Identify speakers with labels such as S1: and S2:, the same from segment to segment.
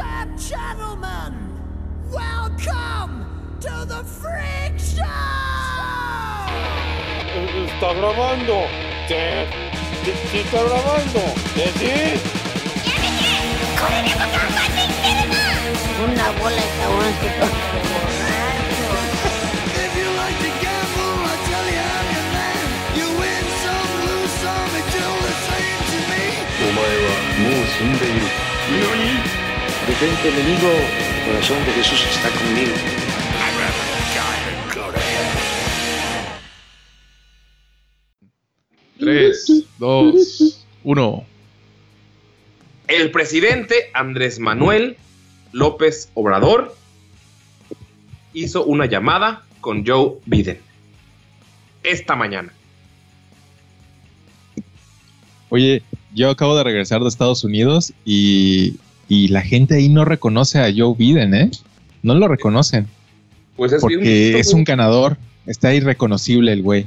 S1: and gentlemen, welcome to the Freak Show!
S2: Está grabando. Te, te- sí está grabando. Te sí.
S3: これでも頑張って生きてるな
S4: If you like to gamble, I tell you I'm your man. You win some, lose some, it's all the same to me.
S5: お前はもう死んでいる。Detente, enemigo. Corazón de Jesús está conmigo.
S6: Tres, dos, uno.
S7: el presidente Andrés Manuel López Obrador hizo una llamada con Joe Biden esta mañana.
S6: Oye, yo acabo de regresar de Estados Unidos y, y la gente ahí no reconoce a Joe Biden, ¿eh? No lo reconocen
S7: Pues es
S6: porque es un ganador. Está irreconocible el güey.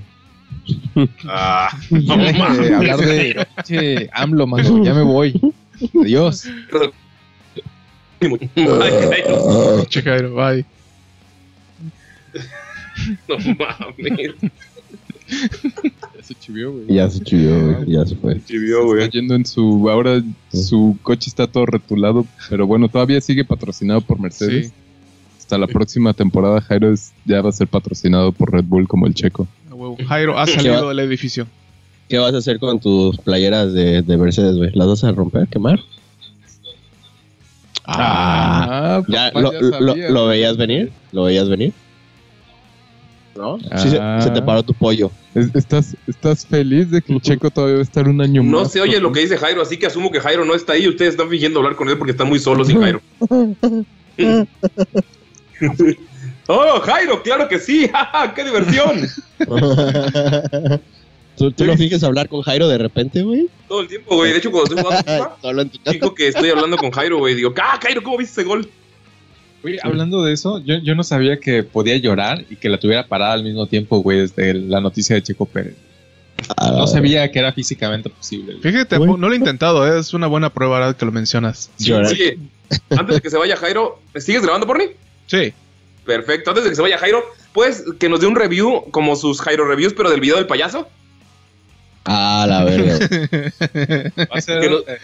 S7: Ah,
S6: Ya deja de hablar de che, AMLO, mano, ya me voy. Adiós.
S7: no
S8: Che, Jairo, bye.
S7: mames.
S8: Ya se chivió, güey.
S9: Ya se chivió, güey, ya se fue.
S7: Chivió,
S8: Está
S7: güey.
S8: yendo en su. Ahora su coche está todo retulado, pero bueno, todavía sigue patrocinado por Mercedes.
S6: Sí.
S8: Hasta la próxima temporada, Jairo es- ya va a ser patrocinado por Red Bull como el checo.
S6: A huevo.
S8: Jairo ha
S9: salido
S8: del edificio.
S9: ¿Qué vas a hacer con tus playeras de, de Mercedes, güey? ¿Las vas a romper, quemar?
S8: Ah,
S9: ¿Ya,
S8: papá,
S9: lo,
S8: ya
S9: lo-
S8: sabía.
S9: lo veías venir? ¿Lo veías venir? ¿No? Sí,
S8: Ah.
S9: se, se te paró tu pollo.
S8: Es- estás, estás feliz de que el checo todavía va a estar un año más.
S7: No se oye lo que dice Jairo, así que asumo que Jairo no está ahí. Ustedes están fingiendo hablar con él porque están muy solos sin Jairo. ¡Oh, Jairo! ¡Claro que sí! ¡Ja, ja! ¡Qué diversión!
S9: ¿Tú, tú no finges hablar con Jairo de repente, güey?
S7: Todo el tiempo, güey. De hecho, cuando estoy jugando
S8: Ah.
S7: FIFA,
S9: Solo en tu casa.
S7: dijo que estoy hablando con Jairo, güey. Digo, ¡ah, Jairo, cómo viste ese gol!
S6: Oye, hablando de eso, yo, yo no sabía que podía llorar y que la tuviera parada al mismo tiempo, güey, desde la noticia de Checo Pérez.
S9: Ah.
S6: No sabía que era físicamente posible. güey.
S8: Fíjate,
S9: Güey.
S8: po- no lo he intentado, eh, es una buena prueba ahora que lo mencionas.
S9: Ah, Llorar.
S7: Oye, antes de que se vaya Jairo, ¿sigues grabando, Porni?
S8: Sí,
S7: Perfecto. Antes de que se vaya Jairo, ¿puedes que nos dé un review como sus Jairo reviews, pero del video del payaso?
S9: Ah, la verga. güey.
S6: Va a ser
S7: Que no-
S6: eh,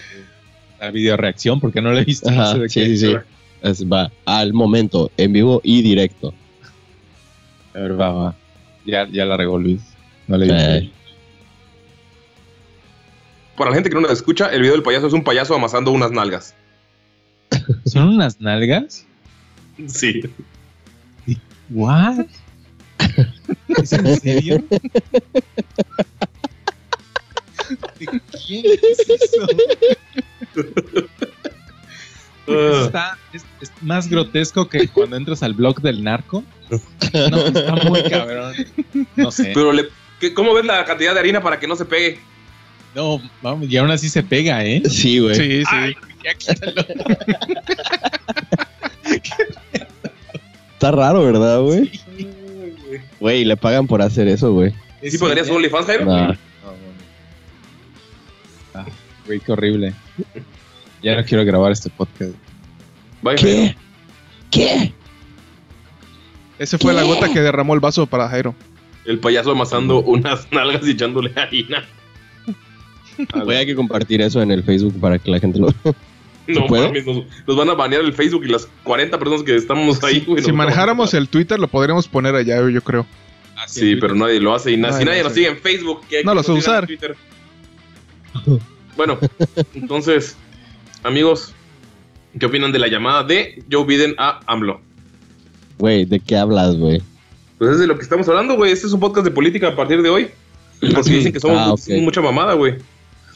S6: la videoreacción porque no la he visto. no
S9: Ajá,
S6: sé de
S9: sí,
S6: qué.
S9: sí, sí. Es- va al momento, en vivo y directo.
S6: A ver, va, va. Ya, ya la regó Luis. No le
S9: Eh,
S6: dije.
S7: Para la gente que no nos escucha, el video del payaso es un payaso amasando unas nalgas.
S6: ¿Son unas nalgas?
S7: Sí.
S6: ¿What? ¿Es en serio? ¿De quién es eso?
S7: Ah.
S6: Está, es, es más grotesco que cuando entras al blog del narco. No, está muy cabrón. No sé.
S7: Pero, le, ¿qué- ¿cómo ves la cantidad de harina para que no se pegue?
S6: No, vamos, y aún así se pega, ¿eh?
S9: sí, güey.
S8: sí, sí.
S9: Está raro, ¿verdad, güey?
S7: ¿Sí
S9: Güey, le pagan por hacer eso, güey.
S6: Eso,
S7: pagarías un
S6: güey.
S7: OnlyFans, Jairo?
S9: No.
S6: No, güey. Ah, güey, qué horrible. Ya no quiero grabar este podcast.
S7: Vaya,
S9: ¿Qué? ¿Qué?
S8: Ese fue la gota que derramó el vaso para Jairo.
S7: El payaso amasando unas nalgas y echándole harina.
S9: Voy a que compartir eso en el Facebook para que la gente lo...
S7: No
S9: puedo?
S7: mames, nos, nos van a banear el Facebook y las 40 personas que estamos ahí, güey. nos
S8: si
S7: van a
S8: manejáramos
S7: matar.
S8: el Twitter, lo podríamos poner allá, yo creo.
S7: Ah, Sí, pero nadie lo hace y na-
S8: Nadie
S7: si
S8: lo
S7: nadie nos
S8: hace.
S7: sigue en Facebook, ¿qué-
S8: No
S7: qué
S8: lo sé
S7: nos digan en
S8: usar.
S7: Twitter? Bueno, entonces, amigos, ¿qué opinan de la llamada de Joe Biden a AMLO?
S9: Güey, ¿de qué hablas, güey?
S7: Pues es de lo que estamos hablando, güey. Este es un podcast de política a partir de hoy. Porque dicen que somos
S9: Ah, ok.
S7: mucha mamada, güey.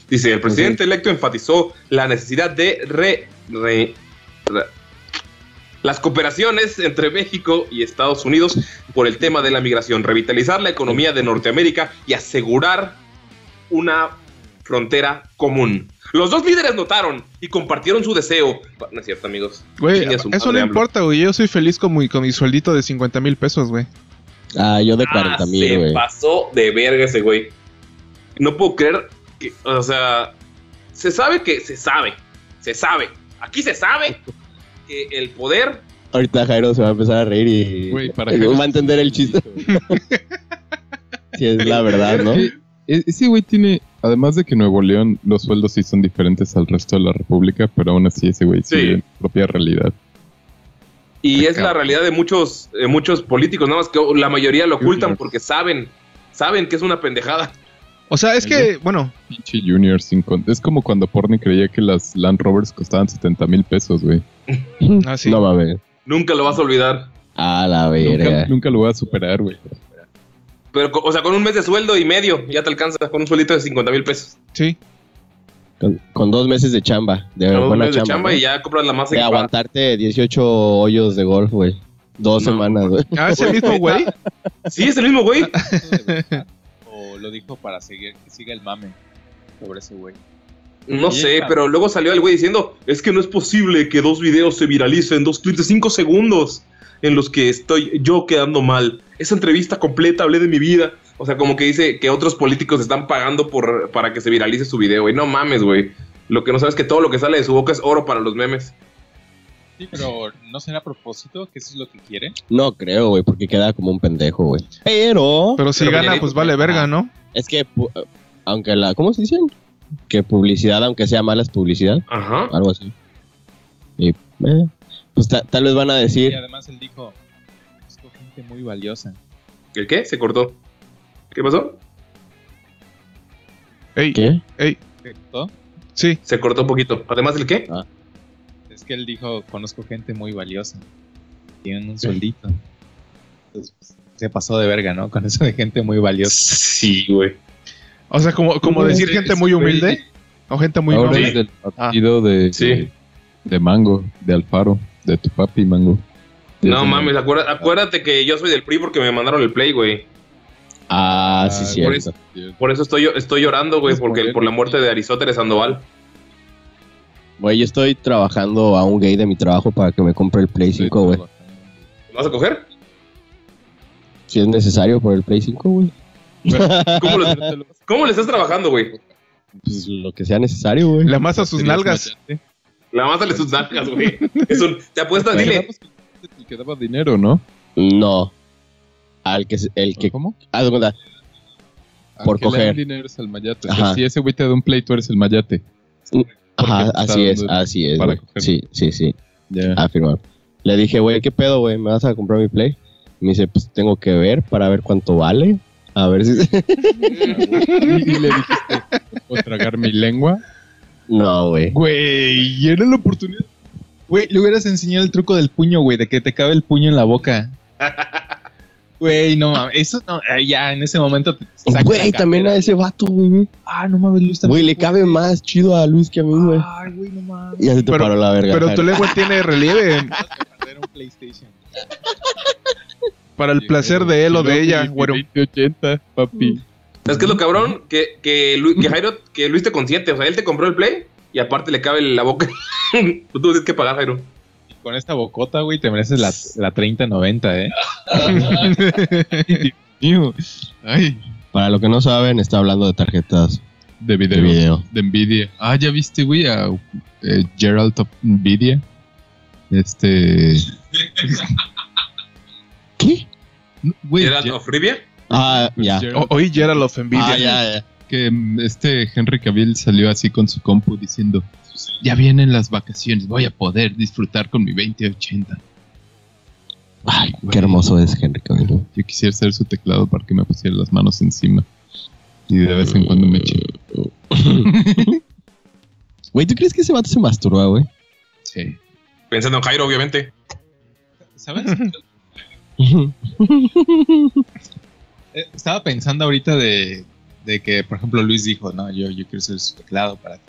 S7: Dice, el presidente electo enfatizó la necesidad de re, re- re- las cooperaciones entre México y Estados Unidos por el tema de la migración, revitalizar la economía de Norteamérica y asegurar una frontera común. Los dos líderes notaron y compartieron su deseo. No es cierto, amigos.
S8: Güey,
S7: Chingue a su
S8: eso
S7: madre,
S8: no
S7: AMLO.
S8: importa, güey. Yo soy feliz con mi, con mi sueldito de 50 mil pesos, güey.
S9: Ah, yo de 40
S7: Ah,
S9: mil,
S7: se
S9: güey.
S7: pasó de verga ese güey. No puedo creer que, o sea, se sabe que se sabe, se sabe. Aquí se sabe que el poder
S9: Ahorita Jairo se va a empezar a reír y
S6: Güey, para
S9: y
S6: Jairo-
S9: va a entender el chiste. Si es la verdad, ¿no?
S6: Sí, e- Ese güey tiene, además de que Nuevo León, los sueldos sí son diferentes al resto de la República, pero aún así ese güey
S7: Sí.
S6: sí. tiene propia realidad.
S7: y
S6: Ay,
S7: es la
S6: cabrón.
S7: realidad de muchos, eh, muchos políticos, nada más que la mayoría lo ocultan
S6: Juniors.
S7: porque saben, saben que es una pendejada.
S8: O sea, es que, bueno,
S6: Pinche Junior sin con- Es como cuando Porni creía que las Land Rovers costaban 70 mil pesos, güey.
S8: así.
S9: No mames.
S7: Nunca lo vas a olvidar.
S9: A la
S6: Nunca,
S9: verga.
S6: nunca lo voy a superar, güey.
S7: Pero, co- o sea, con un mes de sueldo y medio ya te alcanza con un sueldito de 50 mil pesos.
S8: sí.
S9: Con, con dos meses de chamba. De
S7: Con un
S9: buena
S7: mes de
S9: chamba.
S7: chamba
S9: ¿no?
S7: y ya compras la masa
S9: De
S7: equipada.
S9: aguantarte 18 hoyos de golf, güey. Dos
S7: No.
S9: semanas, güey.
S8: Ah, es el mismo güey.
S7: Sí, es el mismo güey.
S10: O lo dijo para seguir, que siga el mame sobre ese güey.
S7: No
S10: Sí,
S7: sé,
S10: claro.
S7: pero luego salió el güey diciendo, es que no es posible que dos videos se viralicen, dos clips de cinco segundos en los que estoy yo quedando mal. Esa entrevista completa, hablé de mi vida. O sea, como que dice que otros políticos están pagando por, para que se viralice su video, güey. No mames, güey. Lo que no sabes es que todo lo que sale de su boca es oro para los memes.
S10: Sí, pero ¿no será a propósito? ¿Que eso es lo que quiere?
S9: No creo, güey, porque queda como un pendejo, güey. Pero
S8: Pero si
S7: Pero
S8: gana,
S7: Benedicto,
S8: pues vale verga, ¿no?
S9: es que, pu- aunque la. ¿Cómo se dicen? Que publicidad, aunque sea mala, es publicidad.
S7: Ajá.
S9: Algo así. Y. eh, pues ta- tal vez van a
S10: Y
S9: decir.
S10: además él dijo, busco gente muy valiosa.
S7: ¿El qué? Se cortó. ¿Qué pasó?
S8: Ey,
S9: ¿Qué?
S8: ey,
S10: ¿Cierto?
S8: sí.
S7: Se cortó un poquito. Además, ¿el qué?
S10: Es que él dijo, conozco gente muy valiosa. Tienen un sueldito. Entonces, pues, se pasó de verga, ¿no? Con eso de gente muy valiosa.
S7: Sí, güey.
S8: O sea, como, como decir gente muy humilde o gente muy
S6: Ahora
S8: noble.
S6: es del partido de,
S7: Ah. Sí.
S6: de, de Mango, de Alfaro, de tu papi Mango.
S7: No
S6: Desde-
S7: mames, acuérdate, acuérdate que yo soy del PRI porque me mandaron el play, güey.
S9: Ah, sí,
S6: Ah,
S7: por
S9: cierto.
S7: eso- Por eso estoy, estoy llorando, güey,
S6: Es
S7: porque
S6: correcto.
S7: por la muerte de Aristóteles Sandoval.
S9: Güey, yo estoy trabajando a un gay de mi trabajo para que me compre el Play 5, güey.
S7: ¿Lo vas a coger?
S9: Si es necesario por el Play 5, güey.
S7: ¿Cómo, lo- cómo le estás trabajando, güey?
S9: Pues lo que sea necesario, güey.
S8: Le amasa sus nalgas.
S7: La masa le sus nalgas, güey. Es un- te apuestas, dile.
S6: Quedamos que el que daba dinero, ¿no?
S9: No. Al que, se- el que,
S6: ¿Cómo?
S9: haz de cuenta,
S6: Al
S9: Por
S6: que le
S9: coger.
S6: dan dinero es el mayate. O sea,
S9: Ajá.
S6: si ese güey te da un play, tú eres el mayate.
S9: Ajá,
S6: Porque
S9: así
S6: está
S9: es, Ah,
S6: dando-
S9: así es.
S6: para
S9: güey.
S6: coger.
S9: Sí, sí, Ah, sí,
S6: Ya.
S9: afirmar. Le dije, güey, ¿qué pedo, güey? ¿Me vas a comprar mi Play? Me dice, pues tengo que ver para ver cuánto vale. A ver si...
S6: Y, y le dijiste, ¿puedo tragar mi lengua?
S9: no, güey.
S10: Güey, era la oportunidad. Güey, le hubieras enseñado el truco del puño, güey, de que te cabe el puño en la boca. Güey, no mames, eso no, eh, ya en ese momento te saca la
S9: Güey,
S10: cartera.
S9: también a ese vato, güey.
S10: Ah, no mames, Luis
S9: Güey,
S10: también.
S9: le cabe más chido a Luis que a mí, güey.
S10: Ay, güey, no mames.
S9: Ya se te
S8: Pero-
S9: paró la verga.
S8: Pero
S9: Jairo.
S8: tu lengua tiene relieve
S10: Perder un PlayStation.
S8: para el placer de él o de ella, güero.
S6: 80, papi.
S7: ¿Sabes qué es lo cabrón? Que, que, Lu- que Jairo, que Luis te consiente. O sea, él te compró el play y aparte le cabe la boca. Tú tienes que pagar, Jairo.
S10: Y con esta bocota, güey, te mereces la, la 3090, ¿eh?
S6: Mío. Ay,
S9: Para lo que no saben, está hablando de tarjetas
S6: de
S9: de
S6: video.
S9: video.
S6: De Nvidia. Ah, ya viste, güey, a eh, Gerald of Nvidia. Este.
S9: ¿Qué?
S6: no, Güey,
S7: ¿Era
S6: Ge-
S7: Ofribia?
S9: Ah, ya.
S6: Gerald-
S8: O- Oí Gerald of Envidia.
S9: Ah, ya, ya.
S6: que mm, este Henry Cavill salió así con su compu diciendo, ya vienen las vacaciones, voy a poder disfrutar con mi 2080.
S9: Ay, qué hermoso es Henry Cavill. güey.
S6: Yo quisiera ser su teclado para que me pusiera las manos encima. Y de vez en cuando me eche.
S9: Güey, ¿tú crees que ese vato se masturba, güey?
S6: Sí.
S7: Pensando en Jairo, obviamente.
S10: ¿Sabes? Eh, estaba pensando ahorita de, de que, por ejemplo, Luis dijo, no, yo, yo quiero ser su teclado para ti,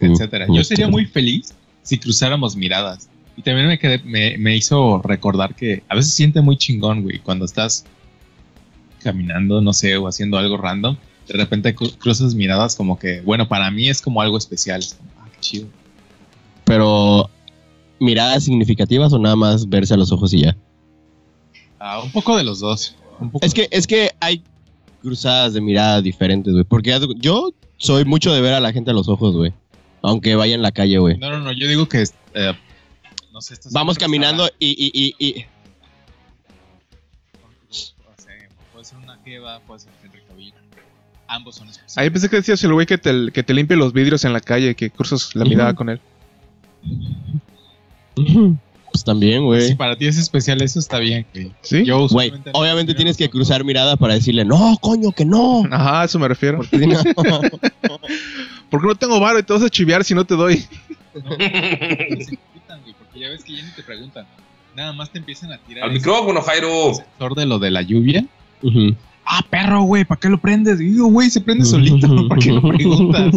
S10: etcétera. Yo
S9: Este,
S10: sería muy feliz si cruzáramos miradas. Y también me, quedé- me, me hizo recordar que a veces siente muy chingón, güey, cuando estás caminando, no sé, o haciendo algo random, de repente cru- cruzas miradas como que, bueno, para mí es como algo especial. Es como, ah, qué chido.
S9: Pero, ¿miradas significativas o nada más verse a los ojos y ya?
S10: Ah, un poco de los dos. Un poco
S9: Es que, es que hay cruzadas de miradas diferentes, güey. Porque haz de cu- yo soy mucho de ver a la gente a los ojos, güey. Aunque vaya en la calle, güey.
S10: No, no, no, yo digo que eh, no sé, esto
S9: Vamos
S10: siempre estaba-
S9: caminando y, y, y, y-
S10: O sea, puede ser una jeva, puede ser Henry Cavill. Ambos son esposos.
S8: Ahí pensé que decías el güey que te, que te limpie los vidrios en la calle, que cruzas la
S9: Ujú.
S8: mirada con él.
S9: Pues también,
S10: Si
S9: güey.
S10: para ti es especial eso, está bien, güey.
S8: ¿Sí?
S10: Yo
S9: Güey,
S10: usualmente-
S9: obviamente tienes que cruzar mirada para decirle, no, coño, que no.
S8: Ajá, a eso me refiero.
S9: Porque si no-
S8: Porque no tengo varo y te vas a chiviar si no te doy.
S10: Ni se preguntan, güey, porque ya ves que ya ni te preguntan. Nada más te empiezan a tirar
S7: Al
S10: ese
S7: micrófono, Jairo.
S10: sensor de lo de la lluvia.
S9: Ujú.
S10: Ah, perro, güey, ¿para qué lo prendes? Y digo, güey, se prende solito, ¿para qué lo preguntas?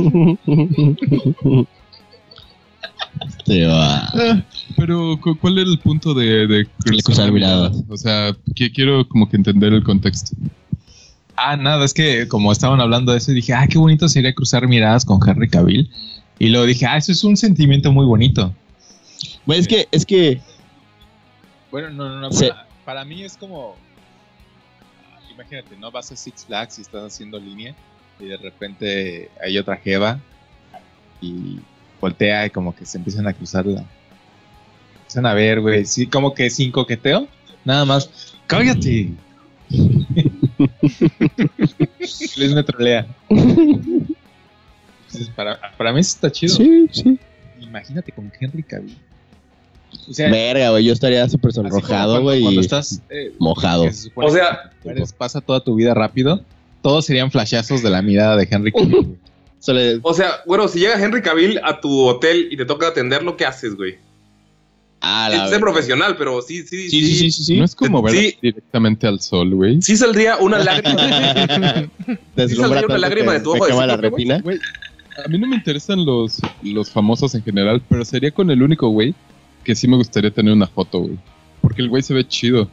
S9: Este va.
S6: Ah, Pero, cu- ¿cuál era el punto de, de
S9: De cruzar miradas.
S6: O sea, que quiero como que entender el contexto.
S10: Ah, nada, es que como estaban hablando de eso, dije, ah, qué bonito sería cruzar miradas con Henry Cavill. Y luego dije, ah, eso es un sentimiento muy bonito.
S9: Güey, es que, es que,
S10: Bueno, no, no, no.
S9: Sí.
S10: Para, para mí es como. ah, Imagínate, ¿no? Vas a Six Flags y estás haciendo línea y de repente hay otra jeva y voltea y como que se empiezan a cruzar la. Empiezan a ver, güey. Sí, como que sin coqueteo. Nada más. ¡Cállate! Luis me trolea. Entonces, para, para mí eso está chido.
S9: sí, sí.
S10: Imagínate con Henry Cavill. O sea,
S9: Verga, güey, yo estaría súper
S10: así como
S9: sonrojado,
S10: cuando-
S9: güey.
S10: Cuando
S9: y
S10: estás eh,
S9: Mojado.
S10: que se supone
S7: O sea-
S10: que eres- pasa toda tu vida rápido. Todos serían flashazos de la mirada de Henry Cavill. güey.
S9: Se le-
S7: O sea, bueno, si llega Henry Cavill a tu hotel y te toca atenderlo, ¿qué haces, güey?
S9: Ah,
S7: Es
S9: la
S7: ser
S9: verga.
S7: profesional, pero sí, sí, sí.
S9: Sí, sí, sí, sí, sí.
S6: No es como ver
S7: Sí.
S6: directamente al sol, güey.
S7: Sí saldría una lágrima.
S9: Deslumbra
S7: saldría una
S9: tanto
S7: lágrima
S9: que
S7: de tu ojo
S9: te
S7: de
S9: quema la
S7: cítrico, güey.
S9: retina.
S6: Güey, a mí no me interesan los, los famosos en general, pero sería con el único güey que sí me gustaría tener una foto, güey. Porque el güey se ve chido.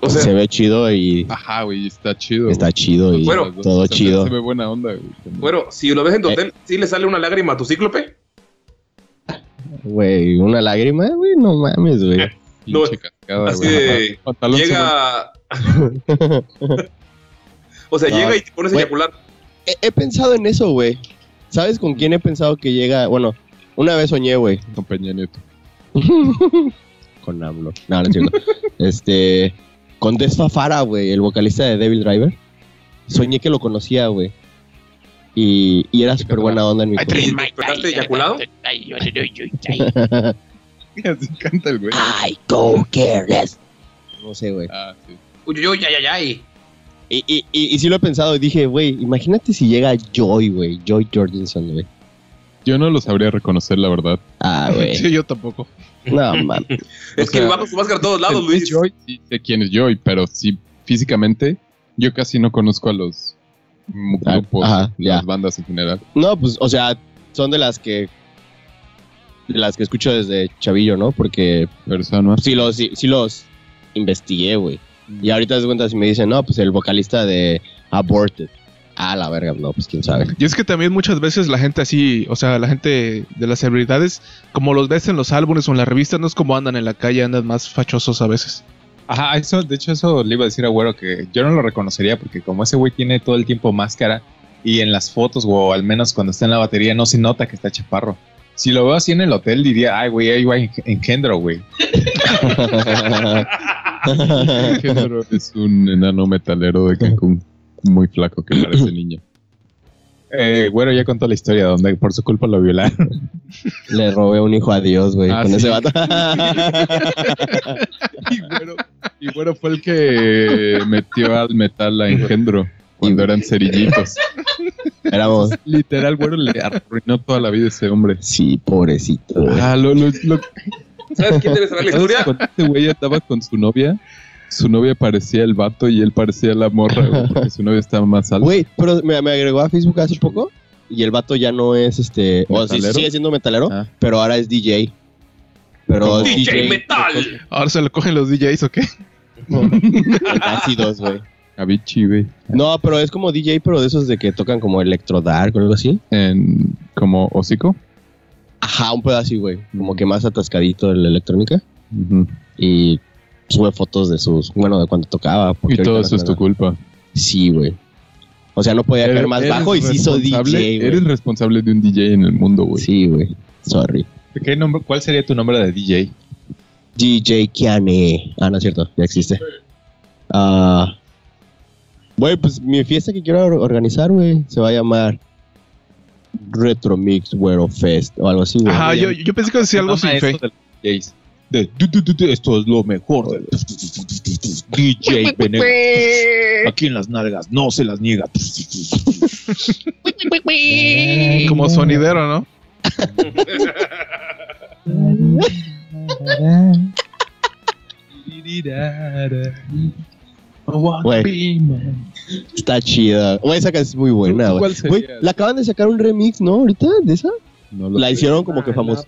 S7: o sea,
S9: se ve chido y
S6: Ajá, güey, está chido.
S9: está chido y
S7: Bueno,
S9: todo
S6: se ve-
S9: chido.
S6: Se ve buena onda, güey. también.
S7: bueno, si lo ves en tu hotel, ¿sí le sale una lágrima a tu cíclope?
S9: Güey, una lágrima, güey, no mames, güey.
S6: Pinche
S7: no,
S6: cascada,
S7: así
S6: güey.
S7: de-
S6: Ajá, pantalón se ve-
S7: Llega. o sea,
S9: No,
S7: llega y te pones a
S9: güey.
S7: eyacular.
S9: He, he pensado en eso, güey. ¿Sabes con quién he pensado que llega? Bueno, una vez soñé, güey.
S6: con Peña Nieto.
S9: Con AMLO. No, no, chico. este. Con Desfafara, güey, el vocalista de Devil Driver. Soñé que lo conocía, güey. Y, y era súper buena onda en mi corazón.
S7: ¿Despertaste eyaculado?
S6: Así canta el güey.
S9: I don't care less. No sé, güey.
S6: Ah, sí.
S7: Uy, uy, ay, ay, ay.
S9: Y, y, y, y sí lo he pensado y dije, güey, imagínate si llega Joy, güey. Joy Jorgensen, güey.
S6: Yo no lo sabría reconocer, la verdad.
S9: Ah, güey.
S8: Sí, yo tampoco.
S9: No, mames.
S7: Es
S6: O
S7: que
S6: sea,
S7: bajo su máscara a todos lados,
S6: El
S7: Ah, Luis.
S6: Joy, sí sé quién es Joy, pero sí, físicamente, yo casi no conozco a los mm,
S9: Ah,
S6: grupos,
S9: ajá,
S6: las
S9: ya.
S6: bandas en general.
S9: No, pues, o sea, son de las que. De las que escucho desde chavillo, ¿no? Porque
S6: Personas.
S9: sí los, sí, sí los investigué, güey. Y ahorita das cuenta si me dicen, no, pues el vocalista de Aborted. Ah, la verga, no, pues quién sabe.
S8: Y es que también muchas veces la gente así, o sea, la gente de las celebridades, como los ves en los álbumes o en las revistas, no es como andan en la calle, andan más fachosos a veces.
S10: Ajá, eso, de hecho, eso le iba a decir a Güero que yo no lo reconocería porque, como ese güey tiene todo el tiempo máscara y en las fotos, o al menos cuando está en la batería, no se nota que está chaparro. Si lo veo así en el hotel, diría, ay, güey, ahí va en- engendro, güey.
S6: Pedro es un enano metalero de Cancún muy flaco que parece niño.
S10: Eh, Güero ya contó la historia donde por su culpa lo violaron.
S9: Le robé un hijo a Dios, güey,
S6: Ah,
S9: con
S6: sí.
S9: ese vato.
S6: Y bueno, fue el que metió al metal a engendro cuando eran cerillitos.
S9: Éramos.
S6: Literal, güero le arruinó toda la vida a ese hombre.
S9: Sí, pobrecito, güey.
S6: Ah, lo, lo, lo-
S7: ¿Sabes quién debe saber la
S6: ¿sabes?
S7: historia?
S6: Cuando este güey andaba con su novia, su novia parecía el vato y él parecía la morra, güey, porque su novia estaba más alta.
S9: Güey, pero me, me agregó a Facebook hace poco y el vato ya no es este. O sí,
S6: ¿Metalero?
S9: sigue siendo metalero,
S6: Ah.
S9: pero ahora es DJ. Pero es
S7: DJ,
S9: DJ,
S7: Metal.
S8: Ahora se lo cogen los DJs o qué.
S9: en ácidos, güey.
S6: Avicii, güey.
S9: No, pero es como DJ, pero de esos de que tocan como Electro Dark o algo así.
S6: En, como hocico.
S9: Ajá, un pedazo así, güey. Como que más atascadito de la electrónica.
S6: Ujú.
S9: Y sube fotos de sus. Bueno, de cuando tocaba. porque
S6: Y todo
S9: ahorita
S6: eso es
S9: no
S6: tu
S9: suena.
S6: culpa.
S9: Sí, güey. O sea, no podía caer
S6: Eres-
S9: más
S6: eres
S9: bajo y se hizo
S6: responsable-
S9: DJ,
S6: Eres
S9: güey.
S6: responsable de un DJ en el mundo, güey.
S9: Sí, güey. Sorry.
S10: ¿Qué nombre, ¿Cuál sería tu nombre de DJ?
S9: DJ Kiane. Ah, no es cierto, ya existe. Ah. Güey, pues mi fiesta que quiero or- organizar, güey, se va a llamar Retro Mix Wero Fest o algo así, güey.
S8: Ajá, yo, yo pensé que decía algo sin fe.
S6: esto es lo mejor del DJ Aquí en las nalgas no se las niega.
S8: Como sonidero, ¿no?
S9: Güey. Está chida. Güey, esa canción es muy buena,
S6: ¿Cuál
S9: güey.
S6: sería?
S9: Güey, la acaban de sacar un remix, ¿no? Ahorita, de esa.
S6: No lo
S9: La
S6: sé.
S9: hicieron como que famosa.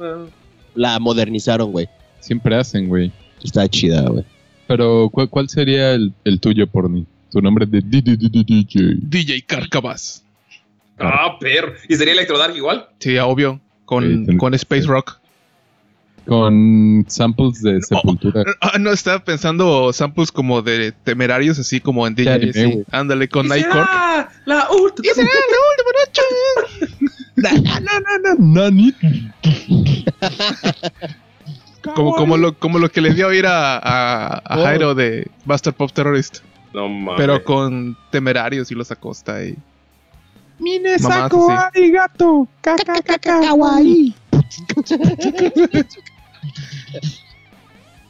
S9: La modernizaron, güey.
S6: Siempre hacen, güey.
S9: Está chida, güey.
S6: Pero, ¿cuál, cuál sería el, el tuyo, Porni? Tu nombre de di- di- di- di- DJ.
S8: DJ Carcabas.
S7: Ah, perro. ¿Y sería Electro Dark igual?
S8: Sí, obvio. Con,
S6: Sí, ten-
S8: con Space
S6: sí.
S8: Rock.
S6: Con samples de sepultura.
S8: Ah, no, estaba pensando samples como de temerarios, así como en DJ.
S6: anime,
S8: sí.
S6: güey.
S8: Ándale, con
S7: ¿Y
S8: Nightcore.
S7: será La última.
S8: Como, como, lo, como lo que le dio a ir a, a, a
S9: Oh.
S8: Jairo de Buster Pop Terrorist.
S7: No mames.
S8: Pero con temerarios y los acosta y.
S10: Mine
S8: saco
S10: arigato.
S1: Kawaii.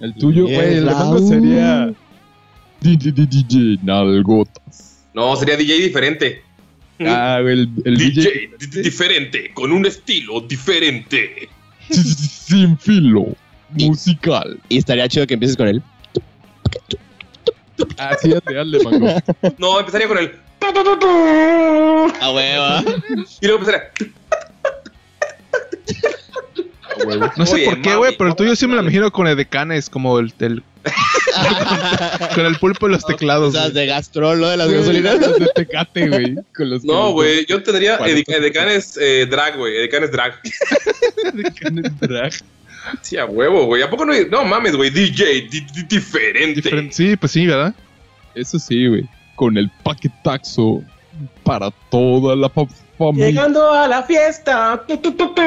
S6: El tuyo,
S9: Yes,
S6: güey, el de
S9: la
S6: Mango
S9: u.
S6: sería di- di- di- DJ Nalgotas.
S7: No, sería DJ diferente.
S6: Ah, güey, el, el DJ
S7: DJ, di- diferente, con un estilo diferente.
S6: sin filo musical.
S9: Y estaría chido que empieces con él.
S6: Así es real Ah, de Mango.
S7: No, empezaría con el.
S9: A huevo.
S7: Y luego empezaría.
S8: No sé
S7: Oye,
S8: por qué,
S7: mami,
S8: güey, pero el tuyo sí me lo
S7: mami.
S8: imagino con edecanes, como el, el- con el pulpo y los teclados.
S9: Esas de
S8: güey.
S9: gastrol, ¿no? De las
S6: Güey,
S9: gasolineras.
S6: los de Tecate, güey. con los
S7: No,
S6: que-
S7: güey, yo tendría
S6: ¿Cuál?
S7: Edecanes eh, drag, güey. Edecanes drag.
S6: Decanes drag.
S7: Sí, a huevo, güey. ¿A poco no? hay- No mames, güey. DJ di- di- diferente.
S8: Diferen- Sí, pues sí, ¿verdad?
S6: Eso sí, güey. Con el paquetaxo para toda la fa- familia.
S7: a la fiesta. Tu, tu, tu, tu.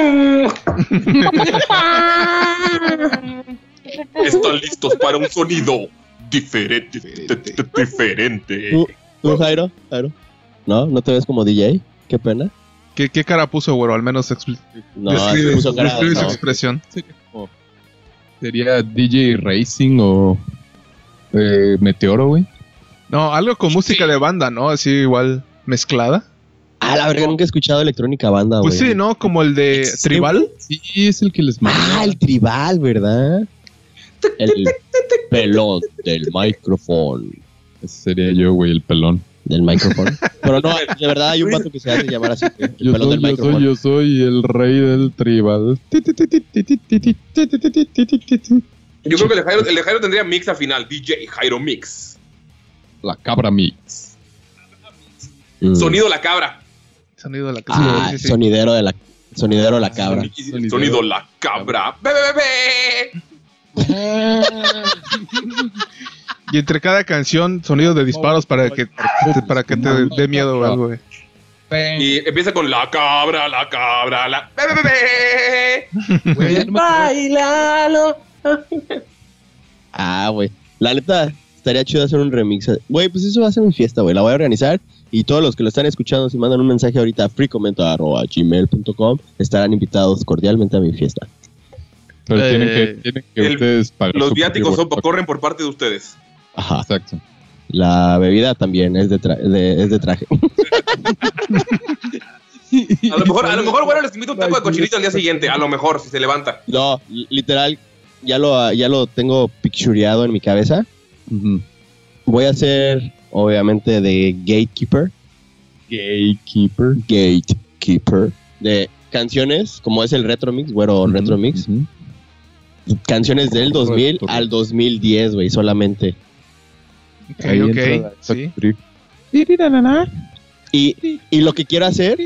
S7: Están listos para un sonido diferente.
S6: Diferente.
S7: di- di- diferente.
S9: ¿Tú, tú, Jairo? Jairo. ¿No? ¿No te ves como DJ? Qué pena.
S8: ¿Qué, qué cara puso, güey? Al menos expli-
S9: No,
S8: describe,
S9: se puso cara,
S8: describe su
S9: no.
S8: expresión.
S6: Sería DJ Racing o eh, Meteoro, güey.
S8: No, algo con música de banda, ¿no? Así igual mezclada.
S9: Ah, la verdad, nunca he escuchado electrónica banda, güey.
S8: Pues sí, ¿no? Como el de
S9: Existe,
S8: Tribal.
S6: Sí, es el que les manda.
S9: Ah, el tribal, ¿verdad? El pelón del micrófono.
S6: Ese sería yo, güey, el pelón.
S9: Del micrófono. Pero no, de verdad hay un vato que se hace llamar así. El
S6: Yo soy,
S9: pelón del
S6: yo soy,
S9: micrófono.
S6: yo soy el rey del tribal.
S7: Yo creo que el de Jairo, el de Jairo tendría mix al final. DJ Jairo Mix.
S6: La cabra mix.
S9: Mm.
S7: Sonido la cabra.
S8: Sonido de la casa.
S9: Ah,
S8: sí, sí, sí.
S9: sonidero de la sonidero de la cabra.
S7: Sonido, la cabra. Be, be, be, be.
S8: Y entre cada canción, sonido de disparos para que, para que te dé miedo o algo, eh. güey.
S7: Y empieza con la cabra, la cabra, la. Be, be, be, be.
S9: Ah, güey. La neta, estaría chido hacer un remix. Güey, pues eso va a ser mi fiesta, güey. La voy a organizar. Y todos los que lo están escuchando, si mandan un mensaje ahorita a freecomenta.gmail.com, estarán invitados cordialmente a mi fiesta.
S6: Pero
S8: Eh,
S6: tienen que, tienen que
S7: el-
S6: ustedes pagar.
S7: Los
S6: su
S7: viáticos
S6: propio
S7: son- corren por parte de ustedes.
S9: Ajá.
S6: Exacto.
S9: La bebida también es de, tra- de- es de traje.
S7: A lo mejor, a lo mejor, bueno, les invito un taco de cochinito al día siguiente. A lo mejor, si se levanta.
S9: No, li- literal, ya lo, ya lo tengo pictureado en mi cabeza.
S6: Ujú.
S9: Voy a ser, obviamente, de gatekeeper.
S6: Gatekeeper.
S9: Gatekeeper. De canciones, como es el Retromix, güero, Retromix.
S6: Ujú.
S9: canciones del 2000
S6: Correcto.
S9: al 2010, güey, solamente.
S8: Ok,
S6: Ahí
S8: ok,
S6: entra la-
S8: sí.
S9: Y, y lo que quiero hacer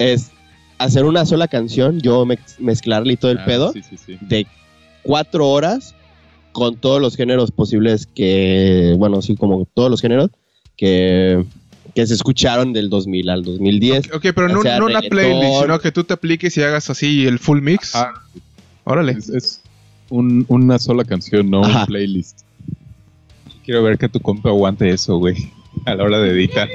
S9: es hacer una sola canción, yo mezclarle mezclarla y todo el
S6: Ah,
S9: pedo,
S6: Sí, sí, sí.
S9: de cuatro horas con todos los géneros posibles que, bueno, sí, como todos los géneros que, que se escucharon del 2000 al 2010.
S8: Ok, pero
S9: O
S8: no,
S9: sea,
S8: no una
S9: reggaetón.
S8: playlist, sino que tú te apliques y hagas así el full mix.
S6: Ah,
S8: Órale.
S6: es, es un- una sola canción, no
S9: Ajá.
S6: un playlist. Quiero ver que tu compa aguante eso, güey, a la hora de editar.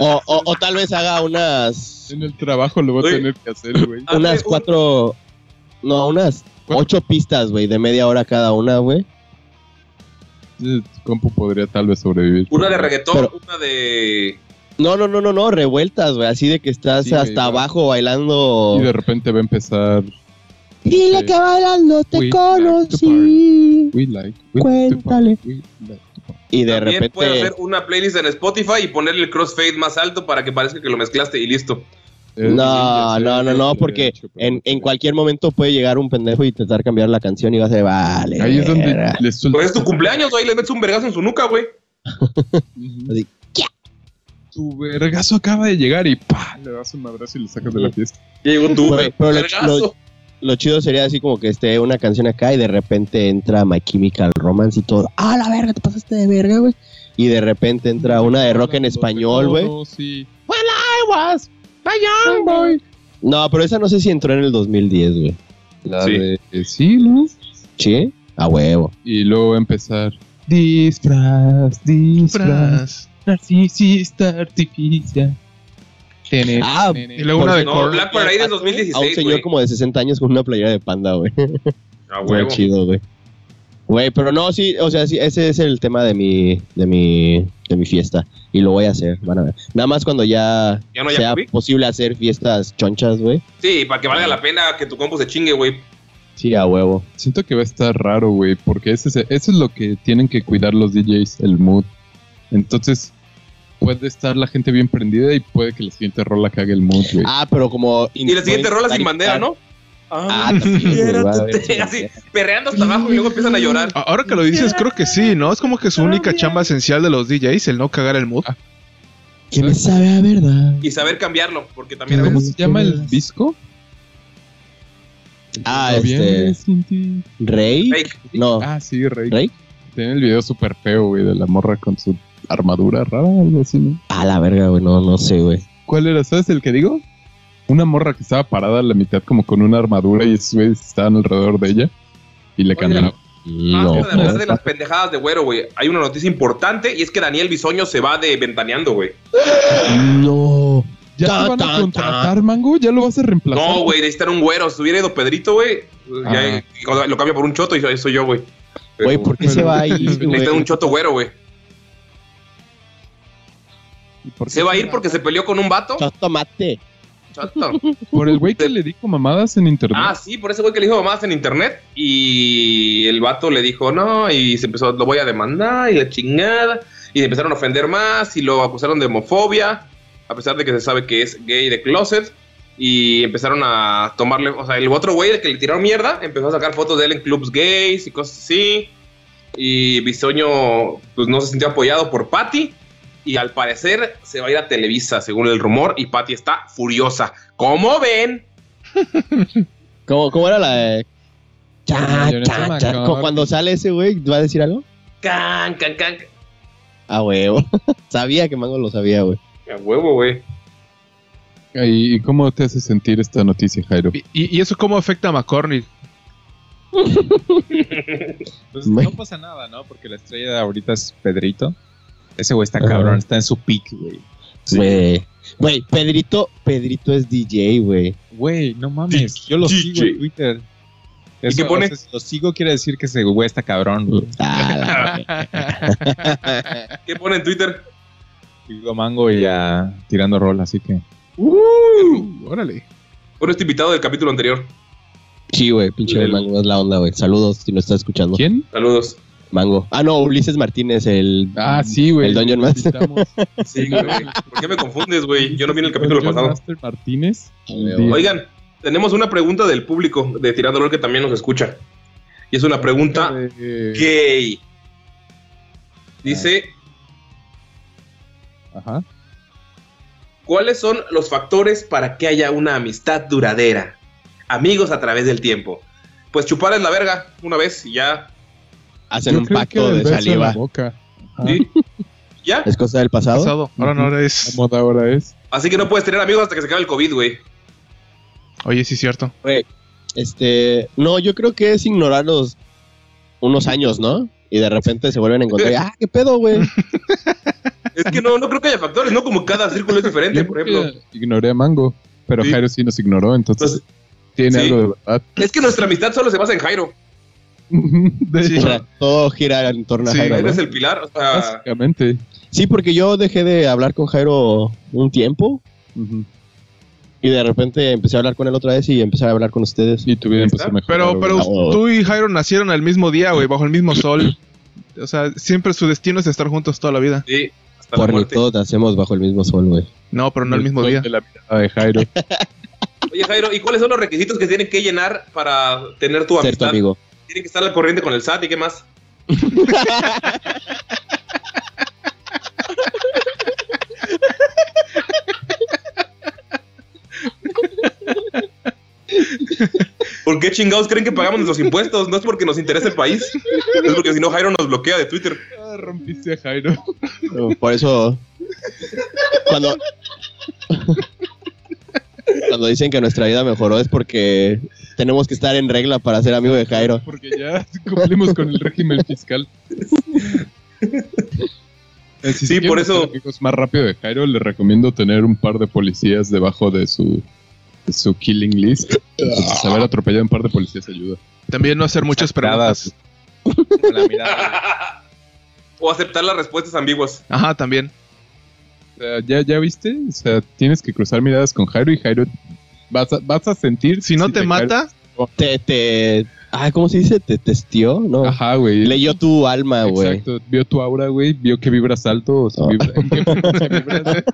S9: O, o- o tal vez haga unas.
S6: En el trabajo lo voy a
S7: Oye.
S6: tener que hacer, güey.
S7: Hazle
S9: unas
S7: un-
S9: cuatro. No, unas ocho pistas, güey, de media hora cada una, güey.
S6: Eh, Tu compa podría tal vez sobrevivir.
S7: Una de reggaetón,
S9: Pero-
S7: una de.
S9: No, no, no, no, no, revueltas, güey. Así de que estás
S6: Sí, güey,
S9: hasta
S6: va.
S9: abajo bailando.
S6: Y de repente va a empezar
S1: Dile
S6: Sí.
S1: que bailando te
S6: We
S1: conocí.
S6: We Like. we like to
S1: Cuéntale.
S6: party, we like to party.
S9: Y de
S7: También
S9: repente.
S7: puede hacer una playlist en Spotify y ponerle el crossfade más alto para que parezca que lo mezclaste y listo.
S6: Eh, sí, ya
S9: No,
S6: sé, ya
S9: no, no,
S6: sé,
S9: no,
S6: lo había
S9: porque
S6: hecho, pero-
S9: en, en cualquier momento puede llegar un pendejo y intentar cambiar la canción y va a ser, vale.
S6: Ahí es donde
S9: verga".
S6: les suelto.
S7: Pues es tu cumpleaños, ahí le metes un vergazo en su nuca, güey.
S9: Así, "Ya".
S6: Tu vergazo acaba de llegar y pa, le das un abrazo y lo sacas de la fiesta.
S7: Llegó tú,
S9: Güey,
S7: güey.
S9: pero lo-
S7: Vergazo.
S9: lo- Lo chido sería así como que esté una canción acá y de repente entra My Chemical Romance y todo. Ah, la verga, te pasaste de verga, güey. Y de repente entra una de rock en español, güey.
S6: No, sí.
S9: No, pero esa no sé si entró en el 2010, güey.
S6: La
S7: Sí.
S6: de eh, sí, ¿no?
S9: ¿Sí? A huevo.
S6: Y luego va a empezar. Disfraz, disfraz,
S8: Fras.
S6: narcisista artificial. Tener,
S9: Ah,
S8: Y luego una de
S7: No,
S8: Korn.
S7: Black Parade es 2016.
S9: A un señor
S7: güey.
S9: como de 60 años con una playera de panda, güey.
S7: Ah,
S9: Muy
S7: huevo.
S9: chido, güey. Güey, pero no, sí, o sea, sí, ese es el tema de mi, de mi, de mi fiesta. Y lo voy a hacer, van a ver. Nada más cuando ya,
S7: Ya no, ya
S9: sea
S7: comí.
S9: posible hacer fiestas chonchas, güey.
S7: Sí, para que valga la pena que tu compo se chingue, güey.
S9: Sí, a huevo.
S6: Siento que va a estar raro, güey, porque ese es- eso es lo que tienen que cuidar los DJs, el mood. Entonces, puede estar la gente bien prendida y puede que la siguiente rola cague el mood, güey.
S9: Ah, pero como...
S7: Y la siguiente rola sin bandera, ¿no?
S9: Ah, también, güey, va a haber
S7: Sí, así, perreando hasta abajo y luego empiezan a llorar.
S8: A- Ahora que lo dices, creo que sí, ¿no? Es como que su única chamba esencial de los DJs, el no cagar el mood.
S9: Que me sabe a verdad.
S7: Y saber cambiarlo, porque también a
S6: ¿Cómo
S7: veces.
S6: se llama el disco?
S9: Ah,
S6: Noviembre
S9: este...
S6: sin ti.
S9: ¿Rey?
S7: Fake.
S9: No,
S6: Ah, sí, Rey.
S9: ¿Rey?
S6: Tiene el video súper feo, güey, de la morra con su armadura rara, algo así, ¿no?
S9: a la verga, güey, no, no sé, güey.
S6: ¿Cuál era? ¿Sabes el que digo? Una morra que estaba parada a la mitad como con una armadura y esos güeyes estaban alrededor de ella y le
S7: Oye,
S6: cantaban.
S7: Ah,
S9: No,
S7: Basta de hablar
S9: no.
S7: de las pendejadas de güero, güey. Hay una noticia importante y es que Daniel Bisoño se va de ventaneando, güey.
S9: No.
S6: ¿Ya
S9: Ta,
S6: te van
S9: ta,
S6: a contratar, Mango? ¿Ya lo vas a reemplazar?
S7: No, güey, necesitan un güero. Si hubiera ido Pedrito, güey, ya-
S6: Ah.
S7: y cuando- lo cambia por un choto y soy, soy yo, güey. Pero
S9: Güey, ¿por qué se va ahí, güey?
S7: Necesitan un choto güero, güey.
S6: ¿Y por qué
S7: ¿Se va a ir porque se peleó con un vato?
S9: Tomate.
S7: Choto.
S6: Por el güey que le dijo mamadas en internet.
S7: Ah, sí, por ese güey que le dijo mamás en internet. Y el vato le dijo, no, y se empezó, lo voy a demandar, y la chingada. Y le empezaron a ofender más, y lo acusaron de homofobia, a pesar de que se sabe que es gay de closet. Y empezaron a tomarle, o sea, el otro güey el que le tiraron mierda, empezó a sacar fotos de él en clubs gays y cosas así. Y Bisoño, pues no se sintió apoyado por Patty. Y al parecer se va a ir a Televisa, según el rumor, y Patty está furiosa. ¿Cómo ven?
S9: ¿Cómo, cómo era la de.? Cha,
S6: Señores,
S9: cha, cha.
S6: macabro.
S9: Como Cuando sale ese güey, ¿va a decir algo?
S7: Can, can, can.
S9: A Ah, huevo. sabía que Mango lo sabía, güey.
S7: A huevo, güey.
S6: ¿Y y cómo te hace sentir esta noticia, Jairo?
S8: Y, y- y eso cómo afecta a McCormick.
S10: Pues
S9: Me-
S10: no pasa nada, ¿no? Porque la estrella de ahorita es Pedrito. Ese güey está cabrón,
S9: Ajá.
S10: está en su pick, güey.
S9: Güey. Güey, Pedrito, Pedrito es DJ, güey.
S10: Güey, no mames. Yo lo
S7: DJ.
S10: sigo en Twitter. Eso,
S7: qué pone?
S10: o sea, si lo sigo quiere decir que ese güey está cabrón, güey.
S9: Ah,
S7: ¿Qué pone en Twitter?
S10: Sigo a Mango y a Tirando Rol, así que...
S8: Uh, Órale.
S7: Pone este invitado del capítulo anterior.
S9: sí, güey, pinche
S7: Lelo.
S9: Mango es la onda, güey. Saludos si nos está escuchando.
S6: ¿Quién?
S7: Saludos.
S9: Mango. Ah, no, Ulises Martínez, el.
S6: Ah, sí, güey.
S9: El Dungeon Master.
S6: Invitamos-
S7: Sí, güey. ¿Por qué me confundes, güey? Yo no vi en el capítulo
S6: Dungeon
S7: pasado.
S6: Master Martínez.
S7: Oigan, tenemos una pregunta del público de Tirando Rol que también nos escucha. Y es una pregunta
S6: ¿Qué?
S7: gay. Dice,
S6: Ajá.
S7: ¿cuáles son los factores para que haya una amistad duradera? Amigos a través del tiempo. Pues chupar es la verga una vez y ya.
S9: Hacen
S6: Yo
S9: un
S6: creo que
S9: pacto
S6: del
S9: de
S6: beso en la
S9: saliva.
S6: boca. Ajá.
S7: ¿sí? ¿Ya?
S9: ¿Es cosa del pasado?
S8: Pasado. Ahora no
S6: La
S8: es.
S6: moda ahora es.
S7: Así que no puedes tener amigos hasta que se acabe el COVID, güey.
S8: Oye, sí es cierto.
S9: Este, no, yo creo que es ignorarlos unos años, ¿no? Y de repente se vuelven a encontrar. y, ah, qué pedo, güey.
S7: Es que no, no creo que haya factores, ¿no? Como cada círculo es diferente,
S6: Yo
S7: por
S6: creo que
S7: ejemplo.
S6: ignoré a Mango, pero
S7: Sí.
S6: Jairo sí nos ignoró, entonces tiene
S7: sí.
S6: algo de verdad.
S7: Es que nuestra amistad solo se basa en Jairo.
S6: De
S8: Sí.
S9: O
S6: hecho,
S9: sea, todo gira en torno a
S8: Sí,
S9: Jairo.
S7: Jairo
S9: ¿no?
S7: es el pilar, o sea.
S6: básicamente.
S9: Sí, porque yo dejé de hablar con Jairo un tiempo
S6: Ujú.
S9: y de repente empecé a hablar con él otra vez y empecé a hablar con ustedes.
S6: Y pues, tu vida empezó
S7: ¿Está?
S6: mejor.
S8: Pero, pero
S6: güey.
S9: bravo.
S8: tú y Jairo nacieron al mismo día, güey, bajo el mismo sol. O sea, siempre su destino es estar juntos toda la vida.
S7: Sí, hasta la
S9: Por ni
S7: muerte.
S9: todos nacemos bajo el mismo sol, güey.
S8: No, pero no al mismo
S6: Soy
S8: día.
S6: de la mirada de Jairo.
S7: Oye, Jairo, ¿y cuáles son los requisitos que tienen que llenar para tener tu
S9: Ser tu
S7: amistad?
S9: amigo.
S7: Tienen que estar al corriente con el SAT y qué más. ¿Por qué chingados creen que pagamos nuestros impuestos? No es porque nos interese el país. Es porque si no, Jairo nos bloquea de Twitter.
S6: Ah, rompiste a Jairo.
S9: Por eso. Cuando. Cuando dicen que nuestra vida mejoró es porque tenemos que estar en regla para ser amigo de Jairo.
S6: Porque ya cumplimos con el régimen fiscal. Eh, si
S7: Sí,
S6: quieren
S7: por eso-
S6: hacer Amigos más rápido de Jairo, les recomiendo tener un par de policías debajo de su, de su killing list. Entonces, haber atropellado un par de policías ayuda.
S8: También no hacer muchas
S6: Sacadas.
S8: preguntas.
S10: La mirada.
S7: O aceptar las respuestas ambiguas.
S8: Ajá, también.
S6: O sea, ¿ya, ¿Ya viste? O sea, tienes que cruzar miradas con Jairo y Jairo vas a, vas a sentir.
S8: Si no te mata,
S9: Te, te. Ay, ¿cómo se dice? ¿Te testió? No.
S6: Jairo- Ajá, güey.
S9: Leyó tu alma, güey.
S6: Exacto. Vio tu aura, güey. Vio que vibras alto. O si
S9: Ah.
S6: vibra- en qué frecuencia vibras.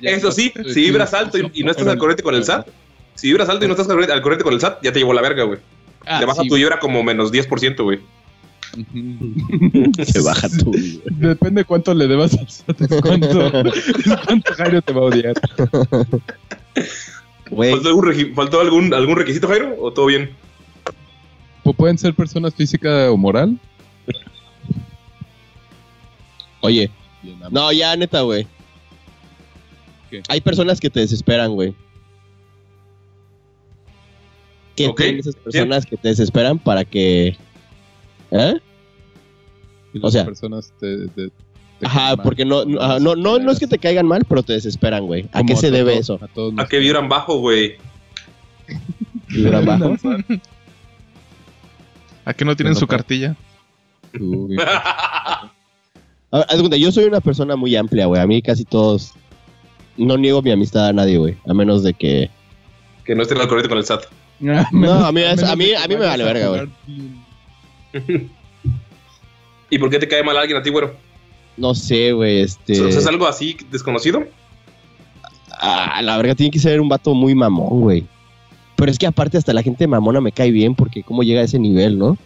S6: Ya
S7: Eso sí,
S6: estás-
S7: si vibras alto y, y no estás al corriente con el SAT, si vibras alto y no estás al corriente- al corriente con el SAT, ya te llevó la verga, güey.
S6: Ah,
S7: te baja
S6: sí,
S7: tu vibra como menos 10%, güey.
S6: Ujú.
S9: Se baja tu.
S6: Depende cuánto le debas al SAT, es cuánto, es cuánto Jairo te va a odiar. Pues
S9: Güey.
S7: ¿Faltó, algún, regi- faltó algún, algún requisito, Jairo? ¿O todo bien?
S6: Pu- Pueden ser personas física o moral.
S9: Oye. No, ya, neta, güey.
S6: ¿Qué?
S9: Hay personas que te desesperan, güey. ¿Qué
S7: Ok,
S9: tienen esas personas que te desesperan para que. ¿Eh?
S6: Y
S9: O sea-
S6: personas te, te- te
S9: Ajá,
S6: caen mal.
S9: porque no, no, ajá, no, no, no es que te caigan mal, pero te desesperan, güey. ¿A
S6: Como
S9: qué se
S6: todo-
S9: debe eso?
S6: A todos
S7: ¿A
S6: nos-
S7: qué vibran bajo, güey?
S9: Vibra bajo.
S8: ¿a que no tienen su cartilla?
S6: Uy,
S9: A ver, haz de cuenta, yo soy una persona muy amplia, güey. A mí casi todos. No niego mi amistad a nadie, güey. A menos de que.
S7: Que no estén al corriente con el SAT.
S9: No, a mí es-
S6: menos de
S9: a mí-
S6: que
S9: a mí me
S6: vayas
S9: vale verga,
S6: jugar
S7: ¿Y por qué te cae mal alguien a ti, güero?
S9: No sé, güey, este.
S7: O sea, ¿Es algo así desconocido?
S9: Ah, la verga, tiene que ser un vato muy mamón, güey. Pero es que aparte hasta la gente mamona me cae bien porque cómo llega a ese nivel, ¿no?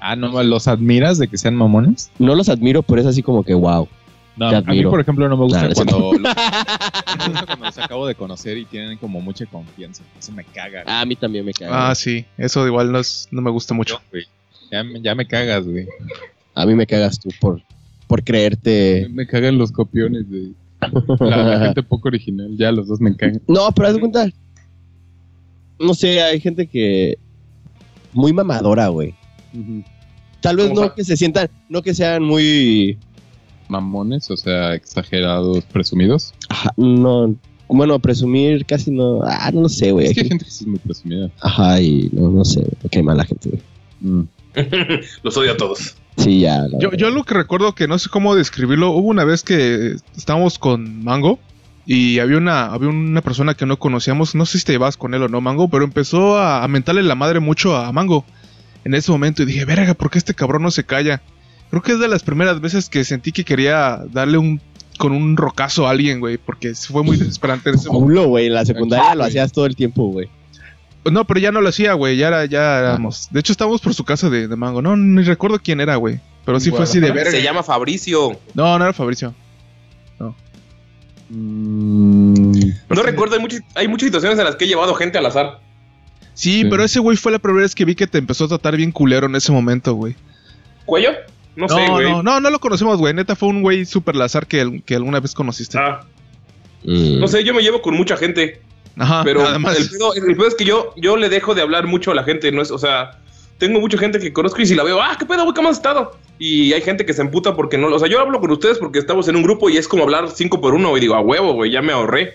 S10: Ah, no, ¿los admiras de que sean mamones?
S9: No los admiro, pero es así como que wow.
S10: No,
S9: Te
S10: a mí,
S9: admiro.
S10: por ejemplo, no me gusta
S9: Nah, no es
S10: cuando, no me gusta cuando los acabo de conocer y tienen como mucha confianza. Eso me caga.
S9: A mí también me cae.
S8: Ah, sí. Eso igual no, es- no me gusta mucho.
S10: güey. Ya, me- ya me cagas, güey.
S9: A mí me cagas tú por, por
S6: Me,
S9: creerte.
S6: me cagan los copiones de la, la gente poco original. Ya los dos me cagan.
S9: No, pero haz de cuenta. No sé, hay gente que. Muy mamadora, güey. Tal vez
S7: ¿Cómo
S9: no
S7: fa-
S9: que se sientan, no que sean muy.
S6: Mamones, o sea, exagerados, presumidos.
S9: Ajá, no. Bueno, presumir casi no. Ah, no lo sé, güey.
S6: Es que hay gente que sí es muy presumida.
S9: Ajá, y no, no sé, güey. Me cae mal la gente, güey. Mm.
S7: Los odio a todos.
S9: Sí, ya. la
S8: Yo,
S9: verdad.
S8: yo lo que recuerdo que no sé cómo describirlo, hubo una vez que estábamos con Mango y había una, había una persona que no conocíamos, no sé si te llevabas con él o no, Mango, pero empezó a, a mentarle la madre mucho a Mango en ese momento y dije, verga, ¿por qué este cabrón no se calla? Creo que es de las primeras veces que sentí que quería darle un con un rocazo a alguien, güey, porque fue muy desesperante en ese momento.
S9: culo, güey. En la secundaria
S6: Ajá,
S9: lo
S6: güey.
S9: hacías todo el tiempo, güey.
S8: No, pero ya no lo hacía, güey. Ya, era, ya éramos. De hecho, estábamos por su casa de, de mango. No, ni recuerdo quién era, güey. Pero sí fue así de verga.
S7: Se llama Fabricio.
S8: No, no era Fabricio.
S6: Mm,
S7: No recuerdo, hay muchas, hay muchas situaciones en las que he llevado gente al azar.
S8: Sí,
S6: Sí.
S8: pero ese güey fue la primera vez que vi que te empezó a tratar bien culero en ese momento, güey.
S7: ¿Cuello? No,
S8: No,
S7: sé, güey.
S8: no, no, no lo conocemos, güey. Neta fue un güey súper lazar que, que alguna vez conociste.
S7: Ah, no sé, yo me llevo con mucha gente.
S8: Ajá,
S7: Pero
S8: además.
S7: el pedo, el pedo es que yo, yo le dejo de hablar mucho a la gente, no es, o sea, tengo mucha gente que conozco y si la veo, ah, qué pedo, güey, ¿cómo has estado? Y hay gente que se emputa porque no, o sea, yo hablo con ustedes porque estamos en un grupo y es como hablar cinco por uno y digo, a huevo, güey, ya me ahorré.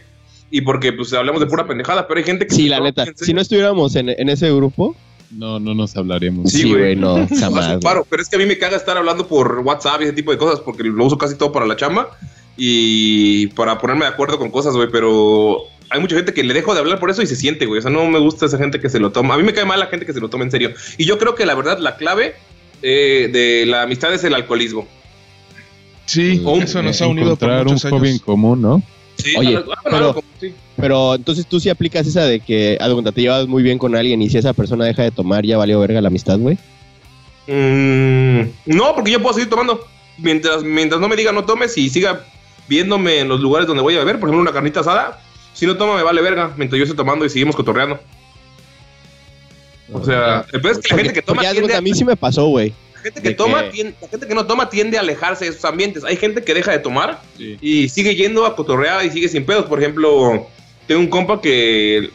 S7: Y porque pues hablamos de pura pendejada, pero hay gente que...
S9: Sí,
S7: se
S9: la
S7: toma
S9: neta.
S7: en serio.
S9: Si no estuviéramos en, en ese grupo,
S6: No, no nos hablaríamos.
S7: Sí,
S9: sí, güey,
S7: güey.
S9: no, jamás.
S7: Hace
S9: güey.
S7: paro, pero es que a mí me caga estar hablando por WhatsApp y ese tipo de cosas porque lo uso casi todo para la chamba y para ponerme de acuerdo con cosas, güey, pero hay mucha gente que le dejo de hablar por eso y se siente, güey, o sea, no me gusta esa gente que se lo toma. A mí me cae mal la gente que se lo toma en serio. Y yo creo que la verdad la clave eh, de la amistad es el alcoholismo.
S8: Sí,
S7: o un-
S8: eso nos ha unido por
S6: Encontrar un
S8: muchos
S6: hobby en
S8: años.
S6: común, ¿no?
S7: Sí,
S9: Oye,
S7: algo- ah, bueno,
S9: pero-
S7: algo como- sí.
S9: Pero entonces tú sí aplicas esa de que, haz de cuenta, te llevas muy bien con alguien y si esa persona deja de tomar, ya valió verga la amistad, güey.
S7: Mm, no, porque yo puedo seguir tomando. Mientras, mientras no me diga no tomes y siga viéndome en los lugares donde voy a beber, por ejemplo, una carnita asada. Si no toma, me vale verga. Mientras yo estoy tomando y seguimos cotorreando. O sea, el peor es que la gente que toma
S9: porque haz de
S7: tiende
S9: cuenta,
S7: a-
S9: a mí sí me pasó, güey.
S7: la gente que
S9: de
S7: toma
S9: que-
S7: tiende- la gente que no toma tiende a alejarse de esos ambientes. Hay gente que deja de tomar
S10: Sí.
S7: y sigue yendo a cotorrear y sigue sin pedos. Por ejemplo, tengo un compa que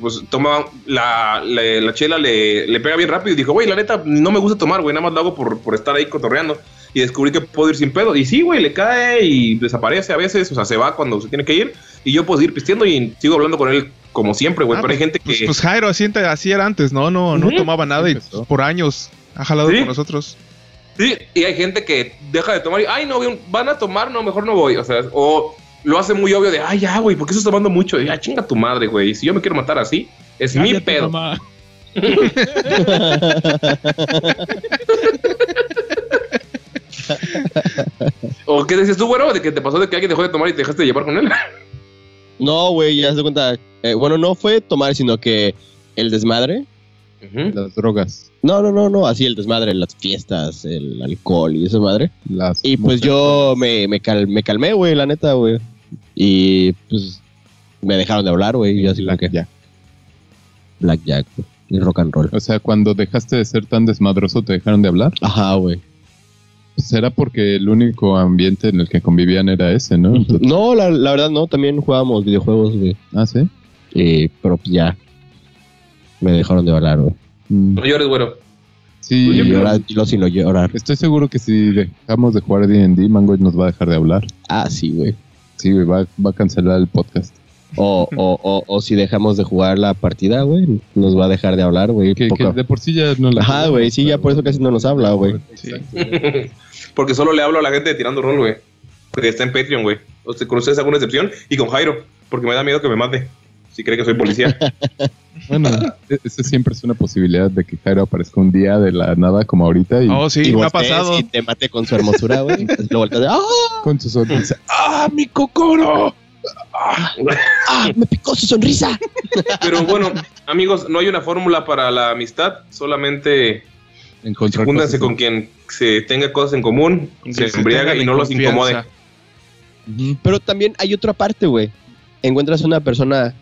S7: pues, toma la, la- la chela, le, le pega bien rápido y dijo, güey, la neta, no me gusta tomar, güey, nada más lo hago por, por estar ahí cotorreando. Y descubrí que puedo ir sin pedo. Y sí, güey, le cae y desaparece a veces, o sea, se va cuando se tiene que ir. Y yo puedo seguir pisteando y sigo hablando con él como siempre, güey.
S8: Ah,
S7: pero hay gente
S8: Pues,
S7: que...
S8: pues Jairo, así, ent- así era antes, ¿no? No, no
S7: Ujú.
S8: tomaba nada y
S6: Empezó.
S8: por años ha jalado
S7: Sí.
S8: con nosotros.
S7: Sí, y hay gente que deja de tomar y, ay, no, güey, van a tomar, no, mejor no voy. O sea, o lo hace muy obvio de, ay, ya, güey, ¿por qué estás tomando mucho? Y, ay, chinga tu madre, güey. Si yo me quiero matar así, es mi
S10: Cállate,
S7: pedo.
S10: mamá.
S7: ¿O qué decías tú, güero? De que te pasó de que alguien dejó de tomar y te dejaste de llevar con él.
S9: No, güey, ya se cuenta. eh, bueno, no fue tomar, sino que el desmadre.
S7: Ujú.
S6: Las drogas.
S9: No, no, no, no, así el desmadre, las fiestas, el alcohol y esa madre.
S6: Las
S9: Y pues yo me, me, cal- me calmé, güey, la neta, güey. Y pues me dejaron de hablar, güey. Y yo así como que.
S6: Blackjack.
S9: Blackjack güey, y rock and roll.
S6: O sea, cuando dejaste de ser tan desmadroso, te dejaron de hablar.
S9: Ajá, güey.
S6: Ah, Será porque el único ambiente en el que convivían era ese, ¿no? Entonces-
S9: No, la, la verdad no, también jugábamos videojuegos, güey.
S6: ah, sí.
S9: Eh, pero pues, ya. Me dejaron de hablar, güey.
S6: Mm,
S7: No llores, güero.
S6: Sí,
S9: Y
S7: Oye, pero-
S9: ahora lo sin lo llorar.
S6: estoy seguro que si dejamos de jugar D&D, Mango nos va a dejar de hablar.
S9: Ah, sí, güey.
S6: Sí, güey, va, va a cancelar el podcast.
S9: O, o, o, o si dejamos de jugar la partida, güey, nos va a dejar de hablar, güey.
S6: Que, que
S9: poco.
S6: de por sí ya no la...
S9: Ajá, güey, sí, ya por eso casi no nos habla, güey.
S8: Sí.
S7: Porque solo le hablo a la gente de tirando rol, güey. Porque está en Patreon, güey. O sea, con ustedes alguna excepción y con Jairo, porque me da miedo que me mate. Si cree que soy policía.
S6: Bueno, e- esa siempre es una posibilidad de que Jairo aparezca un día de la nada como ahorita y
S8: Oh, sí,
S9: Y
S8: me ha
S9: voltees
S8: pasado.
S9: Y te mate con su hermosura, güey. Entonces Lo volteas de, ¡ah!
S6: con su sonrisa.
S7: ¡Ah, mi cocoro! ¡Ah!
S1: ¡Ah! ¡Me picó su sonrisa!
S7: Pero bueno, amigos, no hay una fórmula para la amistad, solamente
S6: Encontrar
S7: júndanse
S6: cosas-
S7: con quien se tenga cosas en común, se
S8: Que se
S7: embriaga
S8: tengan
S7: y
S8: en
S7: no los
S8: confianza.
S7: incomode.
S6: Ujú.
S9: Pero también hay otra parte, güey. Encuentras una persona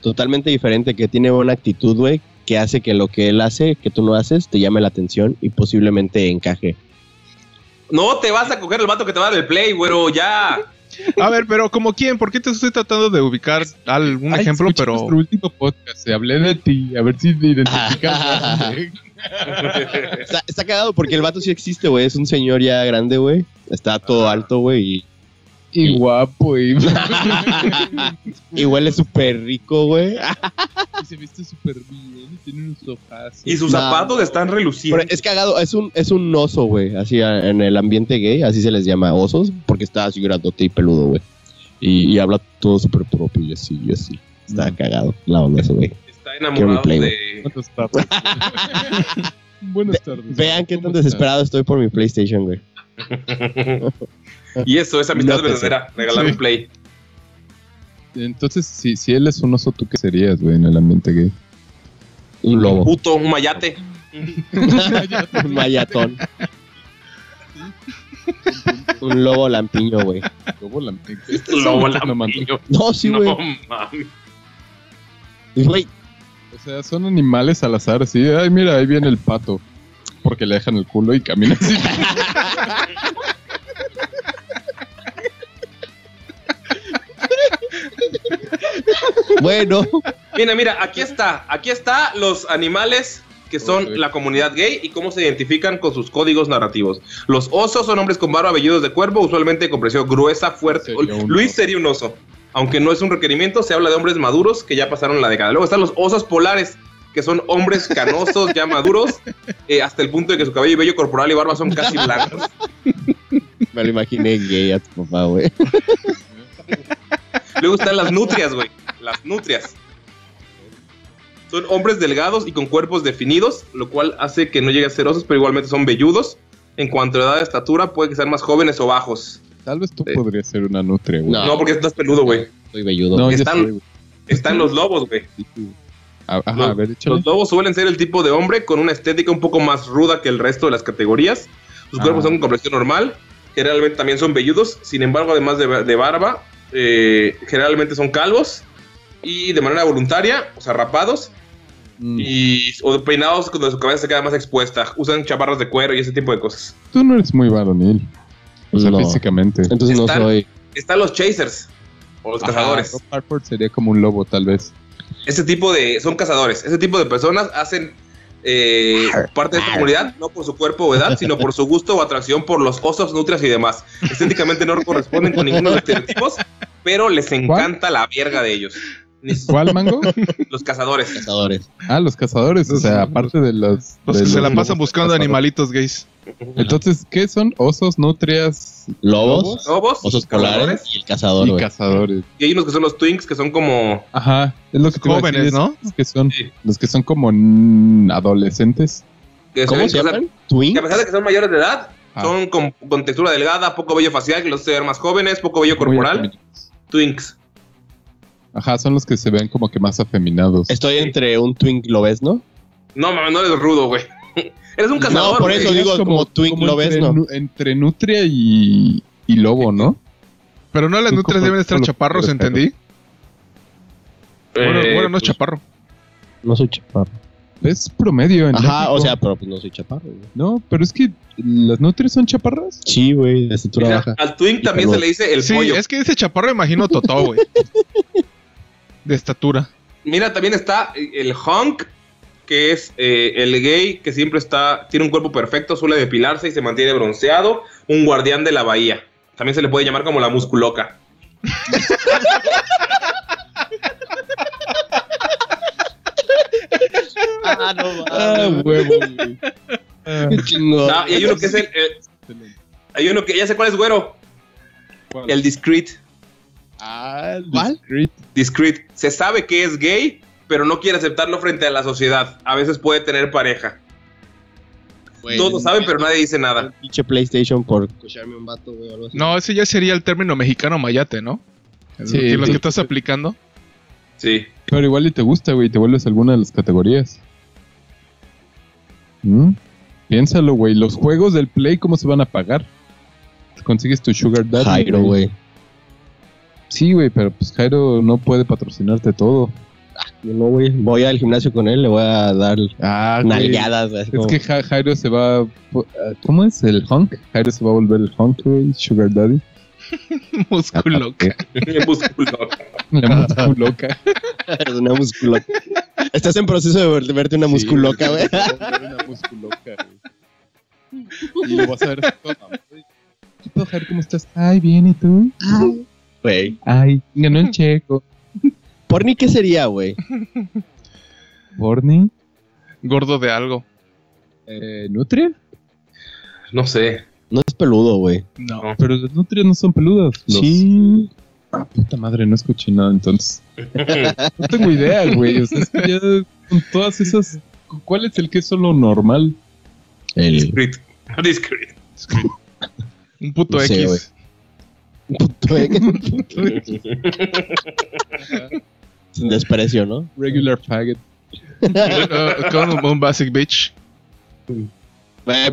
S9: totalmente diferente que tiene una actitud, güey, que hace que lo que él hace, que tú no haces, te llame la atención y posiblemente encaje.
S7: No te vas a coger el vato que te va a dar el play, güero, ya.
S8: A ver, pero como quién, ¿por qué te estoy tratando de ubicar algún
S6: Ay,
S8: ejemplo?
S6: escucha
S8: Pero
S6: nuestro último podcast, eh, hablé de ti, a ver si te identificas.
S9: Está, está cagado porque el vato sí existe, güey. Es un señor ya grande, güey. Está todo alto, güey. Y,
S6: y guapo, y,
S9: y huele súper rico, güey.
S6: y se viste súper bien, y tiene unos sofás.
S7: Y sus
S9: No.
S7: zapatos están
S9: Pero
S7: relucientes.
S9: es cagado, es un, es un oso, güey. Así a- en el ambiente gay, así se les llama osos, porque está así grandote y peludo, güey. Y, y habla todo súper propio y así, y así. Está cagado la onda ese, güey.
S7: Está enamorado
S9: Quiero mi play,
S7: de.
S6: Buenas tardes. Buenas tardes.
S9: Vean qué tan
S6: ¿Cómo estás?
S9: desesperado estoy por mi PlayStation, güey.
S7: y eso es amistad
S9: No te sé.
S7: verdadera, regalar
S6: Sí.
S7: un play.
S6: Entonces, si, si él es un oso, ¿tú qué serías, güey, en el ambiente gay?
S9: Un
S7: Un
S9: lobo.
S7: puto, un mayate.
S9: un mayatón. un lobo lampiño, güey.
S6: Lobo lampiño.
S7: Lobo
S6: No, man.
S7: lampiño.
S9: No, sí, güey.
S7: No mames.
S9: Güey,
S6: O sea, son animales al azar, así. Ay, mira, ahí viene el pato. Porque le dejan el culo y camina así.
S9: Bueno,
S7: Mira, mira, aquí está. Aquí está los animales que son
S10: Ok.
S7: la comunidad gay y cómo se identifican con sus códigos narrativos. Los osos son hombres con barba, velludos de cuerpo, usualmente con presión gruesa, fuerte.
S10: Sería un
S7: Luis
S10: oso.
S7: sería un oso. Aunque no es un requerimiento, se habla de hombres maduros que ya pasaron la década. Luego están los osos polares, que son hombres canosos, ya maduros, eh, hasta el punto de que su cabello y vello corporal y barba son casi blancos.
S9: me lo imaginé gay a tu papá, güey.
S7: Luego están las nutrias, güey. Las nutrias. Son hombres delgados y con cuerpos definidos, lo cual hace que no lleguen a ser osos, pero igualmente son velludos. En cuanto a edad de estatura, puede que sean más jóvenes o bajos.
S6: Tal vez tú
S7: Sí.
S6: podrías ser una nutria, güey.
S9: No.
S7: No, porque estás peludo, güey.
S9: Soy velludo.
S6: No, ya
S7: Están-
S6: sé, güey.
S7: Están los lobos, güey.
S6: A- Ajá, a ver, échale.
S7: Los lobos suelen ser el tipo de hombre con una estética un poco más ruda que el resto de las categorías. Sus cuerpos
S6: Ah.
S7: son con complexión normal. Generalmente también son velludos. Sin embargo, además de, ba- de barba, eh, generalmente son calvos. Y de manera voluntaria, o sea, rapados,
S6: Mm.
S7: y o peinados cuando su cabeza se queda más expuesta. Usan chaparras de cuero y ese tipo de cosas.
S6: Tú no eres muy varonil. O sea,
S9: No.
S6: físicamente.
S9: Entonces no
S7: Están-
S9: soy.
S7: Están los chasers o los cazadores.
S6: Rob Harford sería como un lobo, tal vez.
S7: Ese tipo de son cazadores. Ese tipo de personas hacen eh, parte de esta comunidad no por su cuerpo o edad, sino por su gusto o atracción por los osos, nutrias y demás. Estéticamente no corresponden con ninguno de los estereotipos, pero les encanta la verga de ellos. Ni-
S6: ¿Cuál mango?
S7: Los cazadores.
S9: Cazadores.
S6: Ah, los cazadores. O sea, aparte de los.
S8: Los
S6: de
S8: que se la
S6: lobos
S8: pasan buscando
S6: cazadores.
S8: animalitos gays.
S6: Entonces, ¿qué son osos, nutrias
S9: Lobos,
S7: Lobos,
S9: osos polares
S7: cazadores,
S9: y el cazador,
S6: y
S9: güey.
S6: cazadores?
S7: y hay unos que son los twinks que son como
S6: Ajá, es lo que te iba a
S8: Jóvenes,
S6: decir, es
S8: ¿no?
S6: Los que son,
S7: Sí.
S6: los que son como mm, adolescentes.
S7: que
S9: ¿Cómo
S7: ven-
S9: se
S7: o sea,
S9: llaman? Twin.
S7: que a pesar de que son mayores de edad,
S6: Ah.
S7: son con, con textura delgada, poco vello facial, que los hace ver más jóvenes, poco vello
S6: muy
S7: corporal,
S6: afeminados.
S7: twinks.
S6: Ajá, son los que se ven como que más afeminados.
S9: Estoy entre un twink, ¿lo ves, no?
S7: No, mames, no eres rudo, güey. Eres un
S9: No,
S7: cazador,
S9: por
S7: güey.
S9: eso digo, como twink, ¿lo ves,
S6: entre,
S9: no?
S6: nu- entre nutria y, y lobo, ¿no?
S8: Pero no las
S6: Tú
S8: nutrias
S6: como-
S8: deben estar
S6: como-
S8: chaparros,
S6: pero-
S8: ¿entendí?
S7: Eh,
S8: bueno, bueno, no es
S7: pues,
S8: chaparro.
S9: No soy chaparro.
S6: Es promedio. en
S9: Ajá,
S6: México.
S9: o sea, pero pues no soy chaparro, güey.
S6: No, pero es que las nutrias son chaparras.
S9: Sí, güey, de estatura
S7: mira,
S9: baja.
S7: al twink también
S9: peludo.
S7: se le dice el
S8: sí,
S7: pollo.
S8: es que ese chaparro imagino Totó, güey. De estatura.
S7: Mira, también está eh, el honk, que es eh, el gay que siempre está, tiene un cuerpo perfecto, suele depilarse y se mantiene bronceado, un guardián de la bahía. También se le puede llamar como la musculoca.
S9: Ah, no, ah, huevo, güey.
S6: Ah.
S9: Qué chingón.
S7: No, Ah, y hay uno que es el, eh, hay uno que ya sé cuál es güero. El discreet.
S9: Ah, ¿Cuál?
S7: Discreet. Se sabe que es gay, pero no quiere aceptarlo frente a la sociedad. A veces puede tener pareja. Todos lo saben, pero nadie dice nada.
S9: Pinche PlayStation por escucharme un vato, güey, o algo así.
S8: No, ese ya sería el término mexicano mayate, ¿no?
S6: Sí,
S8: Sí, lo
S6: sí.
S8: que estás aplicando.
S7: Sí.
S6: Pero igual y te gusta, güey, te vuelves alguna de las categorías. ¿Mm? Piénsalo, güey. Los juegos del Play, ¿cómo se van a pagar? Consigues tu Sugar Daddy.
S9: Jairo, güey.
S6: Sí, güey, pero pues Jairo no puede patrocinarte todo.
S9: Yo no, güey. Voy al gimnasio con él, le voy a dar
S6: Ah,
S9: nalgadas, güey. así
S6: Es
S9: como-
S6: que Ja- Jairo se va. a po- ah, ¿Cómo es? ¿El honk? Jairo se va a volver el honk, güey. Sugar Daddy.
S8: Musculoca.
S7: El musculoca.
S6: La música loca.
S9: Es una musculoca. Estás en proceso de ver- de verte una musculoca, güey.
S6: Una musculoca, güey. Y lo vas a ver así todo mamado. ¿Qué pedo, Jairo? ¿Cómo estás? Ay, bien, ¿y tú?
S9: Güey.
S6: Ay, ganó el checo.
S9: ¿Porni qué sería, güey?
S6: ¿Borny?
S8: Gordo de algo.
S6: Eh, ¿Nutria?
S7: No sé.
S9: No es peludo, güey.
S8: No.
S6: Pero las nutrias no son peludas. Los-
S9: Sí.
S6: Puta madre, no escuché nada entonces. No tengo idea, güey. O sea, es que ya con todas esas. ¿Cuál es el que es solo normal?
S9: El
S7: Discreet. Discreet.
S8: Un puto
S9: No sé, güey.
S8: X.
S9: puto Sin desprecio, ¿no?
S6: Regular faggot.
S8: Uh, Con un- un basic bitch.
S9: Güey,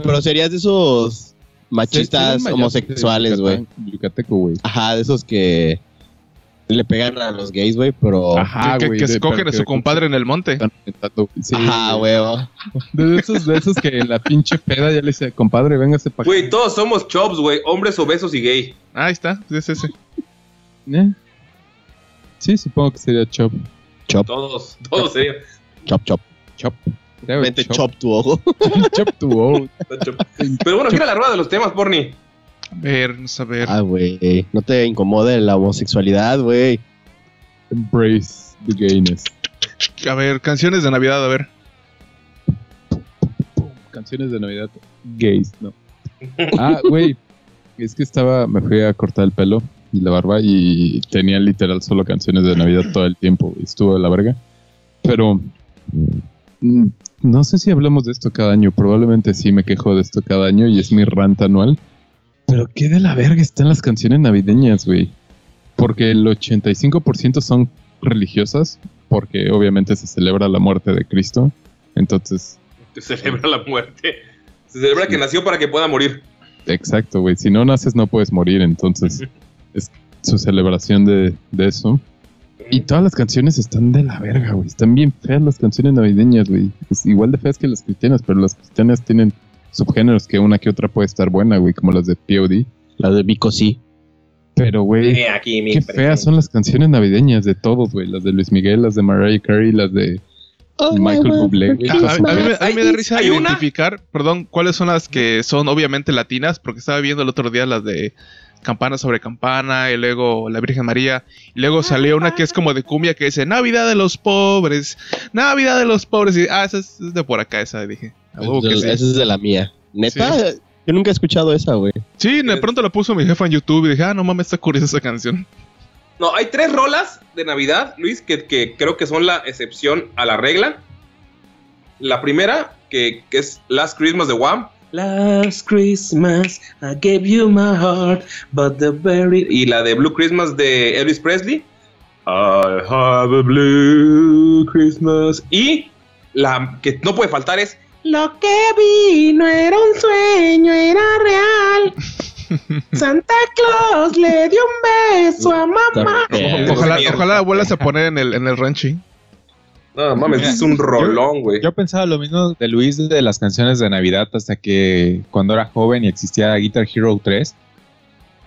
S9: pero serías de esos machistas
S6: Sí, sí,
S9: homosexuales, güey.
S6: Yucatán, Yucateco, güey.
S9: Ajá, de esos que le pegan a los gays, güey, pero... Ajá,
S8: Que- que, que
S6: de-
S8: escogen
S6: pero
S8: a su
S6: que-
S8: compadre en el monte.
S6: Están aventando, güey. Sí, güey.
S9: güey.
S6: De esos, de esos que en la pinche peda ya le dice, compadre, véngase para
S7: Güey, todos somos chops, güey. Hombres obesos y gay.
S8: Ahí está, es ese.
S6: ¿Eh? Sí, supongo que sería Chop.
S9: Chop,
S7: Todos, todos serían.
S9: chop, chop. Chop. Vente, chop. tu ojo.
S6: Chop tu ojo.
S7: Pero bueno, gira la rueda de los temas, Porni.
S8: A ver, vamos a ver.
S9: Ah, güey. No te incomode la homosexualidad, güey.
S6: Embrace the gayness.
S8: A ver, canciones de Navidad, a ver.
S6: Canciones de Navidad gays, no. Ah, güey. Es que estaba, me fui a cortar el pelo y la barba y tenía literal solo canciones de Navidad todo el tiempo. güey. Estuvo de la verga. Pero mm, no sé si hablamos de esto cada año. Probablemente sí me quejo de esto cada año y es mi rant anual. Pero qué de la verga están las canciones navideñas, güey. Porque el 85% son religiosas, porque obviamente se celebra la muerte de Cristo. Entonces,
S7: Se celebra la muerte. Se celebra que nació para que pueda morir.
S6: Exacto, güey. Si no naces, no puedes morir. Entonces, es su celebración de, de eso. Y todas las canciones están de la verga, güey. Están bien feas las canciones navideñas, güey. Es igual de feas que las cristianas, pero las cristianas tienen subgéneros que una que otra puede estar buena, güey, como las de POD.
S9: La de Vico sí.
S6: Pero, güey,
S7: Tiene aquí mi
S6: qué feas son las canciones navideñas de todos, güey. Las de Luis Miguel, las de Mariah Carey, las de Michael Bublé, güey.
S8: A, a- a mí, me- a mí me da
S7: Hay-
S8: risa
S7: hay una-
S8: identificar, perdón, cuáles son las que son obviamente latinas, porque estaba viendo el otro día las de campana sobre campana y luego la Virgen María y
S7: Ah,
S8: luego salió una que es como de cumbia que dice Navidad de los pobres, Navidad de los pobres y ah esa es es de por acá esa dije. A huevo que
S9: Ah, Esa
S8: sí.
S9: es de la mía. Neta, yo nunca he escuchado esa, güey.
S8: Sí, de pronto la puso mi jefa en YouTube y dije, ah, no mames, está curiosa esa canción.
S7: No, hay tres rolas de Navidad, Luis, que, que creo que son la excepción a la regla. La primera, que, que es Last Christmas de Wham. Last Christmas, I gave you my heart, but the very... Y la de Blue Christmas de Elvis Presley. I have a blue Christmas. Y la que no puede faltar es... Lo que vi no era un sueño, era real. Santa Claus le dio un beso a mamá.
S9: Está-
S8: Ojalá,
S7: mierda.
S8: ojalá la vuelvas a poner en el, en el ranching.
S7: No mames, es un rolón, güey.
S10: Yo pensaba lo mismo de Luis de las canciones de Navidad hasta que cuando era joven y existía Guitar Hero 3,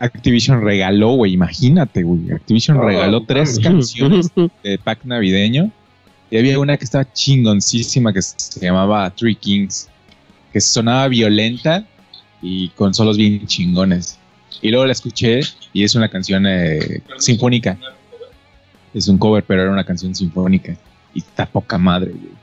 S10: Activision regaló, güey, imagínate, güey. Activision
S7: Ah,
S10: regaló
S7: mames.
S10: tres canciones de pack navideño y había una que estaba chingoncísima que se llamaba Three Kings, que sonaba violenta y con solos bien chingones. Y luego la escuché y es una canción eh, sinfónica. Es un cover, pero era una canción sinfónica. Y está poca madre, güey.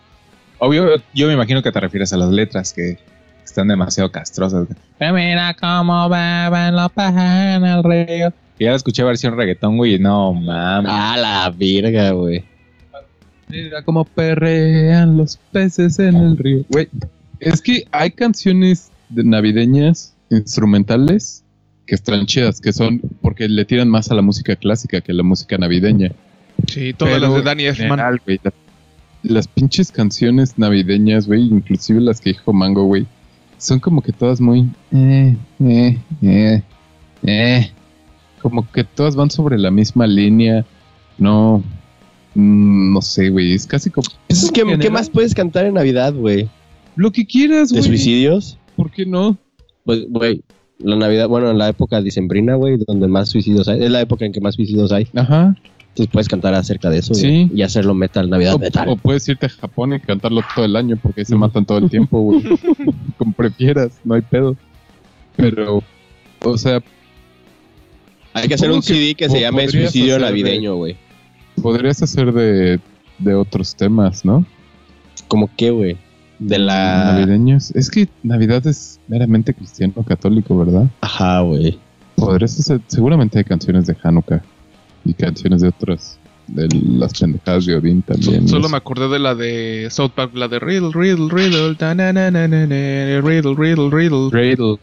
S10: Obvio, yo me imagino que te refieres a las letras que están demasiado castrosas. Pero Mira cómo beben los peces en el río. Y ya la escuché versión reggaetón, güey, y no mames.
S9: Ah, la verga, güey.
S6: Mira cómo perrean los peces en el río. Güey, es que hay canciones de- navideñas instrumentales que están chidas, que son porque le tiran más a la música clásica que a la música navideña.
S8: Sí, todas
S6: Pero,
S8: las de Danny
S6: En
S8: Elfman.
S6: general, güey, la- las pinches canciones navideñas, güey, inclusive las que dijo Mango, güey, son como que todas muy... eh, eh, eh, eh. Como que todas van sobre la misma línea. No... mm, No sé, güey. Es casi como...
S9: Pues es que,
S6: En
S9: ¿Qué
S6: general-
S9: más puedes cantar en Navidad, güey?
S6: Lo que quieras,
S9: ¿De
S6: güey.
S9: suicidios?
S6: ¿Por qué no?
S9: Pues, güey, la Navidad, bueno, en la época dicembrina, güey, donde más suicidios hay, es la época en que más suicidios hay.
S6: Ajá.
S9: Entonces puedes cantar acerca de eso,
S6: Sí.
S9: güey, Y hacerlo metal, Navidad
S6: O,
S9: metal.
S6: o puedes irte a Japón y cantarlo todo el año porque ahí se matan todo el tiempo, güey. Como prefieras, no hay pedo. Pero, o sea,
S9: Hay que hacer
S6: supongo
S9: un CD que, se
S6: po-
S9: llame
S6: podrías
S9: Suicidio
S6: hacer de-
S9: Navideño, güey.
S6: podrías hacer de, de otros temas, ¿no?
S9: ¿Cómo qué, güey? De la...
S6: Navideños. Es que Navidad es meramente cristiano-católico, ¿verdad?
S9: Ajá, güey.
S6: Podrías hacer, seguramente hay canciones de Hanukkah y canciones de otras, de las pendejadas de Odín también.
S8: Solo
S6: Es-
S8: me acordé de la de South Park, la de Riddle, Riddle, Riddle, ta, na, na, na, na, na, Riddle, Riddle, Riddle.
S6: Dreidel.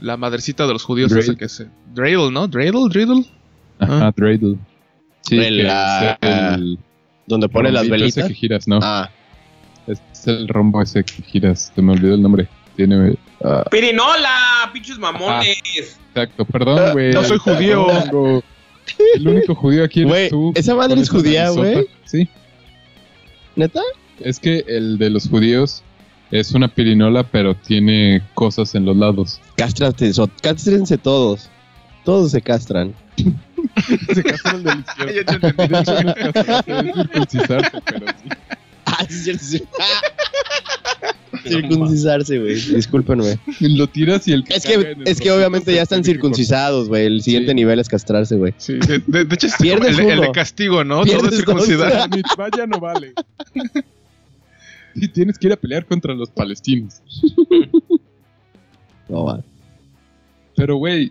S8: La madrecita de los judíos
S6: Dreidel.
S8: esa que se... Dreidel, ¿no? Ah. Dreidel, Dreidel.
S6: Ajá, Dreidel. Sí,
S9: El-
S6: que es
S9: la-
S6: el-
S9: Donde pone las
S6: rombito ese
S9: velitas.
S6: que giras, ¿no?
S9: Ah,
S6: Es el rombo ese que giras. Se me olvidó el nombre. Tiene. ah,
S7: Pirinola, pinches mamones.
S6: exacto,
S9: Ah,
S6: perdón, Ah, güey.
S8: no soy judío.
S6: Mango. El único judío aquí eres
S9: Güey,
S6: tú.
S9: esa madre
S6: Con
S9: es
S6: esa
S9: judía,
S6: narizota.
S9: güey.
S6: Sí.
S9: ¿Neta?
S6: Es que el de los judíos es una pirinola, pero tiene cosas en los lados.
S9: Cástrense, so- castrense todos. Todos se castran.
S6: Se casó el del izquierdo.
S8: Ah, Ya te entendí.
S6: Circuncisarse, pero sí.
S9: Ah, sí, cierto, sí. Circuncisarse, güey. Discúlpenme.
S6: Lo tiras y el
S9: Es
S6: caga
S9: que,
S6: en el
S9: es que
S6: rocío
S9: obviamente
S6: se
S9: ya están
S6: tiene que cortar.
S9: circuncisados, güey. El siguiente
S6: Sí.
S9: nivel es castrarse, güey.
S8: Sí, de, de- de hecho, es como
S9: Pierdes
S8: el, de- el de
S9: uno.
S8: castigo, ¿no? Todo es
S9: Pierdes dos.
S8: circuncidar.
S6: La mitzvah ya no vale. Y tienes que ir a pelear contra los palestinos.
S9: No, va.
S6: Pero, güey,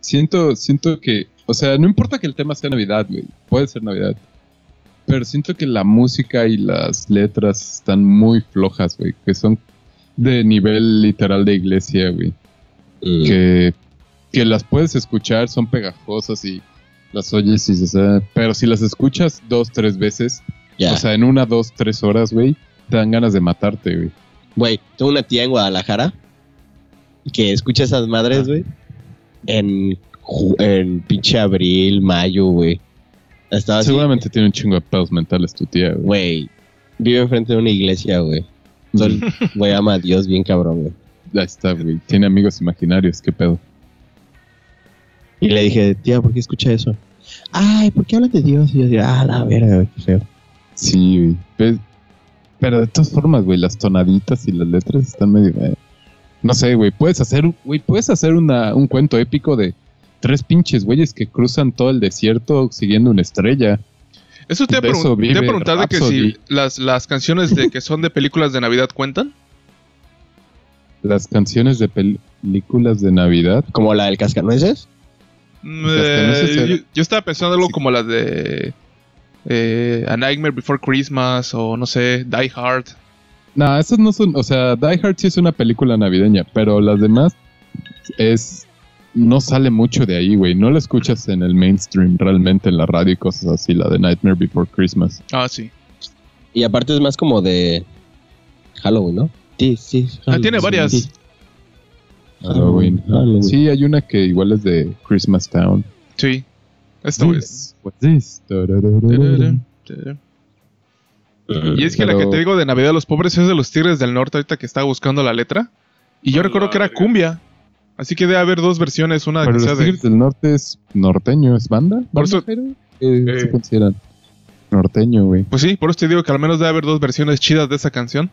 S6: siento, siento que, o sea, no importa que el tema sea Navidad, güey, puede ser Navidad. Pero siento que la música y las letras están muy flojas, güey, que son de nivel literal de iglesia, güey.
S9: Mm,
S6: Que, que las puedes escuchar, son pegajosas y las oyes y se... Pero si las escuchas dos, tres veces,
S9: Ya.
S6: o sea, en una, dos, tres horas, güey, te dan ganas de matarte, güey.
S9: Güey, tengo una tía en Guadalajara que escucha esas
S6: Ah.
S9: madres, güey. En, ju- en pinche abril, mayo, güey. Estaba así,
S6: Seguramente tiene un chingo de pedos mentales tu tía, güey.
S9: Güey, vive enfrente de una iglesia, güey. Sol- Güey, ama a Dios bien cabrón, güey.
S6: Ahí está, güey. Tiene amigos imaginarios, qué pedo.
S9: Y le dije, tía, ¿por qué escucha eso? Ay, ¿por qué hablan de Dios? Y yo decía, ah, la verga, güey, qué feo.
S6: Sí, güey. Pe- Pero de todas formas, güey, las tonaditas y las letras están medio. eh. No sé, güey. Puedes hacer, un- güey, puedes hacer una, un cuento épico de tres pinches güeyes que cruzan todo el desierto siguiendo una estrella.
S8: Eso te iba a
S6: De
S8: pregun-
S6: eso
S8: te iba a
S6: vive
S8: preguntar de que
S6: Rhapsody.
S8: si las, las canciones de que son de películas de Navidad cuentan.
S6: Las canciones de pel- películas de Navidad.
S9: Como la del cascanueces.
S8: Mm,
S6: Las que no se
S8: eh,
S6: hicieron.
S8: yo, yo estaba pensando algo
S6: Sí.
S8: como las de eh, A Nightmare Before Christmas o no sé, Die Hard.
S6: No, esas no son. O sea, Die Hard sí es una película navideña, pero las demás es. No sale mucho de ahí, güey. No la escuchas en el mainstream realmente, en la radio y cosas así, la de Nightmare Before Christmas.
S8: Ah, sí.
S9: Y aparte es más como de Halloween, ¿no? Sí, sí.
S8: Ah,
S9: Halloween,
S8: tiene
S9: sí,
S8: varias.
S9: sí. Ah,
S6: Halloween.
S9: Halloween.
S6: Sí, hay una que igual es de Christmas Town. pues,
S8: Sí. Esto es. Ah,
S6: This, what's this? Tarararararán.
S8: Y es que la que
S6: Pero-
S8: te digo de Navidad de los pobres es de los Tigres del Norte ahorita que estaba buscando la letra. Y yo
S7: A
S8: recuerdo
S7: la
S8: que era
S7: verga.
S8: cumbia. Así que debe haber dos versiones, una
S6: Pero
S8: que sea
S6: los
S8: de...
S6: Tigres del Norte es norteño, es banda.
S8: Por
S6: ¿Banda,
S8: eso-
S6: Jairo? Eh,
S7: Eh.
S6: se consideran norteño, güey.
S8: Pues sí, por eso te digo que al menos debe haber dos versiones chidas de esa canción.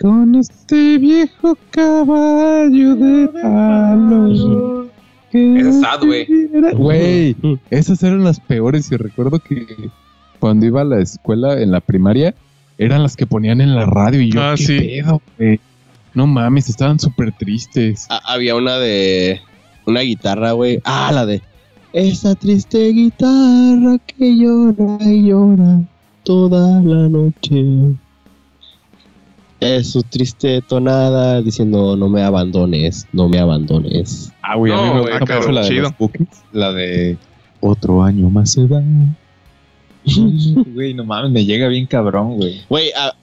S6: Con este viejo caballo de palo. que
S7: Esa es sad, güey.
S6: Güey, esas eran las peores. Y recuerdo que cuando iba a la escuela en la primaria, eran las que ponían en la radio. Y yo,
S8: Ah,
S6: ¿qué
S8: sí.
S6: pedo, güey? No mames, estaban súper tristes.
S9: Ah, había una de. Una guitarra, güey. Ah, la de. Esa triste guitarra que llora y llora toda la noche. Es su triste tonada diciendo: No me abandones, no me abandones.
S6: Ah, güey,
S7: No,
S6: a mí me gusta
S7: güey,
S6: mucho
S7: cabrón,
S6: la de
S8: chido.
S6: los Bukis, la de otro año más se va. Güey, no mames, me llega bien cabrón, güey.
S9: Güey, a-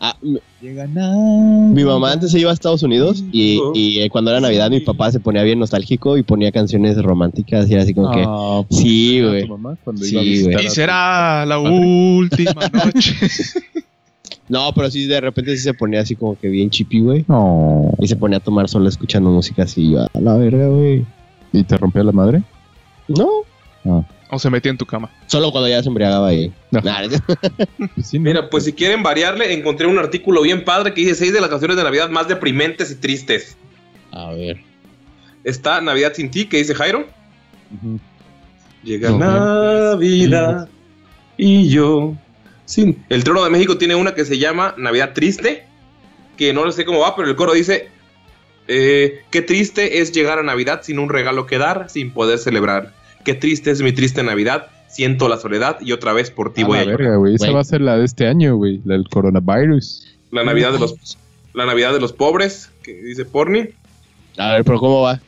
S9: a- mi-
S6: Llega nada.
S9: mi mamá antes se iba a Estados Unidos y, y, eh, cuando era Navidad mi papá se ponía bien nostálgico y ponía canciones románticas y era así como que.
S6: Ah,
S9: Sí,
S6: ¿era tu
S9: güey.
S6: mamá cuando
S9: Sí,
S6: iba a
S9: güey.
S6: visitar a
S8: Y
S6: tu-
S8: será la última noche.
S9: No, pero sí, de repente sí se ponía así como que bien chippy, güey.
S6: No.
S9: Y se ponía a tomar solo escuchando música así, yo, a la verga, güey.
S6: ¿Y te rompió la madre?
S9: No.
S8: o se metía en tu cama.
S9: Solo cuando ya se embriagaba ahí.
S6: No.
S9: Nah,
S6: Pues sí, ¿no?
S7: Mira, pues si quieren variarle, encontré un artículo bien padre que dice seis de las canciones de Navidad más deprimentes y tristes.
S9: a ver.
S7: Está Navidad sin ti, que dice Jairo.
S6: Ujú.
S7: Llega
S6: No,
S7: Navidad y yo sin. El Trono de México tiene una que se llama Navidad Triste, que no lo sé cómo va, pero el coro dice: eh, Qué triste es llegar a Navidad sin un regalo que dar, sin poder celebrar. Qué triste es mi triste Navidad, siento la soledad y otra vez por ti
S6: A
S7: voy a
S6: la
S7: llorar".
S6: verga, güey. Esa
S9: Güey.
S6: va a ser la de este año, güey. La del coronavirus.
S7: La Navidad de los La Navidad de los pobres, que dice Porni.
S9: A ver, pero ¿cómo va?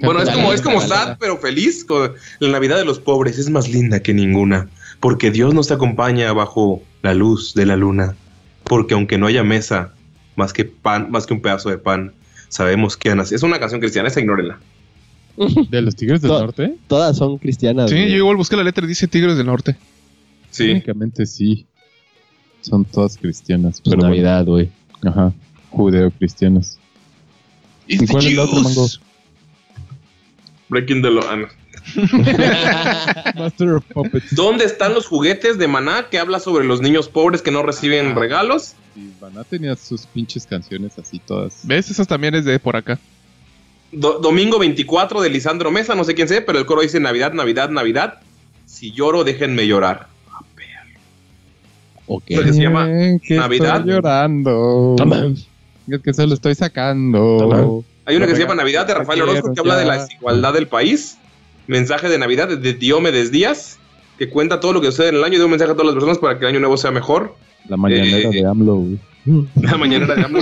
S7: Bueno, es
S9: Dale,
S7: como, es como
S9: dale, dale.
S7: sad, pero feliz. con- La Navidad de los pobres es más linda que ninguna, porque Dios nos acompaña bajo la luz de la luna. Porque aunque no haya mesa, más que pan, más que un pedazo de pan, sabemos que han nacido. Es una canción cristiana, esa ignórenla.
S6: ¿De los Tigres del
S9: No.
S6: Norte?
S9: Todas son cristianas.
S8: Sí,
S9: güey.
S8: yo igual busqué la letra y dice Tigres del Norte.
S7: Sí.
S6: Técnicamente sí. Son todas cristianas.
S9: Pues
S6: Pero bueno.
S9: Navidad, güey.
S6: Ajá. Judeocristianas. ¿Y cuál es la otra, Mango?
S7: Breaking the Law. Ah, no.
S6: Master of Puppets.
S7: ¿Dónde están los juguetes de Maná que habla sobre los niños pobres que no reciben
S6: Ah.
S7: regalos?
S6: Y Maná tenía sus pinches canciones así todas.
S8: ¿Ves? Esas también es de por acá.
S7: Do- domingo 24 de Lisandro Mesa, no sé quién sea, pero el coro dice Navidad, Navidad, Navidad. Si lloro, déjenme llorar.
S9: Ok.
S7: Lo que se llama
S6: Bien, que
S7: Navidad.
S6: Estoy llorando. Es que se lo estoy sacando.
S7: Hay una
S6: Lo
S7: que se
S6: pega-
S7: llama Navidad de Rafael
S6: Quiero
S7: Orozco que habla de la
S6: ya.
S7: desigualdad del país. Mensaje de Navidad de Diomedes Díaz, que cuenta todo lo que sucede en el año y da un mensaje a todas las personas para que el año nuevo sea mejor.
S6: La mañanera
S7: Eh,
S6: de AMLO, güey.
S7: La mañanera de AMLO.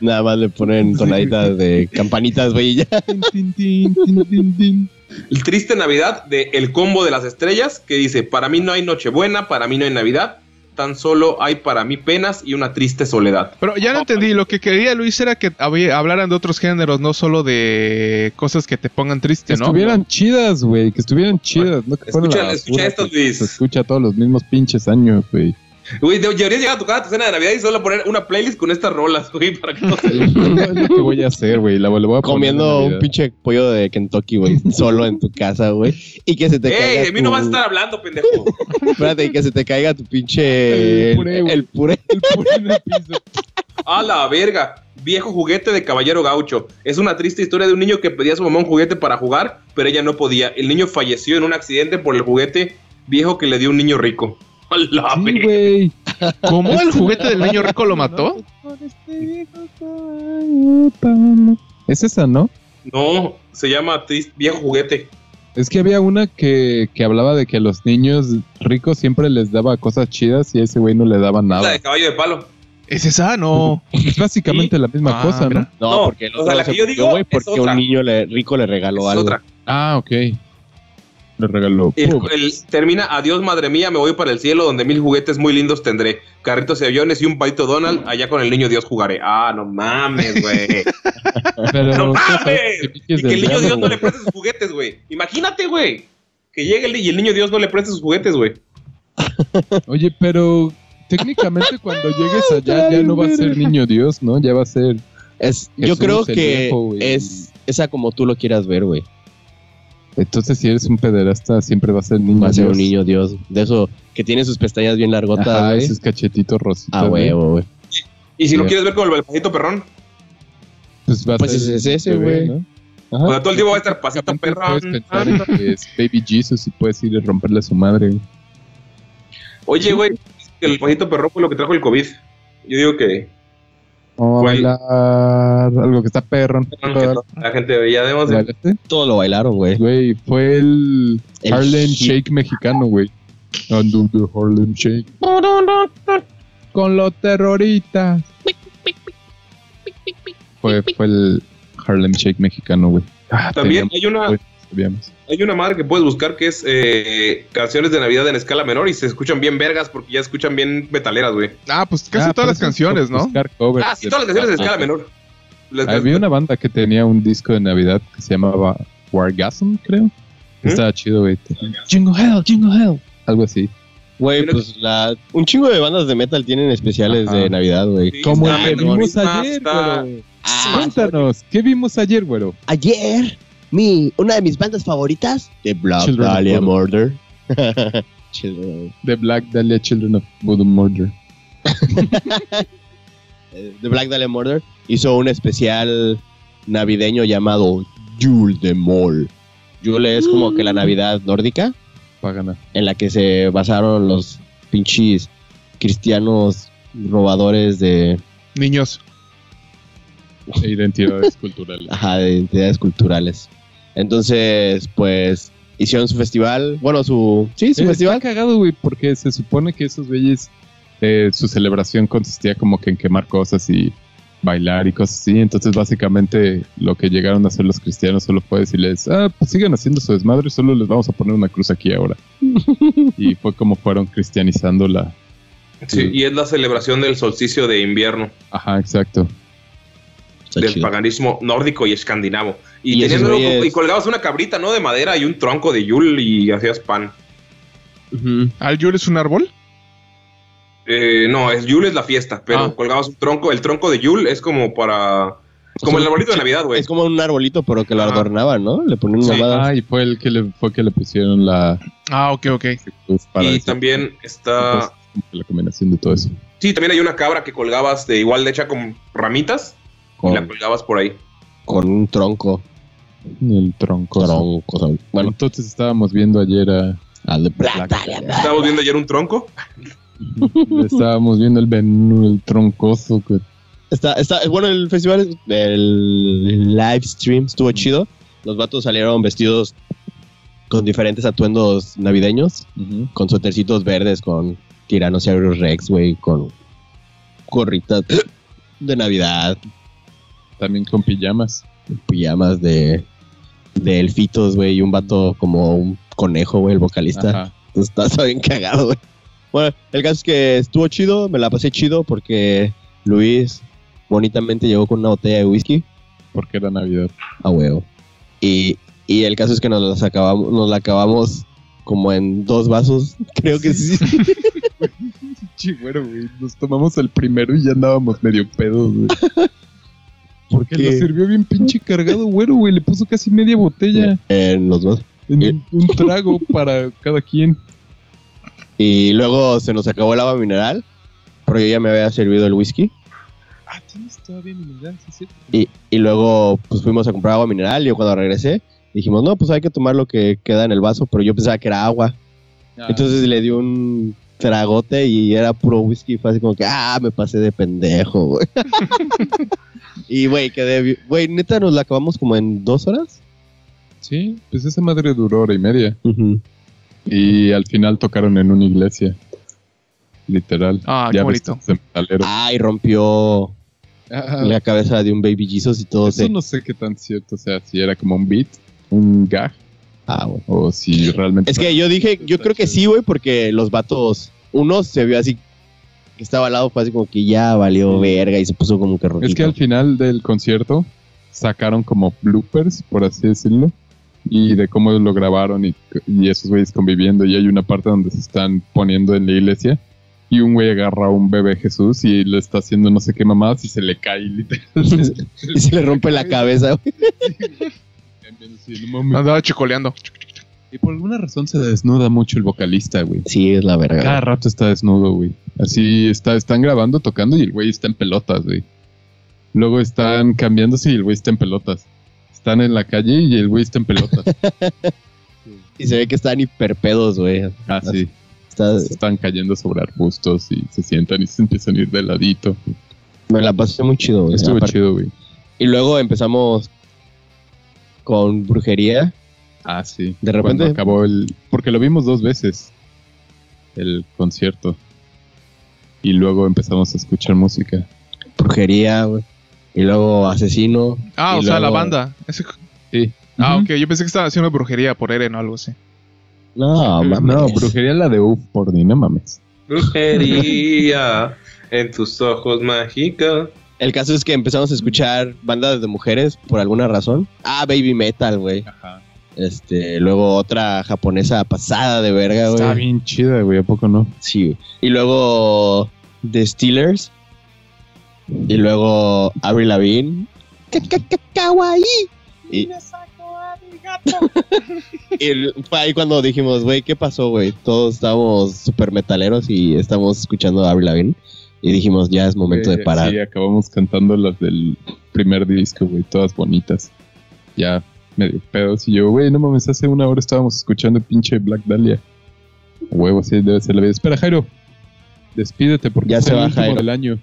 S9: Nada más le ponen tonaditas de campanitas, güey, y ya.
S6: Tin, tin, tin, tin, tin, tin.
S7: El triste Navidad de El Combo de las Estrellas, que dice, para mí no hay Nochebuena, para mí no hay Navidad, tan solo hay para mí penas y una triste soledad.
S8: Pero ya no entendí, lo que quería Luis era que había- hablaran de otros géneros, no solo de cosas que te pongan
S6: Que
S8: triste, ¿no?
S6: estuvieran chidas, güey. Que estuvieran chidas. No que fueran
S7: Escucha,
S6: la
S7: escucha
S6: basura pues,
S7: esto,
S6: que Se
S7: Luis.
S6: escucha todos los mismos pinches años, güey.
S7: Güey, de- deberías llegar a tu casa a tu cena de Navidad y solo poner una playlist con estas rolas, güey, para que no se...
S6: Es lo que voy a hacer, güey. La le voy a poner
S9: Comiendo
S6: en
S9: un
S6: Navidad.
S9: pinche pollo de Kentucky, güey, solo en tu casa, güey. Y que se te caiga.
S7: ¡Ey! De mí no
S9: tu-
S7: vas a estar hablando, pendejo.
S9: Espérate, y que se te caiga tu pinche.
S6: El puré, güey.
S9: el puré.
S6: El puré en el piso.
S7: ¡A la verga! Viejo juguete de caballero gaucho. Es una triste historia de un niño que pedía a su mamá un juguete para jugar, pero ella no podía. El niño falleció en un accidente por el juguete viejo que le dio un niño rico. ¡A la
S6: Sí,
S7: verga!
S6: güey.
S8: ¿Cómo el juguete del niño rico lo mató?
S6: este Es esa, ¿no?
S7: No, se llama Trist- Viejo Juguete.
S6: Es que había una que, que hablaba de que a los niños ricos siempre les daba cosas chidas y a ese güey no le daba
S7: La
S6: nada.
S7: de caballo de palo.
S8: Es esa, no.
S6: Es básicamente la misma
S8: Ah,
S6: cosa,
S8: mira.
S6: ¿no?
S9: No,
S7: No,
S9: porque el
S7: o
S9: otro
S7: sea, la
S9: se
S7: que yo
S9: murió,
S7: digo
S9: güey,
S7: es
S9: porque
S7: otra.
S9: un niño le- rico le
S7: Es
S9: regaló algo.
S7: otra.
S6: Ah, ok. Le regaló.
S7: El-
S6: Pobre.
S7: el- termina, adiós madre mía, me voy para el cielo donde mil juguetes muy lindos tendré. Carritos y aviones y un palito Donald, allá con el niño Dios jugaré. Ah, no mames, güey.
S6: Pero,
S7: ¡No
S6: ¿qué
S7: mames!
S6: sabes? ¿Qué piques
S7: Y que
S6: del
S7: el niño Dios
S6: diablo,
S7: no le
S6: güey?
S7: preste sus juguetes, güey. Imagínate, güey. Que llegue el- y el niño Dios no le preste sus juguetes, güey.
S6: Oye, pero técnicamente cuando llegues allá ya no va a ser niño Dios, ¿no? Ya va a ser.
S9: Es, yo
S6: Jesús,
S9: creo
S6: el
S9: que
S6: viejo, güey.
S9: es esa como tú lo quieras ver, güey.
S6: Entonces, si eres un pederasta, siempre va a ser niño
S9: Va a ser
S6: Dios.
S9: un niño Dios. De eso, que tiene sus pestañas bien largotas,
S6: Ajá,
S9: güey.
S6: esos cachetitos rositas.
S9: Ah,
S6: güey.
S9: huevo, güey.
S7: Y si lo
S6: Ya.
S7: quieres ver con el balconcito perrón,
S6: Pues, va a
S9: Pues
S6: ser
S9: es ese,
S6: bebé,
S9: güey.
S6: ¿no? Ajá.
S7: o sea, todo el tiempo va a estar pasito
S6: Básicamente
S7: perrón.
S6: Ah, Puedes pensar en que es Baby Jesus y puedes ir a romperle a su madre. güey.
S7: Oye, güey, el pasito perrón fue lo que trajo el COVID. Yo digo que
S6: O a
S7: Güey.
S6: bailar algo que está perro.
S7: la gente veía además de-
S6: ¿Bailaste?
S9: Todo lo bailaron, güey.
S6: Güey, fue el,
S9: El
S6: Harlem
S9: hit.
S6: Shake mexicano, güey. Ando de Harlem Shake. Con los terroristas. Fue, fue el Harlem Shake mexicano, güey. Ah,
S7: También
S6: teníamos,
S7: hay una,
S6: güey, sabíamos.
S7: Hay una madre que puedes buscar que es eh, canciones de Navidad en escala menor y se escuchan bien vergas porque ya escuchan bien metaleras, güey.
S8: Ah, pues casi
S6: Ah,
S8: todas las
S6: pero eso es por
S8: canciones, ¿no?
S6: buscar covers
S7: Ah, sí,
S6: de-
S7: todas las canciones de escala menor. Las
S6: Había Pues, una banda que tenía un disco de Navidad que se llamaba Wargasm, creo.
S7: ¿Mm?
S6: Estaba chido, güey. Jingle Hell, Jingle Hell. Algo así.
S9: Güey,
S7: Pero-
S9: pues la, un chingo de bandas de metal tienen especiales
S6: Ajá.
S9: de Navidad, güey.
S7: Sí,
S6: Como
S7: está
S6: el que
S7: menor,
S6: vimos
S7: está-
S6: ayer,
S7: está-
S6: güero. Cuéntanos, ¿qué vimos ayer, güero?
S9: Ayer, mi, una de mis bandas favoritas, The Black
S6: Children of
S9: Dahlia
S6: Bodom.
S9: Murder. Children of-
S6: The Black Dahlia Children of Voodoo Murder.
S9: eh, The Black Dahlia Murder hizo un especial navideño llamado Yule de Mol. Yule es como que
S7: Mm.
S9: la Navidad nórdica.
S6: Pagana.
S9: en la que se basaron los pinches cristianos robadores de,
S8: Niños.
S6: E identidades culturales.
S9: ajá, de identidades culturales. Entonces, pues hicieron su festival, bueno, su sí, su
S6: Eh,
S9: festival.
S6: Está cagado, güey, porque se supone que esos güeyes, eh, su celebración consistía como que en quemar cosas y bailar y cosas así. Entonces, básicamente, lo que llegaron a hacer los cristianos solo fue decirles, ah, pues sigan haciendo su desmadre, solo les vamos a poner una cruz aquí ahora. y fue como fueron cristianizando la...
S7: Sí, y es la celebración del solsticio de invierno,
S6: Ajá, exacto.
S9: Está
S7: del
S9: chido.
S7: paganismo nórdico y escandinavo. Y,
S9: Y esos
S7: tenían algo-
S9: güeyes-
S7: y colgabas una cabrita, ¿no? De madera y un tronco de yul y hacías pan.
S9: Ujú.
S8: ¿Al Yule es un árbol?
S7: Eh, no, es Yule es la fiesta, pero
S8: Ah.
S7: colgabas un tronco. El tronco de Yule es como para Como el arbolito de Navidad, güey.
S9: Es como un arbolito, pero que lo
S8: Ajá.
S9: adornaban, ¿no? Le ponían
S7: Pues Sí.
S9: mamadas.
S6: Ah, y fue el que le, fue que le pusieron la
S8: Ah, ok, ok.
S6: cruz para
S7: Y
S6: decir,
S7: también está.
S6: pues, la combinación de todo eso.
S7: Sí, también hay una cabra que colgabas de igual de hecha con ramitas y la
S9: Con,
S7: colgabas por ahí.
S9: con un tronco.
S6: El tronco.
S9: Tronco. son-
S6: Bueno,
S9: Bueno,
S6: entonces estábamos viendo ayer a.
S9: al de plata. le anda.
S7: Estábamos viendo ayer un tronco.
S6: estábamos viendo el Benú, el troncoso. que-
S9: Está, está, bueno, el festival, el live stream estuvo chido. Los vatos salieron vestidos con diferentes atuendos navideños, con suetercitos verdes, con Tyrannosaurus Rex, güey, con gorritas de Navidad,
S6: También con pijamas.
S9: pijamas de, de elfitos, güey, y un vato como un conejo, güey, el vocalista.
S6: Ajá.
S9: Estás bien cagado, güey. Bueno, el caso es que estuvo chido, me la pasé chido porque Luis bonitamente llegó con una botella de whisky
S6: Porque era Navidad.
S9: a huevo. Y, y el caso es que nos, las acabamos, nos la acabamos como en dos vasos, creo que sí.
S6: Sí, bueno, güey. Nos tomamos el primero y ya andábamos medio pedos, güey.
S9: ¿Por
S6: Que lo sirvió bien pinche cargado, güero, güey. Le puso casi media botella
S9: En los dos.
S6: en
S9: Eh.
S6: un, un trago para cada quien.
S9: Y luego se nos acabó el agua mineral, pero yo ya me había servido el whisky.
S6: Ah, tienes todavía mineral, sí, sí.
S9: Y, y luego pues fuimos a comprar agua mineral y yo cuando regresé dijimos, no, pues hay que tomar lo que queda en el vaso, pero yo pensaba que era agua.
S6: Ah.
S9: Entonces le dio un tragote y era puro whisky. Fue así como que, ah, me pasé de pendejo, güey. y, güey, quedé. bi- Güey, neta, nos la acabamos como en dos horas.
S6: Sí, pues esa madre duró hora y media. Y al final tocaron en una iglesia. Literal.
S8: Ah, qué
S6: ves
S8: bonito.
S6: que es de metalero.
S9: Ah, y rompió
S6: Ah,
S9: la cabeza de un Baby Jesus y todo.
S6: eso
S9: Se...
S6: no sé qué tan cierto o sea, si era como un beat, un gag,
S9: Ah, güey.
S6: o si realmente...
S9: Es que yo dije, yo creo que sí, güey, porque los vatos. Uno se vio así que estaba al lado, fue así como que ya valió verga y se puso como que rojito.
S6: Es que al final del concierto sacaron como bloopers, por así decirlo, y de cómo lo grabaron y, y esos güeyes conviviendo. Y hay una parte donde se están poniendo en la iglesia y un güey agarra a un bebé Jesús y le está haciendo no sé qué mamadas y se le cae literal.
S9: y se le rompe la cabeza, güey.
S6: Sí, no mames.
S8: Andaba chicoleando.
S6: Y por alguna razón se desnuda mucho el vocalista, güey.
S9: Sí, es la verga.
S6: Cada rato está desnudo, güey. Así está, están grabando, tocando y el güey está en pelotas, güey. Luego están cambiándose y el güey está en pelotas. Están en la calle y el güey está en pelotas.
S9: Y se ve que están hiperpedos, güey.
S6: Así. Ah,
S9: Está,
S6: Están cayendo sobre arbustos y se sientan y se empiezan a ir de ladito.
S9: Me la pasé muy chido, güey.
S6: Estuvo
S9: Aparte-
S6: chido, güey.
S9: Y luego empezamos con brujería.
S6: Ah, sí.
S9: De repente-
S6: Cuando acabó el. Porque lo vimos dos veces. El concierto. Y luego empezamos a escuchar música.
S9: Brujería, güey. Y luego asesino.
S8: Ah,
S9: Y
S8: o sea, la
S9: luego-
S8: banda. Ese-
S6: Sí.
S8: Ah,
S6: Ujú.
S8: ok. Yo pensé que estaban haciendo brujería por Eren o algo así.
S9: No, mames.
S6: No, brujería la de UF por ni, no mames.
S7: Brujería en tus ojos mágica.
S9: El caso es que empezamos a escuchar bandas de mujeres por alguna razón. Ah, baby metal, güey.
S6: Ajá.
S9: Este, luego otra japonesa pasada de verga,
S6: Está
S9: güey.
S6: bien chida, güey, ¿a poco no?
S9: Sí. güey. Y luego The Steelers. Y luego Avril Lavigne. Ka- ka- ka- Kawaii. Y, Y el- fue ahí cuando dijimos, güey, ¿qué pasó, güey? Todos estábamos súper metaleros y estamos escuchando a Avril Lavigne. Y dijimos, ya es momento de
S6: Eh,
S9: parar.
S6: Sí, acabamos cantando las del primer disco, güey, todas bonitas. Ya medio pedos. Y yo, güey, no mames, hace una hora estábamos escuchando pinche Black Dahlia. Huevo, sí, debe ser la vida. Espera, Jairo, despídete porque
S9: Ya
S6: es
S9: se
S6: el
S9: va,
S6: último
S9: Jairo.
S6: del año.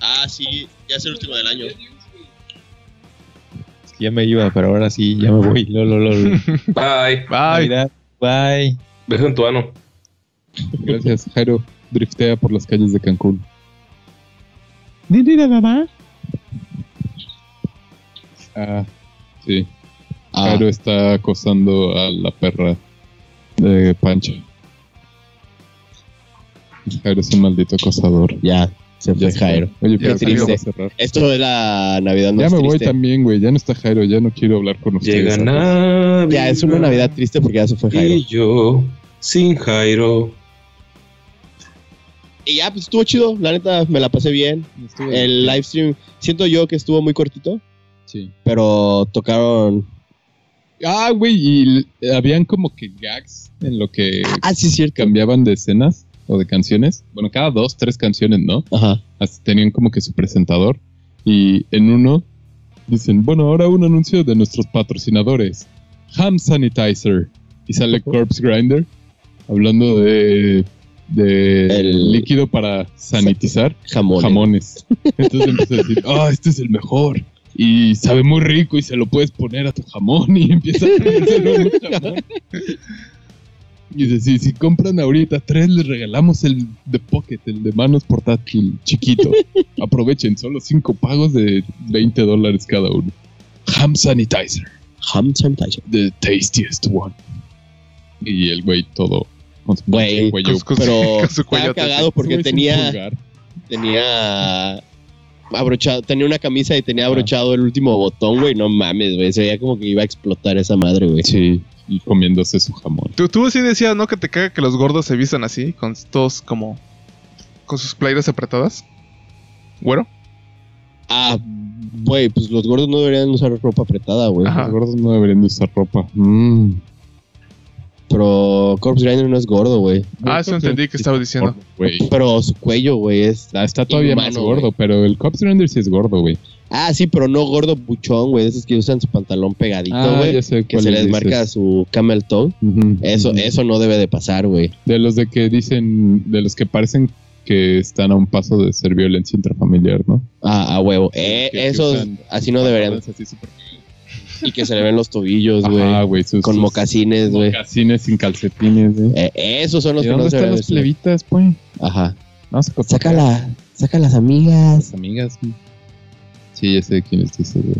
S9: Ah, sí, ya es el último del año.
S11: Es que ya me iba, pero ahora sí, ya me voy. Lo, lo, lo, lo.
S7: Bye.
S8: Ay,
S11: Navidad, Bye.
S7: Beso en tu ano.
S6: Gracias, Jairo. Driftea por las calles de Cancún. Ah, sí.
S9: Ah,
S6: Jairo está acosando a la perra de Pancha. Jairo es un maldito acosador.
S9: ya, se fue
S6: se fue.
S9: Pues Jairo.
S6: Oye,
S8: Ya
S6: pero
S8: se
S6: Jairo
S9: fue.
S6: va a cerrar.
S9: Esto es la Navidad
S6: Ya
S9: más
S6: me voy
S9: triste.
S6: también, güey. Ya no está Jairo, ya no quiero hablar con ustedes.
S7: Llega Navidad.
S9: ya, es una Navidad triste porque ya se fue Jairo.
S7: Y yo, sin Jairo.
S9: Y ya, pues estuvo chido, la neta me la pasé bien. El live stream, siento yo que estuvo muy cortito,
S6: Sí.
S9: pero tocaron.
S6: Ah, güey, y l- habían como que gags en lo que
S9: Ah, sí, es cierto.
S6: cambiaban de escenas o de canciones. Bueno, cada dos, tres canciones, ¿no?
S9: Ajá.
S6: Así tenían como que su presentador. Y en uno dicen, bueno, ahora un anuncio de nuestros patrocinadores. Ham Sanitizer. Y sale Corpse Grinder hablando de, de
S9: El-
S6: líquido para sanitizar
S9: Jamón.
S6: jamones. Entonces empieza a decir, ah, este es el mejor. Y sabe muy rico y se lo puedes poner a tu jamón y empieza a ponérselo a un jamón. Y dice, sí, si compran ahorita tres, les regalamos el de pocket, el de manos portátil chiquito. Aprovechen, solo cinco pagos de 20 dólares cada uno. Ham sanitizer,
S9: Ham sanitizer.
S6: the tastiest one. Y el güey todo con su
S9: Güey,
S6: cuello
S8: Cus- cus-
S9: pero
S8: con su cuello
S9: estaba cagado
S6: Ese
S9: porque
S6: güey es un
S9: tenía,
S6: pulgar.
S9: tenía abrochado, tenía una camisa y tenía abrochado el último botón, güey. No mames, güey. Se veía como que iba a explotar esa madre, güey.
S6: Sí, y comiéndose su jamón.
S8: Tú, tú sí decías, ¿no? Que te caga que los gordos se vistan así, con todos como. con sus playeras apretadas. Bueno,
S9: Ah, güey, pues los gordos no deberían usar ropa apretada, güey.
S8: Ajá.
S6: Los gordos no deberían de usar ropa. Mm.
S9: Pero Corpse Grinder no es gordo, güey.
S8: Ah, eso entendí que estaba diciendo.
S6: Güey. Ah,
S9: Pero su cuello, güey, es.
S6: Está, está todavía más
S9: Inhumano,
S6: gordo,
S9: güey.
S6: pero el Cops Render sí es gordo, güey.
S9: Ah, sí, pero no gordo buchón, güey. de Esos que usan su pantalón pegadito, güey.
S6: Ah, sé
S9: Ah, que se les marca su camel toe. Eso, eso no debe de pasar, güey.
S6: De los de que dicen, de los que parecen que están a un paso de ser violencia intrafamiliar, ¿no?
S9: Ah, a huevo. Eh,
S6: Que- que
S9: esos
S6: usan
S9: así no deberían.
S6: pantalones así súper-
S9: Y que se le ven los tobillos,
S6: Ajá,
S9: güey.
S6: güey. sus-
S9: Con
S6: sus
S9: mocasines, güey.
S6: Mocasines sin calcetines, güey.
S9: Eh, esos son los
S6: ¿Y
S9: que
S6: dónde
S9: no se
S6: están
S9: deben
S6: los
S9: de usar.
S6: plebitas, pues?
S9: Ajá.
S6: Vamos a cotorrear
S9: Sácala, saca las
S6: con
S9: amigas.
S6: las amigas, güey. Sí, ya sé de quién es ese, güey.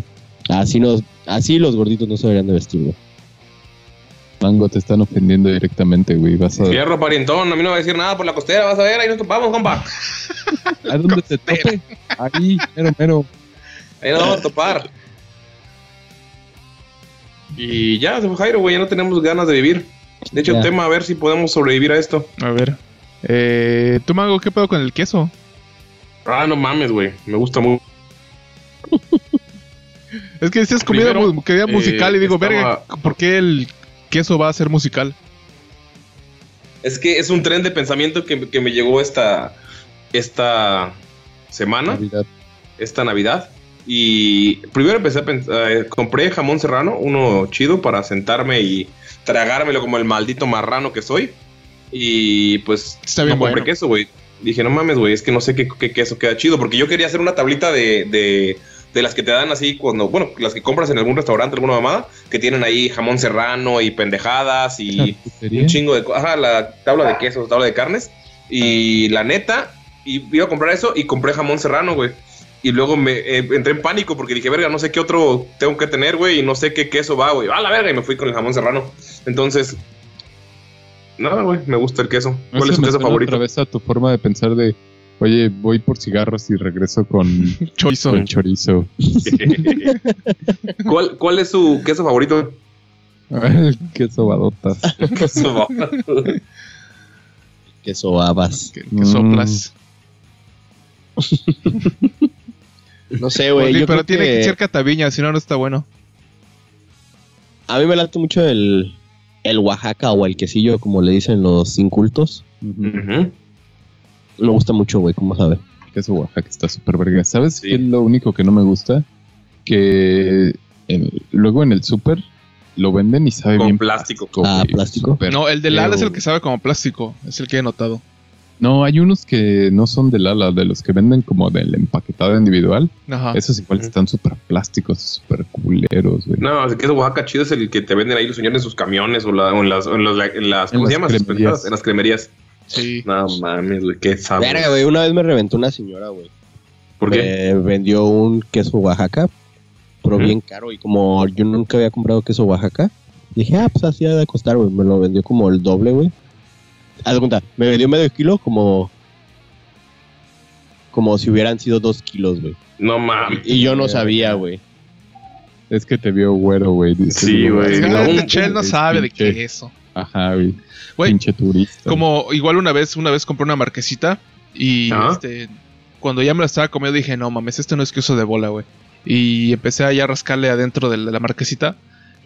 S9: Así, nos, así los gorditos no se deberían de vestir, güey.
S6: Mango, te están ofendiendo directamente, güey. Vas a...
S7: Fierro, parientón, a mí no me va a decir nada por la costera, vas a ver, ahí nos topamos, compa.
S6: ¿A dónde te tope? Ahí, mero, mero.
S7: Ahí nos vamos a topar. Y ya, se fue Jairo, güey, ya no tenemos ganas de vivir. De hecho,
S9: Ya.
S7: tema a ver si podemos sobrevivir a esto.
S8: A ver. Eh, ¿Tú, Mago, qué pedo con el queso?
S7: Ah, no mames, güey, me gusta mucho.
S8: Es que decías comida,
S7: Primero,
S8: mu- comida musical
S7: eh,
S8: y digo,
S7: estaba-
S8: verga, ¿por qué el queso va a ser musical?
S7: Es que es un tren de pensamiento que, que me llegó esta, esta semana,
S6: Navidad.
S7: esta Navidad. Y primero empecé a pensar, compré jamón serrano, uno chido para sentarme y tragármelo como el maldito marrano que soy. Y pues
S8: Está bien
S7: no compré
S8: bueno.
S7: queso, güey. Dije, no mames, güey, es que no sé qué, qué queso queda chido, porque yo quería hacer una tablita de, de, de las que te dan así cuando, bueno, las que compras en algún restaurante, alguna mamada, que tienen ahí jamón serrano y pendejadas y un chingo de cosas. la tabla de quesos, tabla de carnes. Y la neta, y iba a comprar eso y compré jamón serrano, güey. Y luego me eh, entré en pánico porque dije, verga, no sé qué otro tengo que tener, güey, y no sé qué queso va, güey. A la verga, y me fui con el jamón serrano. Entonces, nada, güey, me gusta el queso. ¿Cuál
S6: Eso
S7: es tu
S6: me
S7: queso
S6: suena
S7: favorito?
S6: Otra vez a tu forma de pensar de, oye, voy por cigarros y regreso con,
S8: Chorizo.
S6: con chorizo.
S7: ¿Cuál, ¿Cuál es su queso favorito?
S6: El queso badotas.
S7: Queso favorito.
S9: Que sobabas.
S8: Que,
S6: Mm.
S8: que soplas.
S9: No sé, güey.
S8: Oye,
S9: yo
S8: pero
S9: creo
S8: tiene que
S9: que-
S8: ser cataviña, si no, no está bueno.
S9: A mí me late mucho el, el Oaxaca o el quesillo, como le dicen los incultos.
S7: Ujú.
S9: Me gusta mucho, güey, como sabe.
S6: El queso Mm, Oaxaca está súper verga. ¿Sabes
S7: Sí.
S6: qué es lo único que no me gusta? Que en- luego en el súper lo venden y sabe
S7: Con
S6: bien.
S7: plástico.
S9: Ah,
S6: güey,
S9: plástico.
S6: súper
S8: no, el del ala es
S6: feo.
S8: el que sabe como plástico. Es el que he notado.
S6: No, hay unos que no son del ala, de los que venden como del empaquetado individual.
S8: Ajá.
S6: Esos igual
S7: Ah, Ujú.
S6: están súper plásticos, súper culeros, güey.
S7: No, el queso Oaxaca chido es el que te venden ahí los señores en sus camiones o, la- o en las, o en los- en las-
S6: En
S7: ¿cómo
S6: las
S7: se llama? Sus
S6: cremerías.
S7: pendejadas, En las cremerías.
S8: Sí.
S7: No mames, Ah, güey, qué sabor.
S9: Verga, güey. Una vez me reventó una señora, güey.
S7: ¿Por
S6: Eh.
S7: qué?
S9: Me vendió un queso Oaxaca, pero
S7: Ujú.
S9: bien caro. Y como yo nunca había comprado queso Oaxaca, dije, ah, pues así ha de costar, güey. Me lo vendió como el doble, güey. Haz de cuenta, me vendió medio kilo como. Como si hubieran sido dos kilos, güey.
S7: No mames.
S9: Y yo no sabía, güey.
S6: Es que te vio güero, güey. Dices,
S7: Sí, güey.
S8: Es que
S7: no,
S8: el
S7: un-
S8: de Chel no
S6: un-
S8: sabe de
S6: pinche-
S8: queso.
S6: Ajá, güey.
S8: Güey,
S6: Pinche turista.
S8: Como igual una vez, una vez compré una marquesita Y
S7: Ajá.
S8: este, cuando ya me lo estaba comiendo dije, no mames, esto no es queso de bola, güey. Y empecé a ya rascarle adentro de la, la marquesita.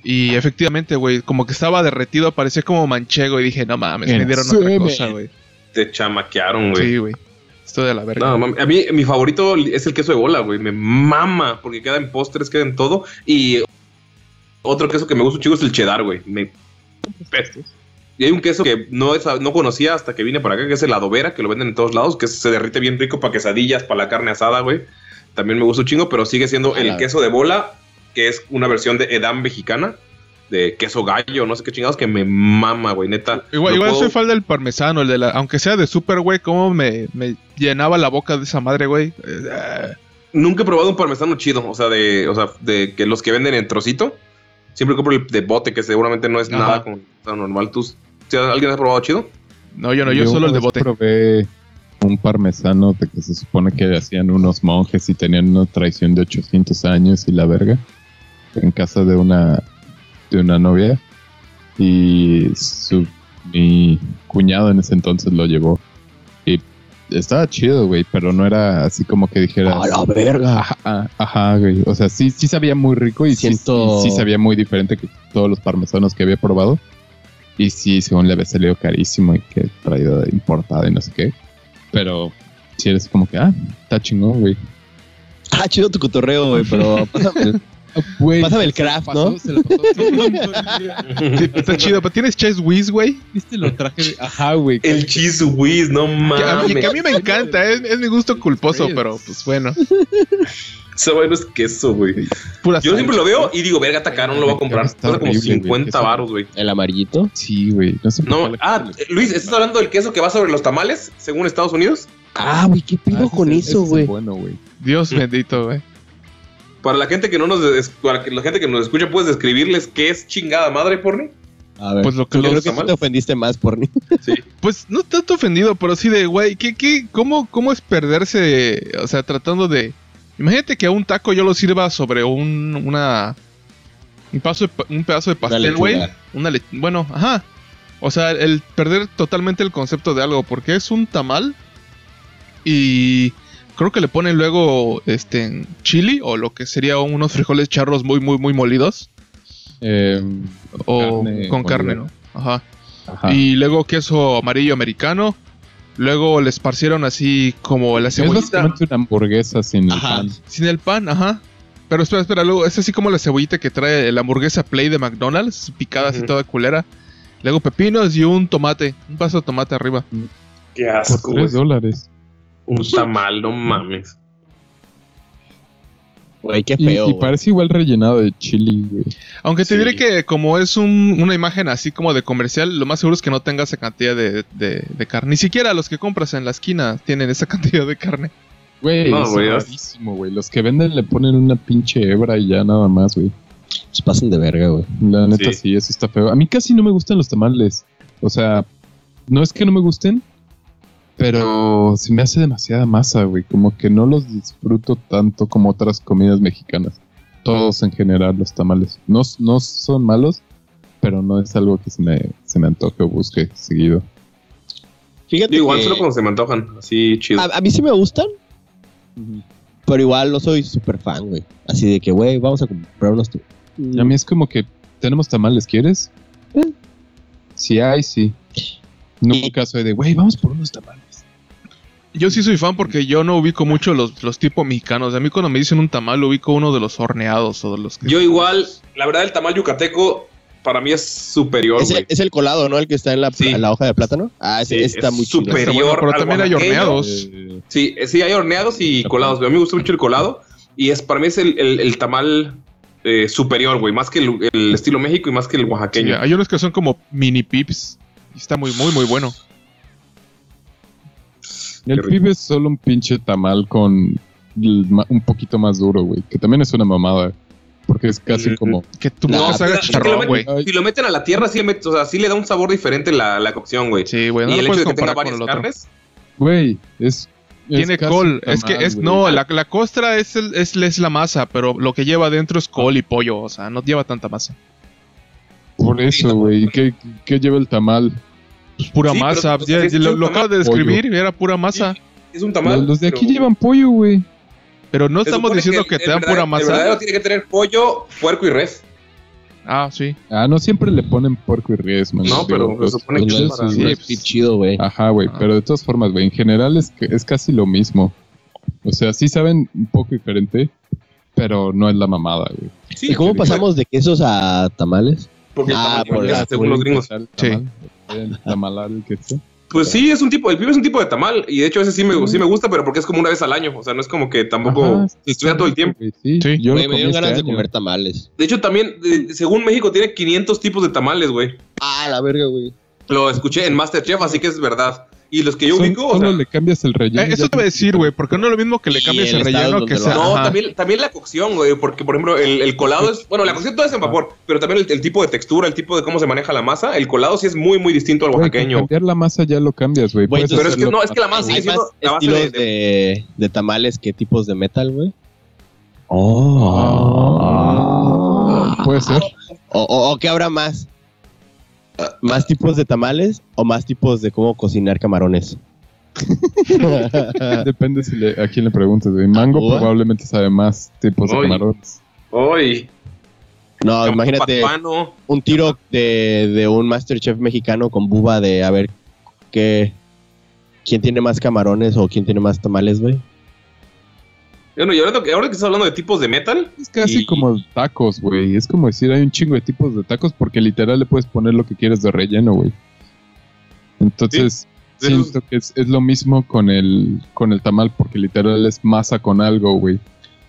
S8: Y efectivamente, güey, como que estaba derretido, parecía como manchego. Y dije, no mames, me dieron otra
S6: Ensueño.
S8: cosa, güey.
S7: Te chamaquearon, güey.
S8: Sí, güey. Esto de la verga.
S7: No, mami, a mí mi favorito es el queso de bola, güey. Me mama, porque queda en postres, queda en todo. Y otro queso que me gusta un chico es el cheddar, güey. Me... Y hay un queso que no, es- no conocía hasta que vine para acá, que es el adobera, que lo venden en todos lados, que se derrite bien rico para quesadillas, para la carne asada, güey. También me gusta un chingo, pero sigue siendo
S11: A
S7: el
S11: la-
S7: queso de bola, que es una versión de edam mexicana, de queso gallo, no sé qué chingados, que me mama, güey, neta.
S8: Igual,
S7: No
S8: igual
S7: puedo-
S8: soy fan del parmesano, el de la, aunque sea de super, güey, cómo me, me llenaba la boca de esa madre, güey. Eh,
S7: Nunca he probado un parmesano chido, o sea, de, o sea, de que los que venden en trocito. Siempre compro el de bote, que seguramente no es
S8: Ajá.
S7: nada como tan normal. ¿Tú, si ¿Alguien ha probado chido?
S8: No, yo no, yo,
S6: una
S8: solo el de
S6: vez
S8: bote.
S6: probé un parmesano de que se supone que hacían unos monjes y tenían una traición de 800 años y la verga en casa de una de una novia y su mi cuñado en ese entonces lo llevó y estaba chido, güey, pero no era así como que dijera
S9: A la verga.
S6: Ajá, ajá, güey. O sea, sí, sí sabía muy rico y sí-
S9: Siento-
S6: sí, sí sabía muy diferente que todos los parmesanos que había probado. Y sí, según le había salido carísimo y que traído de importado y no sé qué. Pero sí eres como que, ah, está chingón, güey.
S9: Ah, chido tu cotorreo, güey, pero pásame el,
S6: Güey,
S9: pásame el craft, ¿no?
S6: se la pasó todo el mundo.
S8: Sí, Está chido, pero tienes Chess Whiz, güey.
S6: ¿Viste? Lo traje de- Ajá, güey.
S7: El cheese whiz, no
S8: Que a, mí, que a
S7: mames.
S8: mí me encanta, es, es mi gusto culposo,
S6: Sí, es-
S8: pero pues bueno.
S7: Ese bueno es queso, güey.
S8: Pura
S7: Yo
S8: sal.
S7: siempre lo veo y digo, verga, atacaron, lo voy a comprar.
S6: Está
S7: Cuesta como
S6: horrible, güey,
S7: 50
S6: queso.
S7: baros, güey.
S9: El amarillito.
S6: Sí, güey. No sé por
S7: No,
S6: qué la-
S7: ah, Luis, ¿estás hablando del queso que va sobre los tamales, según Estados Unidos?
S9: Ah, güey, ¿qué
S6: Ah,
S9: pido
S6: ese
S9: con
S6: es el- ese
S9: eso,
S6: es el
S9: güey?
S6: Bueno, güey.
S8: Dios bendito, güey.
S7: Para la gente que no nos des- para que la gente que nos escucha, ¿puedes describirles qué es chingada madre, porni?
S9: A ver.
S8: Pues lo que
S9: Yo
S8: los-
S9: creo que sí te ofendiste más por mí.
S8: Pues no tanto ofendido, pero sí de, güey, ¿qué, qué, cómo, ¿cómo es perderse? O sea, tratando de... Imagínate que a un taco yo lo sirva sobre un, una, un, paso de pa- un pedazo de pastel,
S9: lechuga.
S8: güey. Una le- Bueno, ajá. O sea, el perder totalmente el concepto de algo, porque es un tamal y creo que le ponen luego este chili o lo que sería unos frijoles charros muy, muy, muy molidos
S6: Eh,
S8: o
S6: Carne
S8: con carne,
S6: molida.
S8: ¿no? Ajá
S6: ajá.
S8: y luego queso amarillo americano. Luego le esparcieron así como la
S6: es
S8: cebollita
S6: básicamente una hamburguesa sin el
S9: Ajá.
S6: pan.
S8: sin el pan, ajá. Pero espera, espera, luego es así como la cebollita que trae la hamburguesa Play de McDonald's, picada así
S7: Ujú.
S8: toda culera. Luego pepinos y un tomate, un vaso de tomate arriba.
S7: Qué
S6: Por
S7: asco,
S6: 3 dólares.
S7: Un tamal, no mames.
S9: Güey, qué
S6: Y,
S9: feo.
S6: y
S9: güey.
S6: parece igual rellenado de chili, güey.
S8: Aunque te
S7: Sí.
S8: diré que como es un- una imagen así como de comercial, lo más seguro es que no tenga esa cantidad de, de- de carne. Ni siquiera los que compras en la esquina tienen esa cantidad de carne.
S6: Güey,
S7: No,
S6: es
S7: güey,
S6: rarísimo, güey. Los que venden le ponen una pinche hebra y ya nada más, güey.
S9: Se pasan de verga, güey.
S6: La neta
S7: Sí.
S6: sí. eso está feo. A mí casi no me gustan los tamales. O sea, no es que no me gusten, pero se me hace demasiada masa, güey. Como que no los disfruto tanto como otras comidas mexicanas. Todos en general los tamales. No, no son malos, pero no es algo que se me, se me antoje o busque seguido.
S9: Fíjate
S7: Digo, igual
S9: que
S7: solo cuando se me antojan, así chido.
S9: a, a mí sí me gustan, pero igual no soy súper fan, güey. Así de que, güey, vamos a comprar unos... tú.
S6: A mí es como que tenemos tamales, ¿quieres? Eh, Sí hay, sí. Nunca soy de, güey, vamos por unos tamales.
S8: Yo sí soy fan porque yo no ubico mucho los, los tipos mexicanos. A mí cuando me dicen un tamal, ubico uno de los horneados o de los que...
S7: Yo igual, la verdad, el tamal yucateco para mí es superior,
S9: Es
S7: güey.
S9: el, es el colado, ¿no? El que está en la,
S7: Sí.
S9: en la hoja de plátano. Ah, ese,
S7: Sí,
S9: ese está
S7: es
S9: muy chido.
S7: súper.
S8: Está bueno,
S7: superior
S8: pero
S7: al
S8: también hay
S7: oaxaqueño.
S8: horneados.
S6: Eh,
S7: Sí, eh, sí, hay horneados y
S6: Está
S7: colados, güey. A mí me gusta mucho el colado y es para mí es el, el- el tamal eh, superior, güey. Más que el, el estilo México y más que el
S8: Sí,
S7: oaxaqueño.
S8: hay unos que son como mini pips. Y está muy, muy, muy bueno.
S6: El
S7: rico.
S6: pibe es solo un pinche tamal con el ma- un poquito más duro, güey. Que también es una mamada. Porque es casi
S7: Mm.
S6: como...
S8: Que tu
S9: No,
S8: boca
S7: O
S8: se
S7: sea,
S8: haga
S7: si lo
S8: chicharrón,
S7: meten-
S8: güey.
S7: Si lo meten a la tierra, sí, le met- o sea, sí le da un sabor diferente la, la cocción, güey.
S8: Sí, güey, no
S7: y
S8: lo
S7: el hecho
S8: puedes
S7: de que tenga
S8: comparar con el
S7: varias carnes.
S8: otro.
S6: Güey, es... es
S8: Tiene
S6: casi
S8: col.
S6: un
S8: es que
S6: tamal,
S8: es...
S6: güey.
S8: No, la, la costra es, el- es, es la masa, pero lo que lleva adentro es col y pollo. O sea, no lleva tanta masa.
S6: Por eso, güey. ¿Qué, ¿Qué lleva el tamal?
S8: Pura
S7: Sí, pero pues,
S8: masa.
S7: entonces
S8: ya-
S7: es
S8: ya lo
S7: un
S8: lo
S7: tamal
S8: acabas de describir y era pura masa.
S7: es un tamal.
S6: Los, los de aquí
S7: pero-
S6: llevan pollo, güey.
S8: Pero no
S7: se
S8: estamos
S7: supone
S8: diciendo
S7: el-
S8: que,
S7: el
S8: te dan
S7: verdadero-
S8: pura
S7: El verdadero
S8: masa.
S7: tiene que tener pollo, puerco y res.
S8: Ah, sí.
S6: Ah, no siempre le ponen puerco y res, man.
S7: No,
S6: Digo,
S7: pero se
S6: los-
S7: supone que
S6: los-
S7: es
S6: los-
S7: para-
S6: los-
S8: Sí,
S9: Es
S8: pues.
S9: chido, güey.
S6: Ajá, güey, pero de todas formas, güey, en general es, que- es casi lo mismo. O sea, sí saben un poco diferente, pero no es la mamada, güey.
S7: Sí,
S9: ¿Y cómo
S7: porque-
S9: pasamos de quesos a tamales?
S7: Porque el
S9: Ah,
S7: tamal
S9: por
S7: es,
S9: la-
S7: según los gringos.
S8: Sí.
S6: La mala el que sea.
S7: Pues sí, es un tipo, el pibe es un tipo de tamal. Y de hecho, ese sí me, sí me gusta, pero porque es como una vez al año. O sea, no es como que tampoco
S6: Ajá,
S7: se estudia todo el tiempo.
S6: güey, Sí,
S8: Sí.
S6: yo
S9: Güey,
S6: lo
S9: me
S6: comí
S9: dieron
S6: este
S9: ganas de
S6: año.
S9: comer tamales.
S7: De hecho, también, eh, según México, tiene 500 tipos de tamales, güey.
S9: Ah, la verga, güey.
S7: Lo escuché en Masterchef, así que es verdad. Y los que yo
S6: Son-
S7: ubico, o
S6: solo
S7: sea,
S6: le cambias el relleno.
S8: Eh, eso
S6: ya
S8: te voy a decir, güey, porque no es lo mismo que le
S9: Y
S8: cambies
S9: el
S8: el
S9: estado
S8: relleno
S9: donde
S8: que
S9: lo
S8: sea.
S7: No,
S8: ajá.
S7: también, también la cocción, güey, porque por ejemplo el, el colado es, bueno, la cocción todo es en vapor, pero también el, el tipo de textura, el tipo de cómo se maneja la masa, el colado sí es muy, muy distinto al
S6: Güey, con
S7: oaxaqueño.
S6: cambiar la masa ya lo cambias, güey.
S9: Güey,
S6: Puedes
S7: Pero es que
S6: hacerlo-
S7: no, es que la masa sigue
S9: Hay más
S7: siendo la base de,
S9: estilos
S7: de-
S9: de, de tamales que tipos de metal, güey.
S6: Ah, Puede ser.
S9: Oh. O, o, o qué habrá más? Ah, ¿Más tipos de tamales o más tipos de cómo cocinar camarones?
S6: Depende si le- a quién le preguntes, güey. Mango
S9: ¿Uva?
S6: probablemente sabe más tipos de
S7: Uy.
S6: camarones.
S7: Ay,
S9: No,
S7: campano,
S9: Ah, imagínate
S7: patuano.
S9: un tiro de, de un Masterchef mexicano con buba de a ver qué. ¿Quién tiene más camarones o quién tiene más tamales, güey?
S7: Bueno, y ahora, que- ahora que estás hablando de tipos de metal,
S6: Es casi
S7: Y-
S6: como tacos, güey. Es como decir, hay un chingo de tipos de tacos porque literal le puedes poner lo que quieres de relleno, güey. Entonces,
S7: Sí.
S6: siento que es, es lo mismo con el, con el tamal porque literal es masa con algo, güey.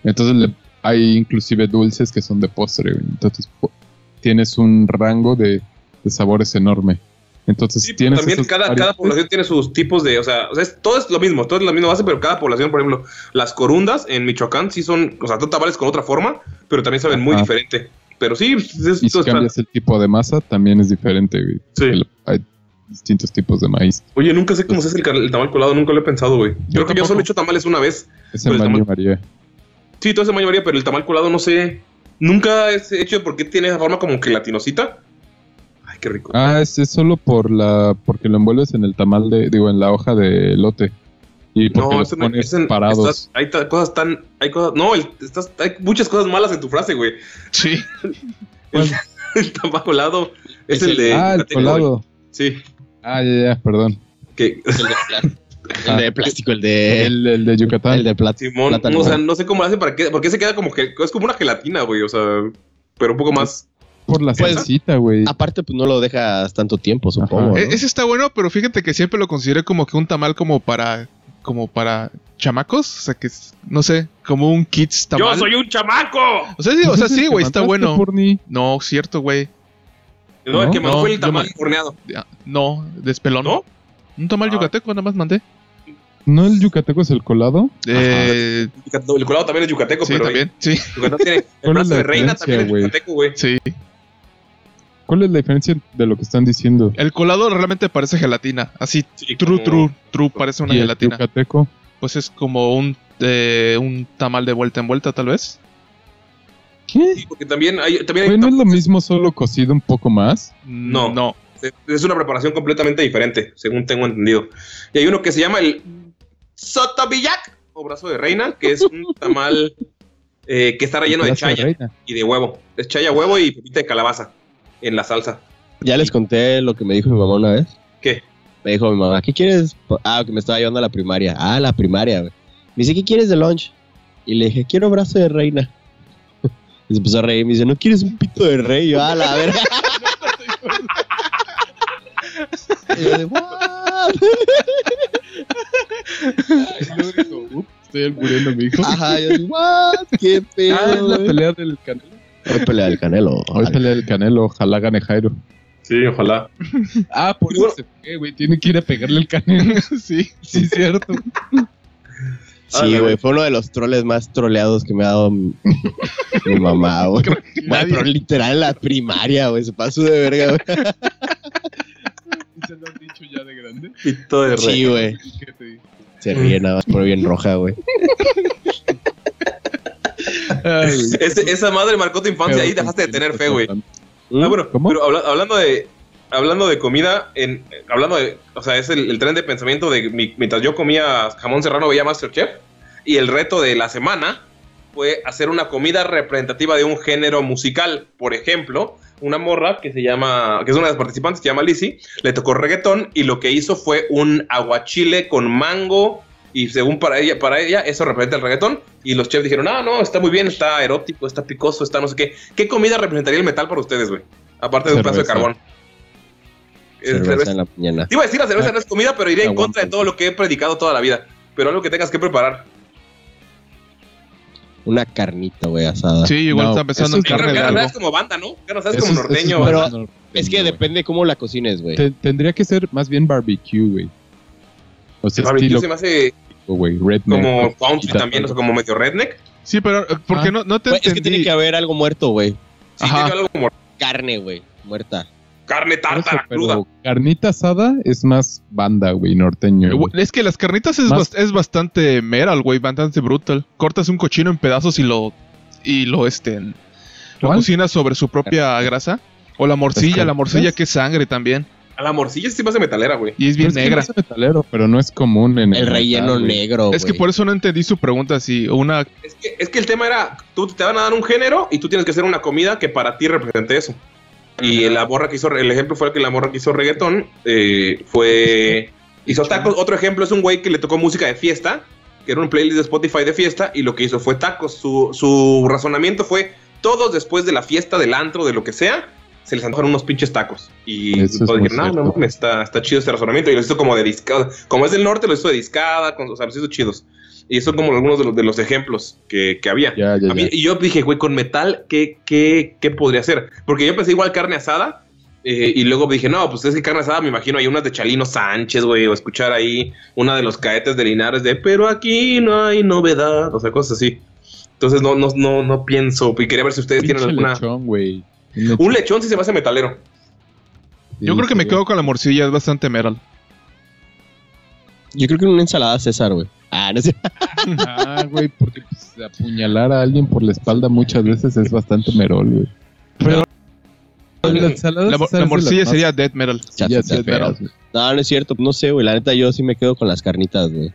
S6: Entonces, le- hay inclusive dulces que son de postre, güey. Entonces, po- tienes un rango de, de sabores enorme. Entonces,
S7: sí, pero
S6: tienes.
S7: también
S6: esos
S7: cada, cada
S6: variantes.
S7: población tiene sus tipos de, o sea, o sea, es- todo es lo mismo, todo es la misma base, pero cada población, por ejemplo, las corundas en Michoacán sí son, o sea, son tamales con otra forma, pero también saben muy
S6: Ajá.
S7: diferente. Pero sí, es, es-
S6: Y si
S7: es-
S6: cambias el tipo de masa, también es diferente, güey.
S7: sí.
S6: El- Hay distintos tipos de maíz.
S7: Oye, nunca sé cómo se hace el, cal- el tamal colado, nunca lo he pensado, güey. Creo que yo
S8: tampoco.
S7: solo he hecho tamales una vez.
S6: Es
S7: Pero
S6: en
S7: el tamal-
S6: baño María.
S7: Sí, todo ese mayo varía, pero el tamal colado no sé. Nunca es hecho porque tiene esa forma como gelatinosita. Ay, qué rico.
S6: Ah, es, es solo por la porque lo envuelves en el tamal de digo en la hoja de lote y porque los
S7: eso no-
S6: pones
S7: eso no-
S6: parados.
S7: estás- hay ta- cosas tan. Hay cosas. No, el- estás- hay muchas cosas malas en tu frase, güey.
S8: Sí.
S7: El tamal colado es,
S9: Es
S7: el,
S9: el-
S7: de.
S6: ah, el
S7: gelatinos, güey.
S6: colado.
S7: Sí.
S6: Ah, ya, ya, perdón.
S7: Que,
S9: El de plástico, el de. Ah. Eh, El,
S6: El, el de Yucatán.
S9: de plástico.
S7: Simón,
S9: Plátano.
S7: no, o sea, no sé cómo hace para qué. Porque se queda como que. Es como una gelatina, güey. O sea, pero un poco más.
S6: por la
S9: Pues-
S6: salsita, güey.
S9: Aparte, pues no lo dejas tanto tiempo, supongo.
S6: Ajá.
S8: E-
S9: ¿no?
S8: Ese está bueno, pero fíjate que siempre lo consideré como que un tamal como para como para chamacos, o sea que es- no sé, como un kids tamal.
S7: ¡Yo soy un chamaco!
S8: O sea, sí, o sea, sí, güey, está
S6: ¿Te mandaste,
S8: bueno.
S6: Purni?
S8: No, cierto, güey.
S7: No, el
S6: No,
S7: que mandó
S8: no,
S7: fue el
S8: yo
S7: tamal
S8: mandé-
S7: horneado.
S8: Ah, No, despelón.
S7: ¿No?
S8: Un tamal
S7: Ah.
S8: yucateco nada más mandé.
S6: ¿No el yucateco es el colado?
S8: Eh,
S7: El colado también es yucateco,
S8: sí,
S7: pero
S8: también. Sí,
S7: Yucatán tiene el
S6: ¿Cuál es
S7: brazo
S6: la
S7: de reina
S6: diferencia,
S7: también es
S6: güey?
S7: yucateco, güey.
S8: sí.
S6: ¿Cuál es la diferencia de lo que están diciendo?
S8: El colado realmente parece gelatina. Así,
S7: Sí,
S8: true,
S7: como-
S8: true, true, parece una
S6: y el
S8: gelatina.
S6: yucateco.
S8: Pues es como un, eh, un tamal de vuelta en vuelta, tal vez.
S7: Sí, porque también hay, también
S6: Güey,
S7: hay
S6: ¿No es
S7: tam-
S6: lo mismo solo cocido un poco más?
S7: No.
S8: No.
S7: es una preparación completamente diferente, según tengo entendido. Y hay uno que se llama el sotobillac o brazo de reina, que es un tamal eh, que está relleno de
S6: Pedazo
S7: chaya
S6: reina.
S7: y de huevo. Es chaya, huevo y pepita de calabaza en la salsa.
S9: Ya les conté lo que me dijo mi mamá una vez.
S7: ¿Qué?
S9: Me dijo mi mamá, ¿qué quieres? po-?" Ah, que me estaba llevando a la primaria. Ah, la primaria, güey. Me dice, ¿qué quieres de lunch? Y le dije, quiero brazo de reina. Y se empezó a reír. Me dice, ¿no quieres un pito de rey? Y yo, ah, la verga. Y yo de, "What?"
S6: Estoy albureando a mi hijo.
S9: Ajá, yo de, "What? ¿Qué pedo?
S6: Ah, es la
S9: güey?"
S6: pelea del canelo.
S9: Hoy pelea del canelo.
S6: Hoy pelea del canelo, ojalá gane Jairo.
S7: Sí, ojalá.
S6: Ah, por
S7: eso
S6: se fue, güey. Tiene que ir a pegarle el canelo. sí, sí, cierto.
S9: Sí, güey, fue uno de los troles más troleados que me ha dado mi, mi mamá, güey. Güey, pero literal en la primaria, güey, se pasó de verga, güey.
S6: ¿Se lo han dicho ya de grande?
S7: Pito de
S9: Sí, güey. Se
S8: Mm.
S9: ríe nada más por bien roja, güey.
S6: pues,
S7: Ese- esa madre marcó tu infancia, ahí dejaste de tener fe, güey. Ah, bueno,
S6: ¿Cómo?
S7: pero habla- hablando de hablando de comida, en, hablando de, o sea, es el, el tren de pensamiento de mi- mientras yo comía jamón serrano veía Masterchef y el reto de la semana fue hacer una comida representativa de un género musical. Por ejemplo, una morra que se llama, que es una de las participantes, se llama Lizzie, le tocó reggaetón y lo que hizo fue un aguachile con mango y según para ella, para ella eso representa el reggaetón y los chefs dijeron, ah, no, está muy bien, está erótico, está picoso, está no sé qué. ¿Qué comida representaría el metal para ustedes, güey? Aparte de un plazo de
S9: Cerveza.
S7: carbón. Es
S9: Cerveza
S7: cerveza.
S9: en la mañana.
S7: Te iba a decir la cerveza
S9: Ah,
S7: no es comida, pero iría en
S9: aguanta.
S7: contra de todo lo que he predicado toda la vida. Pero algo que tengas que preparar.
S9: Una carnita, güey, asada.
S8: Sí, igual
S6: No,
S8: está
S6: eso
S8: pensando en
S6: es-
S8: carne de
S7: ya no
S8: algo.
S7: sabes como banda, ¿no? Ya no sabes
S6: Eso
S7: como
S6: es- eso es
S7: norteño.
S6: más
S9: pero-
S6: norteño,
S9: Es que
S6: güey.
S9: depende cómo la cocines, güey.
S6: Te- tendría que ser más bien barbecue, güey. O
S7: El
S6: sea,
S7: barbecue
S6: estilo,
S7: se me hace
S6: güey, redneck.
S7: como
S6: Y
S7: country
S6: tal-
S7: también, o sea, como medio redneck.
S8: Sí, pero eh, porque
S6: Ah.
S8: no, no te
S9: Güey, es que
S8: entendí.
S9: tiene que haber algo muerto, güey.
S7: Sí,
S8: Ajá.
S7: tiene algo como
S9: Carne, güey, muerta.
S7: carne
S6: Por eso,
S7: tártara
S6: pero
S7: cruda.
S6: carnita asada es más banda, güey, norteño.
S8: Eh,
S6: güey.
S8: güey, Es que las carnitas es,
S6: Más-
S8: bast- es bastante meral, güey, bastante brutal. Cortas un cochino en pedazos y lo y lo este lo
S6: ¿Cuál?
S8: cocinas sobre su propia grasa o la morcilla, la
S6: carnitas?
S8: morcilla que es sangre también
S7: A la morcilla sí se me hace metalera, güey.
S8: y es
S6: Pero
S8: bien
S6: es que
S8: negra.
S6: no es metalero, pero no es común en
S9: El relleno
S6: metal, güey.
S9: negro,
S8: Es que por eso no entendí su pregunta si una
S7: Es que, es que el tema era, tú te van a dar un género y tú tienes que hacer una comida que para ti represente eso. Y la morra que hizo, el ejemplo fue que la morra que hizo reggaetón eh, fue, hizo tacos. Otro ejemplo es un güey que le tocó música de fiesta, que era un playlist de Spotify de fiesta, y lo que hizo fue tacos. Su, su razonamiento fue, todos después de la fiesta, del antro, de lo que sea, se les antojan unos pinches tacos. Y
S6: Eso es
S7: todos
S6: muy
S7: dijeron, no, no,
S6: cierto.
S7: mames, está, está chido este razonamiento. Y lo hizo como de discada. Como es del norte, lo hizo de discada, con, o sea, los hizo chidos. Y son como algunos de los, de los ejemplos que, que había.
S6: Ya, ya,
S7: A mí-
S6: ya.
S7: y yo dije, güey, con metal, ¿qué, qué, qué podría ser? Porque yo pensé igual carne asada. eh, y luego dije, no, pues es que carne asada, me imagino, hay unas de Chalino Sánchez, güey, o escuchar ahí una de los caetes de Linares de, pero aquí no hay novedad, o sea, cosas así. Entonces no, no, no, no pienso. Y quería ver si ustedes tienen
S6: Pinche
S7: alguna.
S6: lechón, güey.
S7: Un lechón sí se me hace metalero.
S8: Yo creo que me quedo con la morcilla, es bastante meral.
S9: Yo creo que una ensalada César, güey. Ah, no sé.
S6: Ah, güey, porque pues, apuñalar a alguien por la espalda muchas veces es bastante merol, güey.
S8: Pero-
S6: la, ensalada
S8: La, mor-
S6: César
S8: la
S6: es de
S8: morcilla
S6: las más-
S8: sería dead metal.
S6: Ya,
S9: Ya,
S6: ya,
S9: ya,
S6: ya,
S9: pero-
S6: güey.
S9: No, no es cierto. No sé, güey. La neta, yo sí me quedo con las carnitas, güey.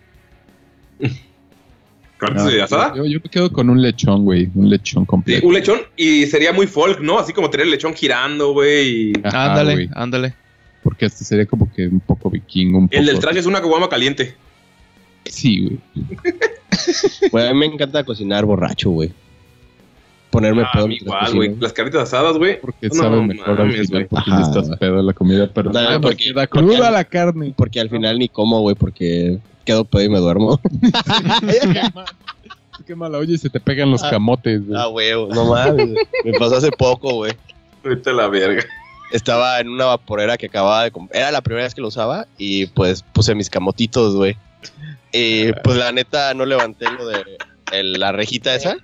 S7: ¿Carne
S6: No,
S7: asada?
S6: Ah, Yo, yo me quedo con un lechón, güey. Un lechón
S7: Sí,
S6: completo.
S7: un lechón y sería muy folk, ¿no? Así como tener el lechón girando, güey. y-
S6: Ajá,
S8: ándale,
S6: güey,
S8: ándale.
S6: porque este sería como que un poco vikingo, un poco.
S7: El del traje es una caguama caliente.
S6: Sí, güey.
S9: Güey, a mí me encanta cocinar borracho, güey. Ponerme
S7: Ah,
S9: pedo.
S7: a mí
S9: mientras
S7: igual,
S9: cocino.
S7: güey. Las carnitas asadas, güey.
S6: Porque
S7: No
S6: sabe mejor al
S7: mames,
S6: final
S7: güey.
S6: porque
S9: Ajá,
S6: le estás
S9: güey.
S6: pedo a la comida, pero
S9: No,
S6: Ah,
S9: porque-
S6: queda
S9: porque-
S6: cruda la carne.
S9: Porque al final ni como, güey, porque quedo pedo y me duermo.
S6: Qué mala oye y se te pegan los camotes, güey.
S9: Ah, güey, no mames. me pasó hace poco, güey.
S7: Vete a la verga.
S9: Estaba en una vaporera que acababa de comprar. Era la primera vez que lo usaba y pues puse mis camotitos, güey. Y pues la neta no levanté lo de el- la rejita esa.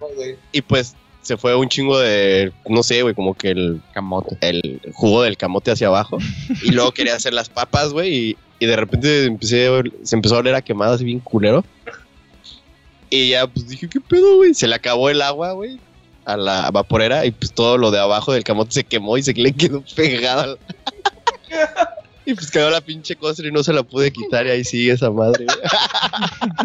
S9: Y pues se fue un chingo de, no sé, güey, como que el
S6: Camote.
S9: el jugo del camote hacia abajo. Y luego quería hacer las papas, güey. Y, y de repente empecé, a ol- se empezó a oler a quemado así bien culero. Y ya, pues dije, ¿qué pedo, güey? Se le acabó el agua, güey, a la vaporera. Y pues todo lo de abajo del camote se quemó y se le quedó pegado. a la- y pues quedó la pinche cosa y no se la pude quitar. Y ahí sigue esa madre, güey.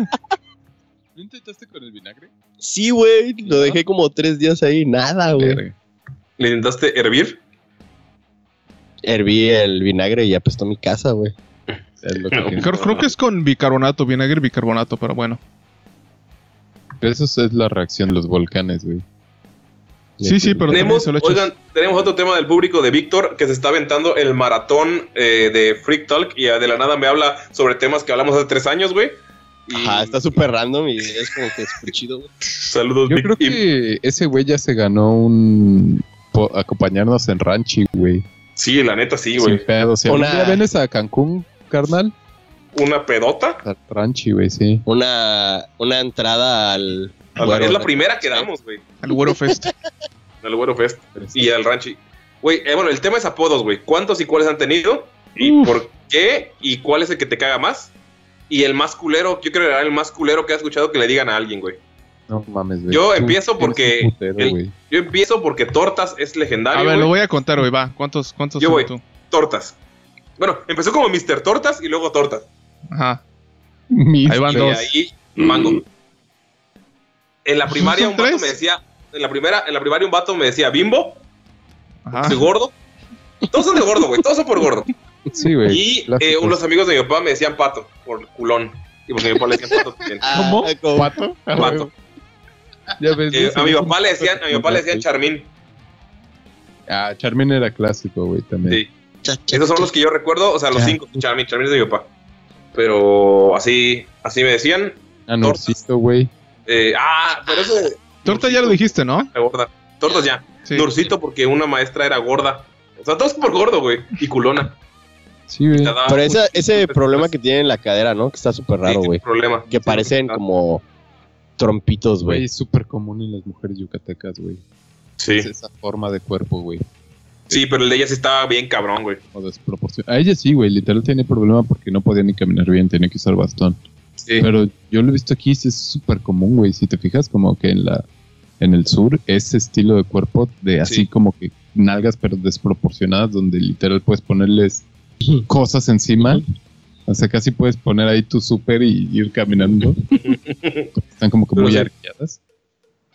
S6: ¿No intentaste con el vinagre?
S9: Sí, güey. Lo dejé como tres días ahí. Nada, güey.
S6: Verga.
S7: ¿Le intentaste hervir?
S9: Herví el vinagre y apestó mi casa, güey.
S6: Es lo que
S7: No.
S6: queda.
S8: Creo, creo que es con bicarbonato, vinagre y bicarbonato, pero bueno.
S6: Pero eso es la reacción de los volcanes, güey.
S8: Sí, sí, pero también
S7: Tenemos,
S8: se lo echas.
S7: oigan, tenemos otro tema del público de Víctor que se está aventando el maratón eh, de Freak Talk y eh, de la nada me habla sobre temas que hablamos hace tres años, güey. Y-
S9: Ajá, está súper random y es como que súper chido, güey.
S7: Saludos,
S6: Yo
S7: Vic-
S6: creo
S7: y-
S6: que ese güey ya se ganó un po- acompañarnos en Ranchi, güey.
S7: Sí, la neta, sí, güey.
S6: Sin pedo. Si
S9: Una-
S6: algún día vienes a Cancún, carnal,
S7: Una pedota.
S6: a Ranchi, güey, sí.
S9: Una, una entrada al.
S7: A la-
S9: Güero.
S7: es la primera que damos, güey.
S8: Al Güero Fest.
S7: Al Güero Fest y al Ranchi. Güey, eh, bueno, el tema es apodos, güey. ¿Cuántos y cuáles han tenido? ¿Y por qué? ¿Y cuál es el que te caga más? Y el más culero, yo creo que era el más culero que ha escuchado que le digan a alguien, güey.
S6: No mames, güey.
S7: Yo
S6: Tú
S7: empiezo
S6: eres
S7: porque
S6: un putero,
S7: el-
S6: güey.
S7: Yo empiezo porque Tortas es
S8: A
S7: legendario.
S8: ver,
S7: güey.
S8: lo voy a contar, güey, va. ¿Cuántos, cuántos
S7: Yo
S8: son
S7: voy.
S8: tú?
S7: tortas. Bueno, empezó como Mr. Tortas y luego tortas.
S8: Ajá.
S6: Mis-
S8: Ahí van
S7: Y
S8: dos.
S7: ahí, mango. En la primaria
S8: ¿Son
S7: un vato
S8: tres?
S7: me decía, en la primera, en la primaria un vato me decía bimbo,
S8: Ajá.
S7: soy gordo. Todos son de gordo, güey, todos son por gordo.
S6: Sí, güey.
S7: Y
S6: clásicos.
S7: eh, unos amigos de mi papá me decían pato, por culón. Y pues a mi papá le decían pato también.
S9: Ah,
S6: ¿Cómo?
S9: como-
S6: ¿Pato?
S7: Pato.
S6: Ah, Ya ves,
S7: Eh,
S6: dice-
S7: a mi papá le decían, a mi papá le decían charmín.
S6: Ah, Charmin era clásico, güey, también.
S7: Sí. Esos son los que yo recuerdo, o sea, los cinco. Charmín, charmín es de mi papá. Pero así, así me decían.
S6: Ah, Norcito, güey.
S7: Eh, ah, pero eso de
S8: Torta ya lo dijiste, ¿no?
S7: de gorda. Tortas ya.
S8: Sí.
S7: Dorcito porque una maestra era gorda. O sea, todos por gordo, güey. Y culona.
S6: Sí, güey.
S7: La daba
S9: Pero esa-
S7: mucho-
S9: ese problema que tiene en la cadera, ¿no? Que está súper
S7: pues, Sí,
S9: raro,
S7: tiene
S9: güey.
S7: problema.
S9: Que
S7: Sí,
S9: parecen
S7: ah,
S9: como trompitos,
S6: Güey,
S9: güey.
S6: es súper común en las mujeres yucatecas, güey.
S7: Sí.
S6: Es esa forma de cuerpo, güey.
S7: Sí, pero el de ella sí estaba bien cabrón, güey.
S6: O desproporción. A ella sí, güey, literal tiene problema porque no podía ni caminar bien, tenía que usar bastón.
S7: Sí.
S6: Pero yo lo he visto aquí, sí es súper común, güey. Si te fijas, como que en la en el sur, ese estilo de cuerpo de así
S7: Sí.
S6: como que nalgas pero desproporcionadas, donde literal puedes ponerles cosas encima. O sea, casi puedes poner ahí tu súper y ir caminando. Están como que
S7: Pero
S6: muy
S7: sí.
S6: arqueadas.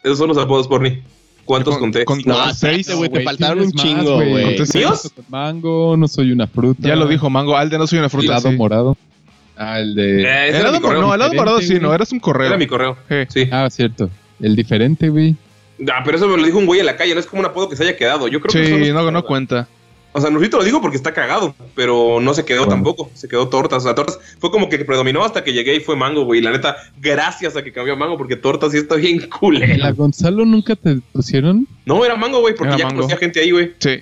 S7: Esos son los apodos, Porni. ¿Cuántos
S8: Con-
S7: conté?
S8: con-
S9: No,
S8: con
S9: espérate,
S8: seis.
S9: güey, te
S6: Güey,
S9: faltaron un
S6: tienes más,
S9: chingo, güey.
S6: Entonces,
S7: ¿Míos?
S6: Mango, no soy una fruta.
S8: Ya lo dijo Mango. Alde, no soy una fruta.
S6: Helado
S8: sí.
S6: morado. Ah, el de.
S7: Eh, ese
S8: Helado
S7: era mi
S8: morado.
S7: correo.
S8: No, helado morado sí,
S6: Diferente,
S8: no.
S6: güey.
S8: Eras un correo.
S7: Era mi correo.
S8: Sí.
S7: Sí.
S6: Ah, cierto. El diferente, güey.
S7: Ah, pero eso me lo dijo un güey en la calle. No es como un apodo que se haya quedado. Yo creo que son
S8: Sí,
S7: los-
S8: no, no cuenta.
S7: O sea, Nurcito lo digo porque está cagado, pero no se quedó
S6: Bueno.
S7: tampoco. Se quedó tortas. O sea, tortas fue como que predominó hasta que llegué y fue mango, güey. Y la neta, gracias a que cambió a mango porque tortas sí está bien
S6: ¿La
S7: culera.
S6: Gonzalo nunca te pusieron
S7: No, era mango, güey, porque
S8: Era
S7: ya
S8: Mango.
S7: conocía gente ahí, güey.
S8: Sí.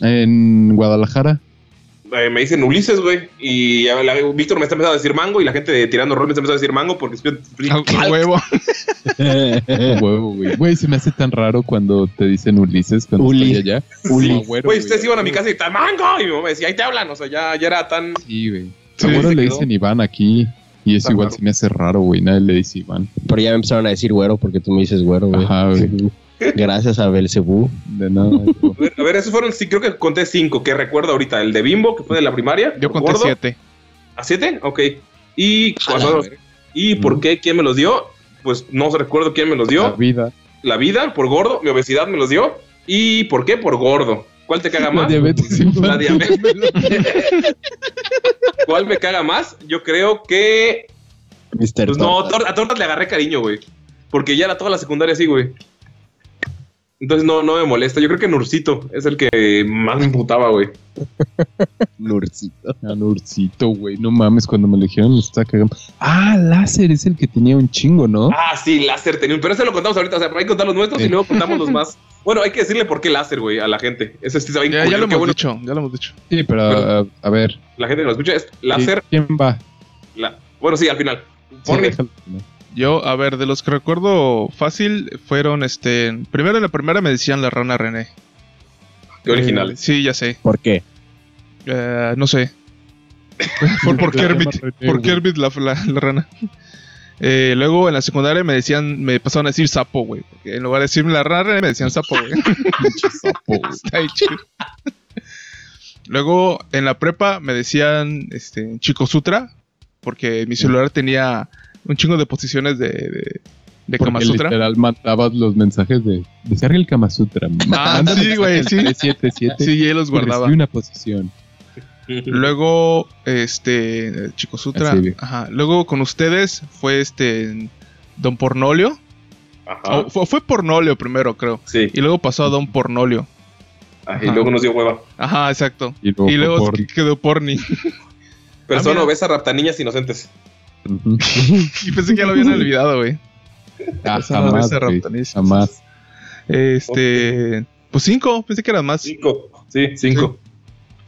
S6: en Guadalajara?
S7: Eh, me dicen Ulises, güey. Y ya la- Víctor me está empezando a decir mango y la gente de tirando rol me está empezando a decir mango porque.
S8: Ah, A- a huevo.
S6: Huevo, güey. Güey, se me hace tan raro cuando te dicen Ulises cuando
S9: Uli.
S6: estoy allá.
S9: Uli.
S6: Como güero,
S7: Güey, ustedes iban a mi casa y tal mango. Y mi mamá decía, ahí te hablan. O sea, ya, ya era tan.
S6: Sí, güey.
S8: Sí,
S6: Seguro
S7: se
S6: le
S7: quedó.
S6: dicen Iván aquí. Y eso
S7: Está
S6: igual
S7: raro.
S6: se me hace raro, güey. Nadie le dice Iván.
S9: Pero ya me empezaron a decir güero porque tú me dices güero, güey.
S6: Ajá, güey.
S9: Gracias a Belcebú.
S6: De nada.
S7: A ver, a ver, esos fueron, sí, creo que conté cinco que recuerdo ahorita. El de Bimbo, que fue de la primaria.
S8: Yo conté
S7: Gordo.
S8: siete.
S7: ¿A siete? Ok. ¿Y,
S1: A la
S7: cuándo- ¿Y por qué? ¿Quién me los dio? Pues no recuerdo quién me los
S6: La
S7: dio.
S6: vida.
S7: La vida, por gordo. Mi obesidad me los dio. ¿Y por qué? Por gordo. ¿Cuál te caga
S6: La
S7: más?
S6: diabetes
S7: La
S6: infantil.
S7: diabetes. ¿Cuál me caga más? Yo creo que.
S9: Mister
S7: Pues no, tor- a tortas le agarré cariño, güey. Porque ya era toda la secundaria así, güey. Entonces no, no me molesta. Yo creo que Nurcito es el que más me imputaba, güey.
S9: Nurcito.
S6: Anurcito, güey. No mames, cuando me eligieron me estaba cagando. Ah, Láser es el que tenía un chingo, ¿no?
S7: Ah, sí, láser tenía. un- Pero ese lo contamos ahorita. O sea, hay que contar los nuestros
S6: Sí.
S7: y luego contamos los más. Bueno, hay que decirle por qué láser, güey, a la gente. Eso sí está bien
S8: Ya,
S7: culero,
S8: ya lo
S7: qué
S8: hemos
S7: bueno.
S8: dicho. Ya lo hemos dicho.
S6: Sí, pero a, a ver.
S7: La gente que lo escucha es láser.
S6: ¿Quién va?
S7: la- Bueno, sí, al final.
S6: Sí,
S7: Porni.
S6: déjalo.
S8: Yo, a ver, de los que recuerdo fácil fueron este. Primero en la primera me decían la rana René.
S7: Qué original.
S8: Eh, sí, ya sé.
S9: ¿Por qué?
S8: Eh, no sé. Por, por Kermit. Por Kermit la, la- la rana. Eh, luego en la secundaria me decían, me pasaron a decir sapo, güey. Porque en lugar de decirme la rana René, me decían sapo, güey. Está ahí chido. Luego en la prepa me decían este, Chico Sutra, porque mi celular tenía un chingo de posiciones de, de, de Kama
S6: Porque
S8: Sutra.
S6: literal mandabas los mensajes de descarga el Kama Sutra.
S8: Ah, sí, güey, sí.
S6: 377.
S8: Sí, y ahí los guardaba.
S6: Y una posición.
S8: Luego, este, eh, Chico Sutra.
S6: Así, bien.
S8: Ajá. Luego con ustedes fue este Don Pornolio.
S6: Ah.
S7: Ajá.
S8: O Oh, fue, fue Pornolio primero, creo.
S7: Sí.
S8: Y luego pasó a Don Pornolio.
S7: Ajá, Y
S8: Ajá.
S7: luego nos dio hueva.
S8: Ajá, exacto.
S6: Y luego,
S8: y luego
S6: por-
S8: quedó Porni.
S7: Persona
S8: Ah, mira.
S7: obesa rapta niñas inocentes.
S6: Ujú.
S8: y pensé que ya lo habían olvidado, güey.
S6: Ah,
S8: Esa no,
S6: jamás,
S8: esa
S6: güey,
S8: raptanista.
S6: jamás.
S8: Este. Pues cinco, pensé que eran más.
S7: Cinco. Sí, cinco.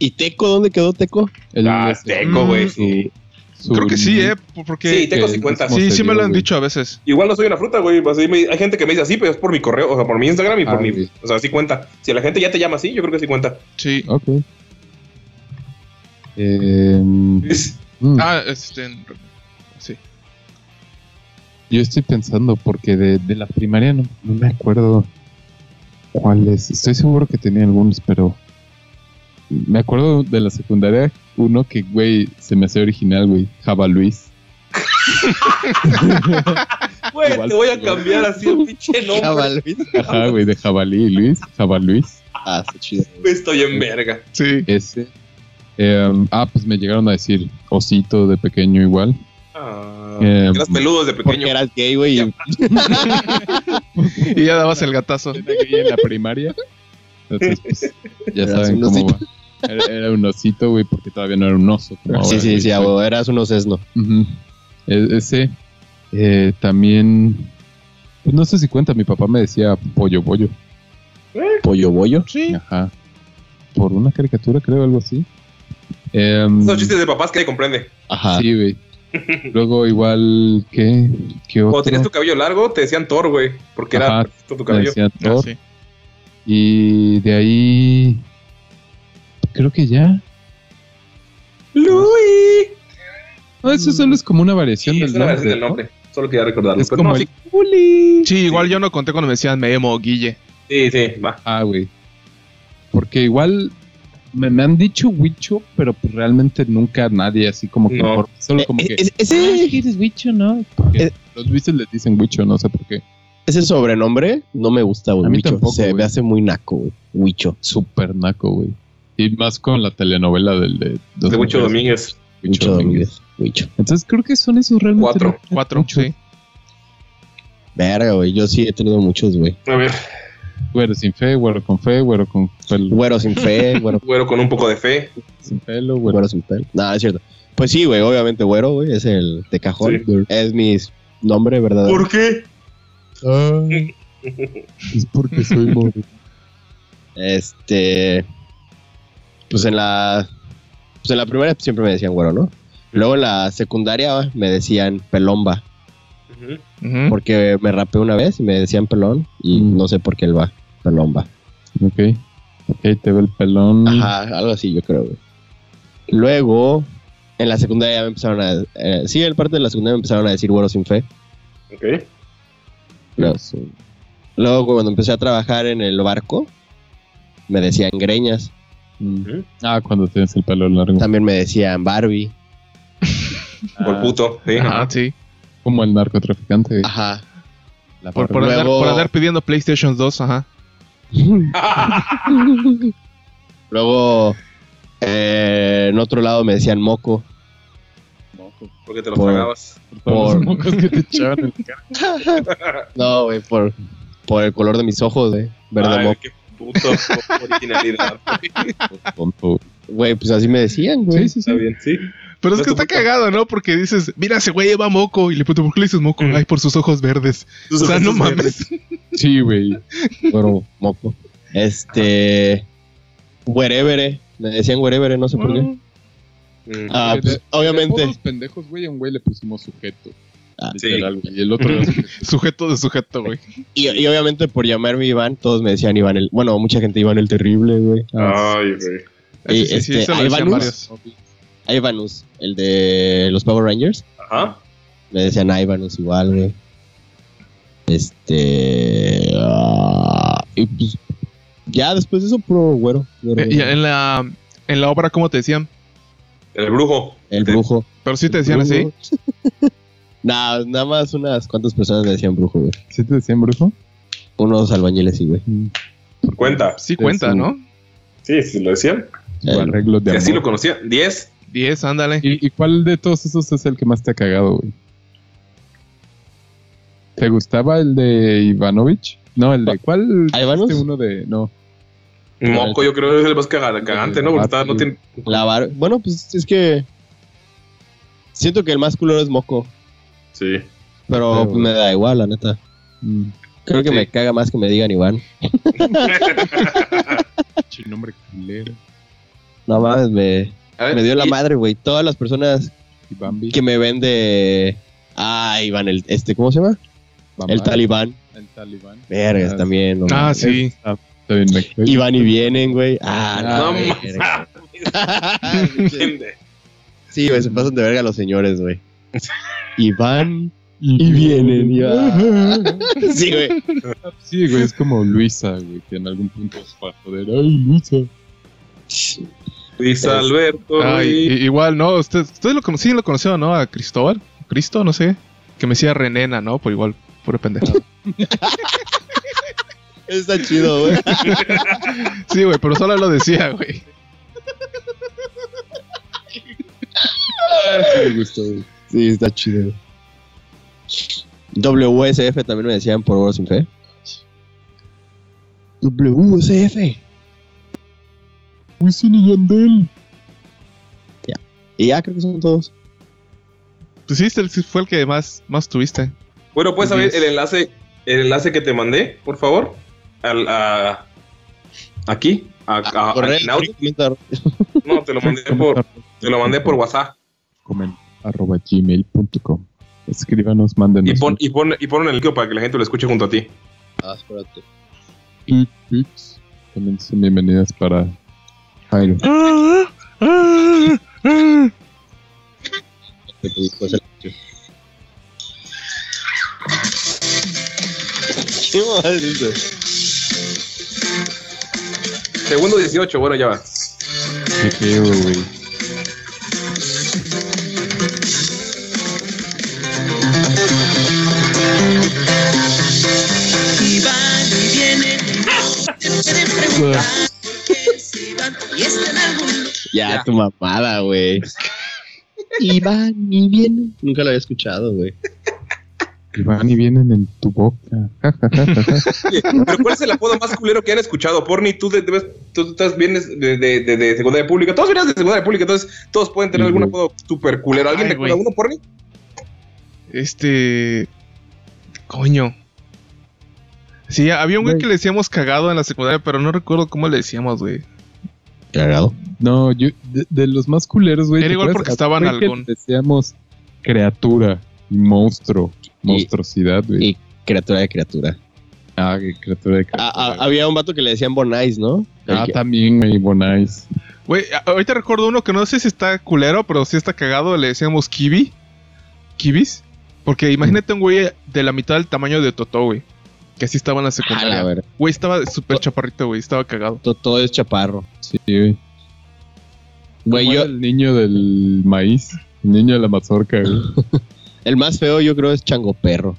S9: ¿Y Teco? ¿Dónde quedó Teco?
S6: El-
S7: Ah,
S6: ese-
S7: Teco, güey.
S8: Mm.
S7: sí.
S6: su-
S8: Creo que sí, ¿eh? Por-
S7: Sí,
S8: Porque.
S7: Teco
S6: que-
S7: 50.
S6: como-
S8: Sí, sí,
S6: se
S8: me
S6: dio,
S8: lo han
S6: güey.
S8: dicho a veces.
S7: Igual no soy una fruta, güey. Así me- Hay gente que me dice así, pero es por mi correo, o sea, por mi Instagram y por
S6: Ah,
S7: mi.
S6: güey.
S7: O sea, sí cuenta. Si la gente ya te llama así, yo creo que sí cuenta.
S8: Sí.
S6: Ok. Eh, mm,
S8: Ah, este. Sí.
S6: yo estoy pensando porque de, de la primaria no, no me acuerdo cuáles. Estoy seguro que tenía algunos, pero me acuerdo de la secundaria, uno que, güey, se me hace original, güey. Java Luis.
S7: Güey,
S6: Igual,
S7: te voy a
S6: igual.
S7: cambiar así el pinche nombre.
S6: Ajá, güey, de Jabalí y Luis. Java Luis.
S9: Ah, está chido.
S7: güey, Estoy en verga.
S8: Sí.
S6: Ese. Em, ah, pues me llegaron a decir osito de pequeño igual.
S7: Ah,
S6: Eh,
S7: eras peludo desde
S9: Porque
S7: pequeño.
S9: eras gay, güey.
S6: Ah,
S9: y- pues,
S8: Y ya dabas el gatazo.
S6: en la primaria. Entonces, pues, ya
S9: Eras
S6: saben
S9: un
S6: cómo
S9: osito.
S6: va. Era, era un osito, güey, porque todavía no era un oso. como
S9: Sí,
S6: ahora,
S9: sí,
S6: güey.
S9: sí, a huevo, eras unos esno.
S6: Ujú. E- ese eh, también. Pues no sé si cuenta, mi papá me decía pollo pollo.
S9: ¿Pollo bollo?
S8: Sí.
S6: Ajá. Por una caricatura, creo, algo así. Em,
S7: Son chistes de papás que nadie comprende.
S9: Ajá.
S6: sí, güey. Luego, igual, ¿qué? ¿Qué otro?
S7: Cuando tenías tu cabello largo, te decían Thor, güey. Porque
S6: Ajá,
S7: era perfecto tu cabello.
S6: decía
S8: Ah,
S6: Thor.
S8: sí.
S6: Y de ahí. Creo que ya.
S7: ¡Luis!
S6: No, eso solo es como una variación
S7: Sí,
S6: del
S7: es una versión
S6: nombre,
S7: del
S6: ¿no?
S7: nombre. Solo quería recordarlo.
S6: Es
S7: Pero
S6: como
S7: no,
S6: el-
S7: sí,
S8: Sí, igual yo no conté cuando me decían Memo o Guille.
S7: sí, sí, va.
S6: Ah, güey. Porque igual me, me han dicho Wicho, pero pues realmente nunca nadie así como que.
S7: No.
S6: por- solo como
S9: Eh,
S6: que.
S9: es- eh, ese,
S11: ¿Qué eres bicho, no?
S6: los bichos les dicen Wicho, no sé por qué.
S9: ese sobrenombre no me gusta, güey.
S6: A mí
S9: Huicho.
S6: tampoco,
S9: Se me
S6: güey.
S9: hace muy naco, güey. Huicho.
S6: Super naco, güey. Y más con la telenovela del de.
S7: De Huicho Domínguez.
S9: Huicho Domínguez. Huicho.
S6: Entonces creo que son esos realmente.
S7: Cuatro.
S6: no-
S8: Cuatro,
S6: Mucho.
S8: sí.
S9: Verga, güey. Yo sí he tenido muchos, güey.
S7: A ver,
S6: Güero sin fe, güero con fe, güero con pelo,
S9: Güero sin fe, güero
S7: güero con un poco de fe.
S6: sin pelo, güero.
S9: Güero sin pelo. Nada, es cierto. Pues sí, güey, obviamente güero, güey, es el de cajón. Es mi nombre verdadero.
S7: ¿Por qué?
S6: es porque soy moreno.
S9: Este. Pues en la. Pues en la primera siempre me decían güero, ¿no? Luego en la secundaria me decían pelomba.
S7: Ujú.
S8: Ujú.
S9: Porque me rapé una vez y me decían pelón. Y
S6: Mm.
S9: no sé por qué él va. Pelomba.
S6: Ok. Ok, te ve el pelón.
S9: Ajá, algo así, yo creo, güey. Luego. En la secundaria me empezaron a. eh, sí, en parte de la secundaria me empezaron a decir güero sin fe.
S7: Ok.
S9: Luego, luego, cuando empecé a trabajar en el barco, me decían greñas.
S6: Mm. Ah, cuando tienes el pelo largo.
S9: También me decían Barbie.
S7: Por puto. Sí.
S8: Ah, sí.
S6: Como el narcotraficante.
S9: Ajá.
S6: La
S8: Por,
S6: barba.
S8: por andar,
S9: Luego-
S8: por andar pidiendo PlayStation 2, ajá.
S9: Luego, eh, en otro lado me decían moco.
S7: Porque te lo
S9: Por-
S7: tragabas.
S6: Todos
S9: por-
S6: los mocos que te echaban en-
S9: No, güey, por, por el color de mis ojos, güey. Verde
S7: Ay,
S9: moco.
S7: qué puto originalidad.
S6: Tonto.
S9: Güey, pues así me decían,
S6: Sí,
S9: güey.
S6: sí,
S7: Está
S6: sí.
S7: bien, sí.
S8: Pero es
S7: No
S8: que
S7: te
S8: está
S7: gusta.
S8: cagado, ¿no? Porque dices, mira, ese güey lleva moco. Y le pregunto, ¿por qué le dices moco?
S7: Mm.
S8: Ay, por sus ojos verdes. O sea, no mames.
S6: Sí, güey.
S9: Güero, moco. Este. Wherever. eh, Me decían wherever, no sé por qué.
S7: Mm.
S9: Ah,
S6: Güey,
S9: pues,
S6: de-
S9: obviamente.
S6: Todos pendejos, güey. A un güey le pusimos sujeto.
S9: Ah,
S7: sí.
S6: Literal, güey. Y el otro. era sujeto.
S8: Sujeto de sujeto, güey.
S9: Y, y obviamente por llamarme Iván, todos me decían Iván el. Bueno, mucha gente Iván el Terrible, güey.
S6: Ah.
S7: Ay, güey.
S9: Y,
S8: Ese sí,
S9: este,
S8: se lo
S9: ¿hay
S8: decían
S9: Vanus?
S8: varios.
S9: A Ivanus, el de los Power Rangers.
S7: Ajá.
S9: Me decían a Ivanus igual, güey. Este. ah, y pues. Ya después de eso, puro güero. güero,
S8: Eh, y en la, en la obra, ¿cómo te decían?
S7: El brujo.
S9: el brujo.
S8: Pero sí te decían así.
S9: Nah, nada más unas cuantas personas me decían brujo, güey.
S6: ¿Sí te decían brujo?
S9: Unos albañiles, sí, güey.
S7: Cuenta.
S8: Sí cuenta,
S6: Eso.
S8: ¿no?
S7: Sí, sí, lo decían.
S6: O arreglos de
S7: Y así lo
S6: amor.
S7: conocía. ¿Diez?
S8: 10, ándale.
S6: ¿Y, y cuál de todos esos es el que más te ha cagado, güey? ¿Te gustaba el de Ivanovich? No, el
S7: Ah,
S6: de cuál?
S9: ¿A Ivanus?
S6: Este uno de. No.
S9: Mm.
S7: Moco, yo creo que es el más caga- cagante, ¿no? Porque está- no tiene.
S9: La bar- Bueno, pues es que. Siento que el más culero es Moco.
S7: Sí.
S9: Pero
S6: Pero-
S9: me da igual, la neta.
S6: Mm,
S9: Creo que
S7: Sí.
S9: me caga más que me digan Iván.
S6: pinche nombre culero.
S9: No mames, me,
S7: A ver,
S9: me dio la
S7: Ah, y-
S9: madre, güey. Todas las personas
S6: Y Bambi.
S9: que me vende. Ah, Iván, el, este, ¿cómo se llama?
S6: Bambi,
S9: El Talibán.
S6: El Talibán.
S9: Vergas
S6: Ah,
S9: también. no
S8: Ah,
S9: mames.
S8: sí.
S6: Está bien, me cae.
S9: Iván y vienen, güey. Ah,
S7: No
S9: no.
S7: mames.
S9: verga.
S7: Entiende.
S9: sí, güey, se pasan de verga los señores, güey. Iván y vienen. y- ah. sí, güey.
S6: Sí, güey, es como Luisa, güey, que en algún punto es para poder. ¡Ay, Luisa!
S7: Luis
S9: Es-
S7: Alberto
S8: Ay,
S7: Ruiz.
S8: i- igual, ¿no? Usted- Ustedes lo conocían, lo conocieron, ¿no? A Cristóbal, Cristo, no sé. Que me decía Renena, ¿no? Por igual, puro pendejado.
S9: Está chido, güey.
S8: Sí, güey, pero solo lo decía, güey.
S9: Me gustó, güey. Sí, está chido. WSF también me decían por Oro sin Fe. WSF.
S6: Wisin y Yandel.
S9: Y ya creo que son todos.
S8: Pues sí, este fue el que más, más tuviste.
S7: Bueno, puedes
S8: Así
S7: abrir el
S8: es.
S7: enlace, el enlace que te mandé, por favor. Al, a- aquí. A, a-
S9: Ah, Correo,
S7: al Ah, audio.
S9: comentar.
S7: No, te lo mandé por, te lo mandé por WhatsApp.
S6: Comen arroba gmail.com. Escríbanos, mándenos.
S7: Y pon, y pon, y pon el link para que la gente lo escuche junto a ti.
S9: Ah, espérate.
S6: Dick pics. También son bienvenidas para Jairo.
S9: que pudiste hacer. ¿Qué mal es eso?
S7: Segundo 18, bueno, ya va.
S6: Qué feo, güey.
S12: Y van y vienen, no te pueden preguntar que si van y están en algún
S9: Ya,
S7: Ya.
S9: tu mamada, güey. Y va ni viene. Nunca lo había escuchado, güey.
S6: Y van y vienen en tu boca. Ja, ja, ja, ja, ja.
S7: Oye, Pero ¿cuál es el apodo más culero que han escuchado? Porni, tú, de- debes- tú estás, vienes de, de, de, de secundaria pública. Todos vienes de secundaria pública, entonces todos pueden tener algún apodo súper culero. ¿Alguien
S8: Ay,
S7: recuerda
S8: güey.
S7: uno, Porni?
S8: Este. Coño. Sí, había un güey que le decíamos cagado en la secundaria, pero no recuerdo cómo le decíamos, güey.
S9: Cagado.
S6: No, yo, de, de los más culeros, güey.
S8: Era
S6: ¿te
S8: igual
S6: acuerdas?
S8: porque estaba
S6: Güey, que
S8: nalgón.
S6: Decíamos criatura y monstruo.
S9: Y-
S6: Monstruosidad, güey.
S9: y- Criatura de criatura.
S6: Ah, que criatura de criatura.
S9: Ah, ah, había un vato que le decían Bonais, ¿no?
S6: Ah,
S9: El que-
S6: también, güey, Bonais.
S8: Güey, a- ahorita recuerdo uno que no sé si está culero, pero sí está cagado. Le decíamos kiwi. ¿Kibis? Porque imagínate un güey de la mitad del tamaño de Totó, güey. Que así estaba en la
S9: A la
S8: secundaria.
S9: verga.
S8: Güey, estaba súper chaparrito, güey. Estaba cagado.
S9: To- Todo es chaparro.
S6: Sí, güey.
S9: Güey,
S6: Como
S9: yo,
S6: era El niño del maíz. El niño de la mazorca, güey.
S9: el más feo yo creo es Chango Perro.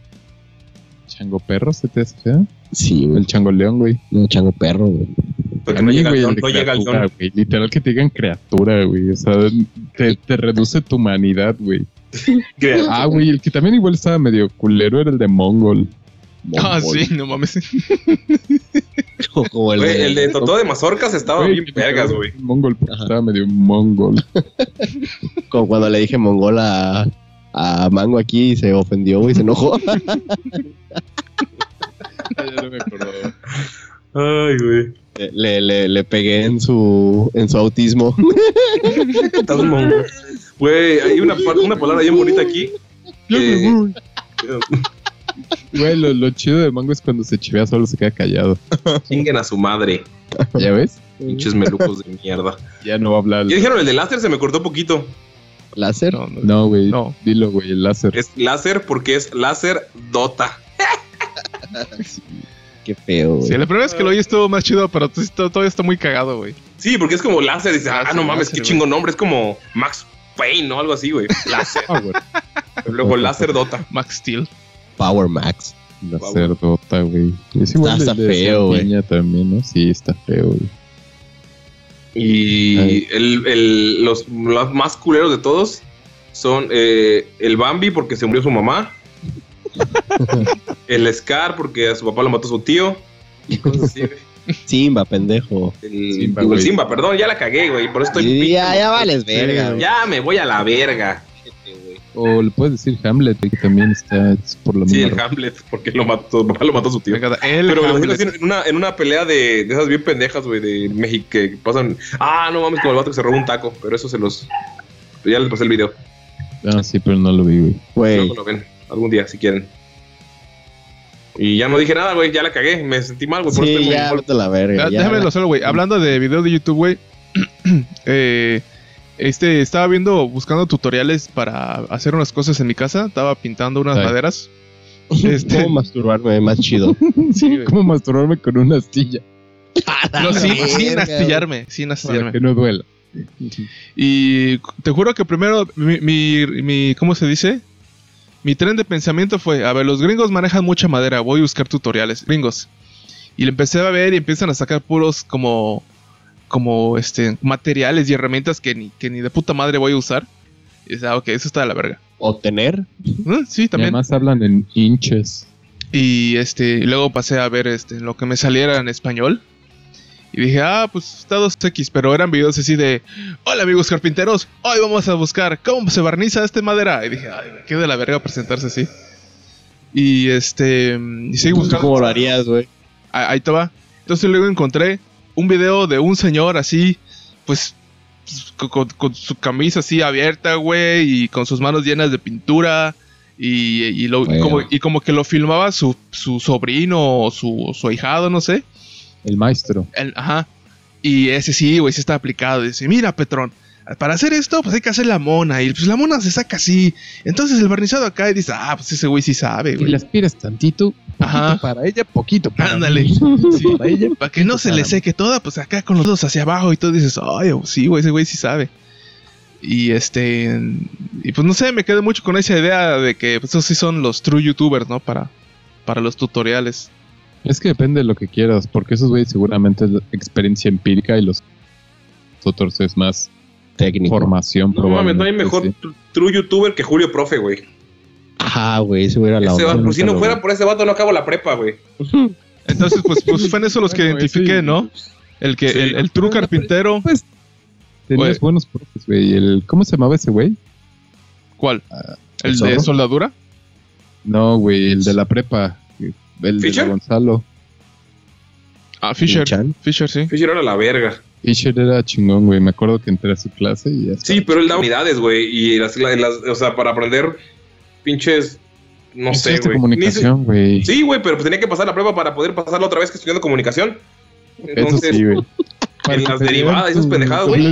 S6: ¿Chango perro se te hace feo?
S9: Sí,
S6: El chango león, güey.
S9: No, Chango Perro, güey.
S7: Porque no
S6: Sí,
S7: llega al
S6: güey,
S7: don,
S6: el de
S7: no llega al
S6: criatura,
S7: don.
S6: güey. Literal que te digan criatura, güey. O sea, te, te reduce tu humanidad, güey. Ah, güey, el que también igual estaba medio culero era el de Mongol.
S8: Ah, sí, no mames.
S9: Como el,
S7: Güey,
S9: de-
S7: el de Totó de Mazorcas estaba
S6: Güey,
S7: bien
S6: que
S7: vergas,
S6: literal,
S7: güey.
S6: Mongol, porque
S9: Ajá.
S6: estaba medio mongol.
S9: como cuando le dije mongol a, a Mango aquí y se ofendió y se enojó.
S7: Ay, güey.
S9: le, le, le pegué en su en su autismo.
S7: Estás mongol. Güey, hay una, par- una palabra bien bonita aquí. eh, que-
S6: Güey, lo, lo chido de Mango es cuando se chivea solo se queda callado.
S7: Chinguen a su madre,
S6: ¿Ya ves?
S7: pinches melucos de mierda.
S6: Ya no va a hablar.
S7: Ya dijeron, el de láser se me cortó poquito.
S9: Láser.
S8: No, no.
S6: No, güey.
S8: No.
S6: Dilo, güey, el láser.
S7: Es láser porque es láser Dota.
S9: Qué feo. güey.
S8: Sí, la primera vez que lo oí estuvo más chido, pero t- t- todavía está muy cagado, güey.
S7: Sí, porque es como láser. Dice, ah,
S8: Láser,
S7: no mames,
S8: láser,
S7: qué
S8: güey.
S7: chingo nombre. Es como Max Payne o algo así, güey. Láser.
S6: Ah, güey.
S7: Luego láser Dota.
S8: Max Steel.
S9: Power Max.
S6: La cerdota, güey. Es igual
S9: Está-
S6: el de
S9: está feo, güey.
S6: Cerdiña también, ¿no? Sí, está feo, güey.
S7: Y
S6: Ay.
S7: el, el- los, los más culeros de todos son eh, el Bambi porque se murió su mamá. el Scar porque a su papá lo mató su tío. Y cosas así, güey.
S9: Simba, pendejo.
S7: El
S6: Simba,
S7: digo, el
S6: güey.
S7: Simba, perdón, ya la cagué, güey. Por eso estoy.
S9: Y ya,
S7: pinche-
S9: ya vales verga. güey.
S7: Ya me voy a la verga.
S6: O le puedes decir Hamlet, que también está es por la
S7: Sí,
S6: misma
S7: el
S6: razón.
S7: Hamlet, porque lo mató, papá lo mató su tío.
S8: Me encanta. El
S7: Pero
S9: Ah,
S7: me lo imagino
S8: Hamlet.
S7: así en una, en una pelea de, de esas bien pendejas, güey, de México que pasan. Ah, no mames, como el vato que se robó un taco, pero eso se los. Ya les pasé el video.
S6: Ah, sí, pero no lo vi, güey.
S9: Güey.
S7: Luego lo ven, algún día, si quieren. Y ya no dije nada, güey, ya la cagué, me sentí mal, güey, por eso
S9: Sí,
S7: estoy
S9: ya,
S7: muy mal.
S9: vete a la
S6: Eh,
S9: verga.
S8: Ah,
S9: ya.
S8: Déjamelo solo, güey. Hablando de video de YouTube, güey. eh, este, estaba viendo, buscando tutoriales para hacer unas cosas en mi casa. Estaba pintando unas
S6: Ay.
S8: maderas. Este,
S9: ¿Cómo masturbarme más chido?
S8: sí, güey.
S6: ¿Cómo masturbarme con una astilla?
S8: No, sin,
S1: verga,
S8: sin
S1: güey.
S8: astillarme, sin
S6: Para
S8: astillarme.
S6: que no duela.
S8: Y te juro que primero, mi, mi, mi- ¿cómo se dice? Mi tren de pensamiento fue, a ver, los gringos manejan mucha madera, voy a buscar tutoriales, gringos. Y le empecé a ver y empiezan a sacar puros como, como, este, materiales y herramientas que ni, que ni de puta madre voy a usar. Y dices, ah, ok, eso está de la verga.
S9: Obtener.
S8: Ah, Sí,
S6: Y
S8: también.
S6: además hablan en hinches.
S8: Y este, y luego pasé a ver este, lo que me saliera en español. Y dije, ah, pues está 2X, pero eran videos así de, hola amigos carpinteros, hoy vamos a buscar cómo se barniza este madera. Y dije, ay, qué de la verga presentarse así. Y este, y seguí
S9: ¿Tú
S8: buscando.
S9: ¿Cómo lo harías, güey?
S8: Ah, Ahí te va. Entonces luego encontré un video de un señor así, pues, pues, co- con, con su camisa así abierta, güey, y con sus manos llenas de pintura. Y, y lo- y
S6: Bueno.
S8: como, y como que lo filmaba su, su sobrino o su, o su ahijado, no sé.
S6: El maestro.
S8: El- ajá. Y ese sí, güey, sí está aplicado. Dice, mira, Petrón, para hacer esto, pues hay que hacer la mona. Y pues la mona se saca así. Entonces el barnizado acá y dice, ah, pues ese güey sí sabe,
S6: Y
S8: güey.
S6: le aspiras tantito. poquito
S8: Ajá.
S6: Para ella, poquito. Para
S8: Ándale.
S6: mí.
S8: Sí.
S6: Para ella.
S8: Para que no se le seque toda, pues acá con los dos hacia abajo y todo dices, ay, oh, sí, güey, ese güey sí sabe. Y este, y pues no sé, me quedé mucho con esa idea de que pues, esos sí son los true youtubers, ¿no? Para, para los tutoriales.
S6: Es que depende de lo que quieras, porque esos güeyes seguramente es experiencia empírica y los otros es más
S9: Técnico.
S6: formación
S7: No mames, no hay
S6: probablemente,
S7: mejor
S6: sí.
S7: tru- true youtuber que Julio Profe, güey.
S9: Ajá, güey, eso era la
S7: Ese
S9: onda.
S7: vato, pues, si no
S9: Nunca lo
S7: fuera por ese vato, no acabo la prepa, güey.
S8: Entonces, pues, pues fue en eso los que
S6: Bueno,
S8: identifiqué,
S6: ese- pues,
S8: ¿no? El que,
S7: Sí.
S8: el, el true carpintero,
S6: Tenías
S8: Güey.
S6: buenos profes, güey. El, ¿Cómo se llamaba ese güey?
S8: ¿cuál? ¿El
S6: ah, ¿el
S8: de
S6: zorro?
S8: soldadura?
S6: No, güey, el de la prepa. El
S7: ¿Fisher?
S6: de Gonzalo.
S8: Ah, Fisher.
S9: Chan.
S8: Fisher, sí.
S7: Fisher era la verga.
S6: Fisher era chingón, güey. Me acuerdo que entré a su clase y ya está.
S7: Sí, pero él daba unidades, güey. Y las, la- las- o sea, para aprender pinches, no sé,
S6: Estudiaste
S7: güey.
S6: comunicación, güey.
S7: Ni si- Sí, güey, pero tenía que pasar la prueba para poder pasarla otra vez que estudiando comunicación.
S6: Eso
S7: Entonces,
S6: sí, güey.
S7: en las derivadas, esas pendejadas, güey.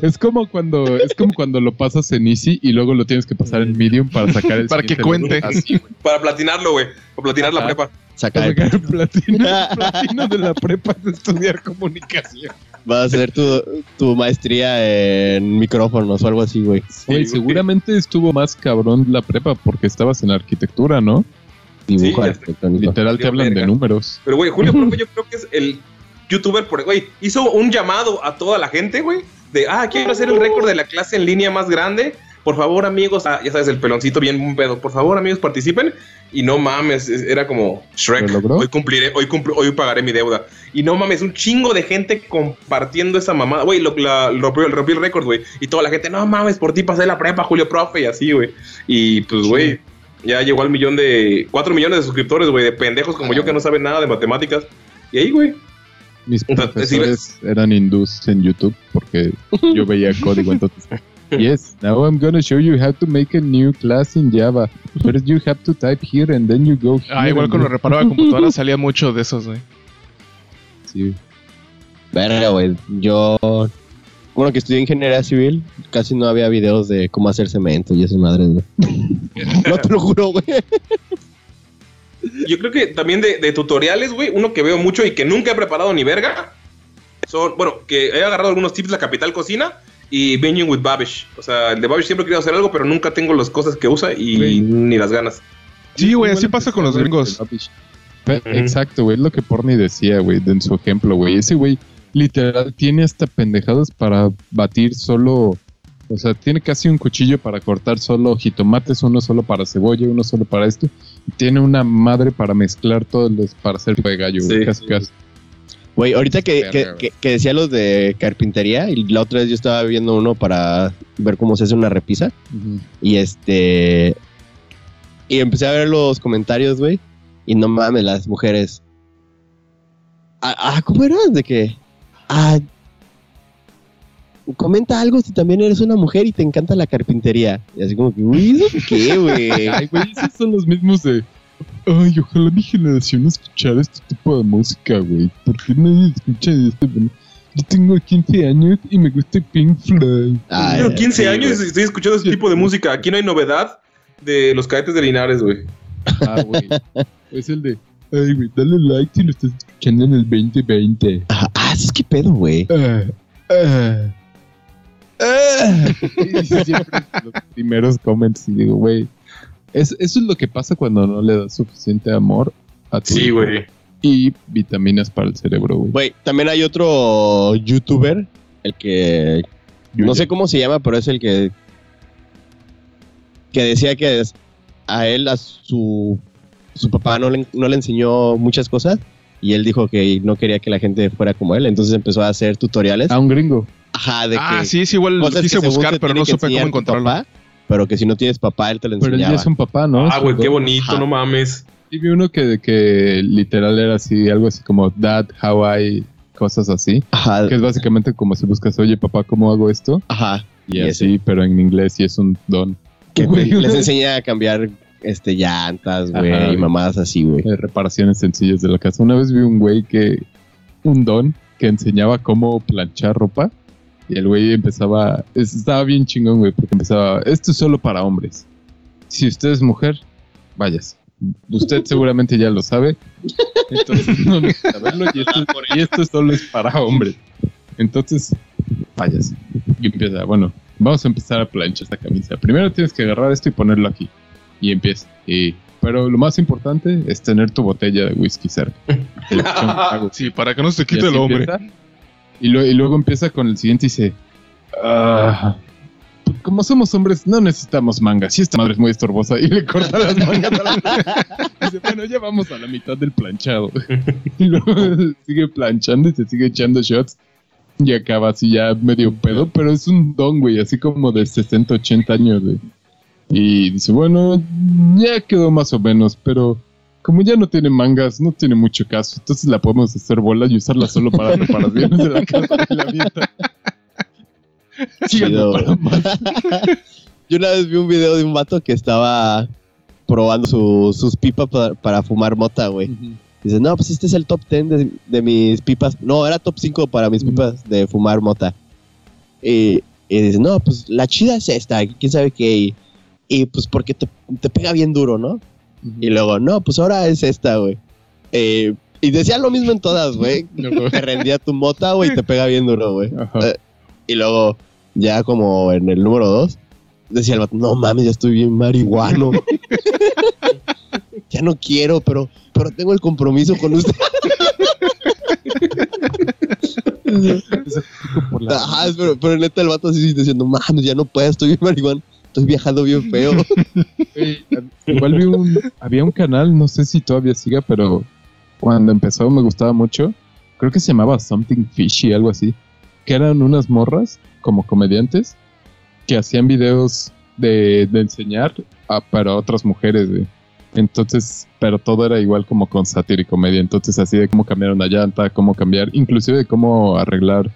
S6: Es como cuando, es como cuando lo pasas en Easy y luego lo tienes que pasar en Medium para sacar el
S8: Para que
S6: siguiente
S8: cuente.
S6: logro. Así, güey.
S7: para platinarlo, güey. Para platinar la
S6: Ajá.
S7: prepa.
S9: Saca
S6: Para
S9: el-
S6: sacar el platino, el platino de la prepa de estudiar comunicación.
S9: Va a ser tu, tu maestría en micrófonos o algo así, güey.
S6: Güey, seguramente estuvo más cabrón la prepa porque estabas en arquitectura, ¿no?
S9: Dibujo
S7: ya
S9: arquitectónico.
S6: Literal te
S7: Yo,
S6: hablan de
S7: verga.
S6: números.
S7: Pero, güey, Julio Profe, yo creo que es el youtuber por. Güey, hizo un llamado a toda la gente, güey. De, ah, quiero hacer el récord de la clase en línea más grande. Por favor, amigos. Ah, ya sabes, el peloncito bien un pedo. Por favor, amigos, participen. Y no mames, es- era como Shrek.
S6: ¿Lo logró?
S7: Hoy cumpliré, hoy cumplo, hoy pagaré mi deuda. Y no mames, un chingo de gente compartiendo esa mamada. Güey, lo, la- lo rompió, rompió el récord, güey. Y toda la gente, no mames, por ti pasé la prepa, Julio Profe, y así, güey. Y pues, güey, ya llegó al millón de. 4 millones de suscriptores, güey, de pendejos como yo que no saben nada de matemáticas. Y ahí, güey.
S6: Mis
S7: sea,
S6: profesores eran hindús en YouTube porque yo veía código entonces. Yes, now I'm gonna show you how to make a new class in Java. First you have to type here and then you go here.
S8: Ah, igual
S6: and
S8: cuando
S6: then-
S8: reparaba computadoras salía mucho de esos, güey.
S6: Sí.
S9: Verga, güey. Yo. Bueno, que estudié ingeniería civil, casi no había videos de cómo hacer cemento y esas madres, güey. no te lo juro, güey.
S7: Yo creo que también de, de tutoriales, güey, uno que veo mucho y que nunca he preparado ni verga. Son, bueno, que he agarrado algunos tips de la capital cocina y Binging with Babish. O sea, el de Babish siempre he querido hacer algo, pero nunca tengo las cosas que usa y
S6: Güey.
S7: ni las ganas.
S8: Sí,
S6: Igual
S8: güey, así pasa con los
S6: empezaba
S8: gringos.
S6: el rubbish. Pe- Exacto, güey, es lo que Porni decía, güey, de- en su ejemplo, güey. Ese güey literal tiene hasta pendejadas para batir solo, o sea, tiene casi un cuchillo para cortar solo jitomates, uno solo para cebolla, uno solo para esto. y Tiene una madre para mezclar todos los, para hacer pie de gallo, güey,
S7: Sí.
S6: casi, casi.
S9: Güey, ahorita que, que,
S6: Verga,
S9: que- que decía los de carpintería, y la otra vez yo estaba viendo uno para ver cómo se hace una repisa. Y este. Y empecé a ver los comentarios, güey. Y no mames, las mujeres. Ah, ah, ¿cómo era? De que. Ah. Comenta algo si también eres una mujer y te encanta la carpintería. Y así como que, uy, ¿eso ¿qué, güey?
S6: Ay, güey, esos son los mismos de. Ay, ojalá mi generación escuchara este tipo de música, güey. ¿Por qué nadie escucha esto? Bueno, Yo tengo 15 años y me gusta Pink Floyd.
S9: Ay,
S7: Pero 15
S9: Ah, sí,
S7: años y estoy escuchando ese tipo de música. Aquí no hay novedad de los cadetes de Linares, güey.
S6: Ah, güey. Es el de, ay, güey, dale like si lo estás escuchando. escuchando en el 2020.
S9: Ajá. Ah, es que pedo, güey.
S6: Eh, eh, eh. Y siempre los primeros comments y digo, güey, es- eso es lo que pasa cuando no le das suficiente amor a tu
S7: Sí,
S6: hijo
S7: güey.
S6: y vitaminas para el cerebro, güey.
S9: Güey, también hay otro youtuber, el que no sé cómo se llama, pero es el que que decía que es- a él a su su papá no le, no le enseñó muchas cosas y él dijo que no quería que la gente fuera como él, entonces empezó a hacer tutoriales.
S6: A un gringo.
S9: Ajá, de
S8: Ah,
S9: que
S8: sí, es igual lo
S9: cosas
S8: quise
S9: que según
S8: buscar,
S9: te
S8: pero
S9: tiene
S8: no
S9: que
S8: supe cómo
S9: enseñar tu
S8: encontrarlo.
S9: papá, pero que si no tienes papá él te lo
S6: Pero él ya
S9: enseñaba.
S6: es un papá, ¿no?
S7: Ah, güey, qué bonito,
S9: Ajá.
S7: no mames.
S6: Y vi uno que, que literal era así, algo así como Dad, how I, cosas así.
S9: Ajá,
S6: Que es básicamente como si buscas, oye papá, ¿cómo hago esto?
S9: ajá.
S6: Y,
S9: Y
S6: así, pero en inglés y es un don.
S9: Que te-
S6: Güey.
S9: les enseña a cambiar este llantas,
S6: Ajá,
S9: güey,
S6: güey.
S9: y mamadas así, güey.
S6: Eh, reparaciones sencillas de la casa. Una vez vi un güey que, un don, que enseñaba cómo planchar ropa. Y el güey empezaba, es- estaba bien chingón, güey, porque empezaba, esto es solo para hombres. Si usted es mujer, váyase. Usted seguramente ya lo sabe. Entonces, no necesita saberlo. Y esto, y esto solo es para hombres. Entonces, váyase. Y empieza, bueno, vamos a empezar a planchar esta camisa. Primero tienes que agarrar esto y ponerlo aquí. Y empieza. Y, pero lo más importante es tener tu botella de whisky cerca. Te la echan con agua.
S8: Sí, para que no se
S6: Y
S8: quite
S6: así
S8: el hombre.
S6: empieza. Y, lo- y luego empieza con el siguiente y dice: "Ah, Como somos hombres, no necesitamos mangas. Y esta madre es muy estorbosa. Y le corta las mangas a la Y Dice: Bueno, ya vamos a la mitad del planchado. y luego sigue planchando y se sigue echando shots. Y acaba así ya medio pedo, pero es un don, güey, así como de 60, 80 años, güey. Y dice, bueno, ya quedó más o menos, pero como ya no tiene mangas, no tiene mucho caso. Entonces la podemos hacer bola y usarla solo para reparaciones de la casa y la dieta.
S9: Chido.
S6: Síganme para más.
S9: Yo una vez vi un video de un vato que estaba probando su- sus pipas pa- para fumar mota, güey. Dice, no, pues este es el top 10 de, de mis pipas. No, era top 5 para mis pipas de fumar mota. Y, y dice, no, pues la chida es esta, quién sabe qué. Y, y, pues porque te, te pega bien duro, ¿no? Y luego, no, pues ahora es esta, güey. Eh, y decía lo mismo en todas, güey. te rendía tu mota, güey, y te pega bien duro, güey.
S6: Ajá.
S9: Y luego, ya como en el número 2, decía el vato, no mames, ya estoy bien marihuano. ya no quiero, pero, pero tengo el compromiso con usted. Ajá, pero, pero neta el vato así diciendo, mames, ya no puedo, estoy bien marihuano. Estoy viajando bien feo.
S6: Güey, Igual vi un, había un canal, no sé si todavía siga, pero cuando empezó me gustaba mucho. Creo que se llamaba Something Fishy, algo así. Que eran unas morras, como comediantes, que hacían videos de, de enseñar a- para otras mujeres, güey. Entonces, pero todo era igual como con sátira y comedia. Entonces, así de cómo cambiar una llanta, cómo cambiar, inclusive de cómo arreglar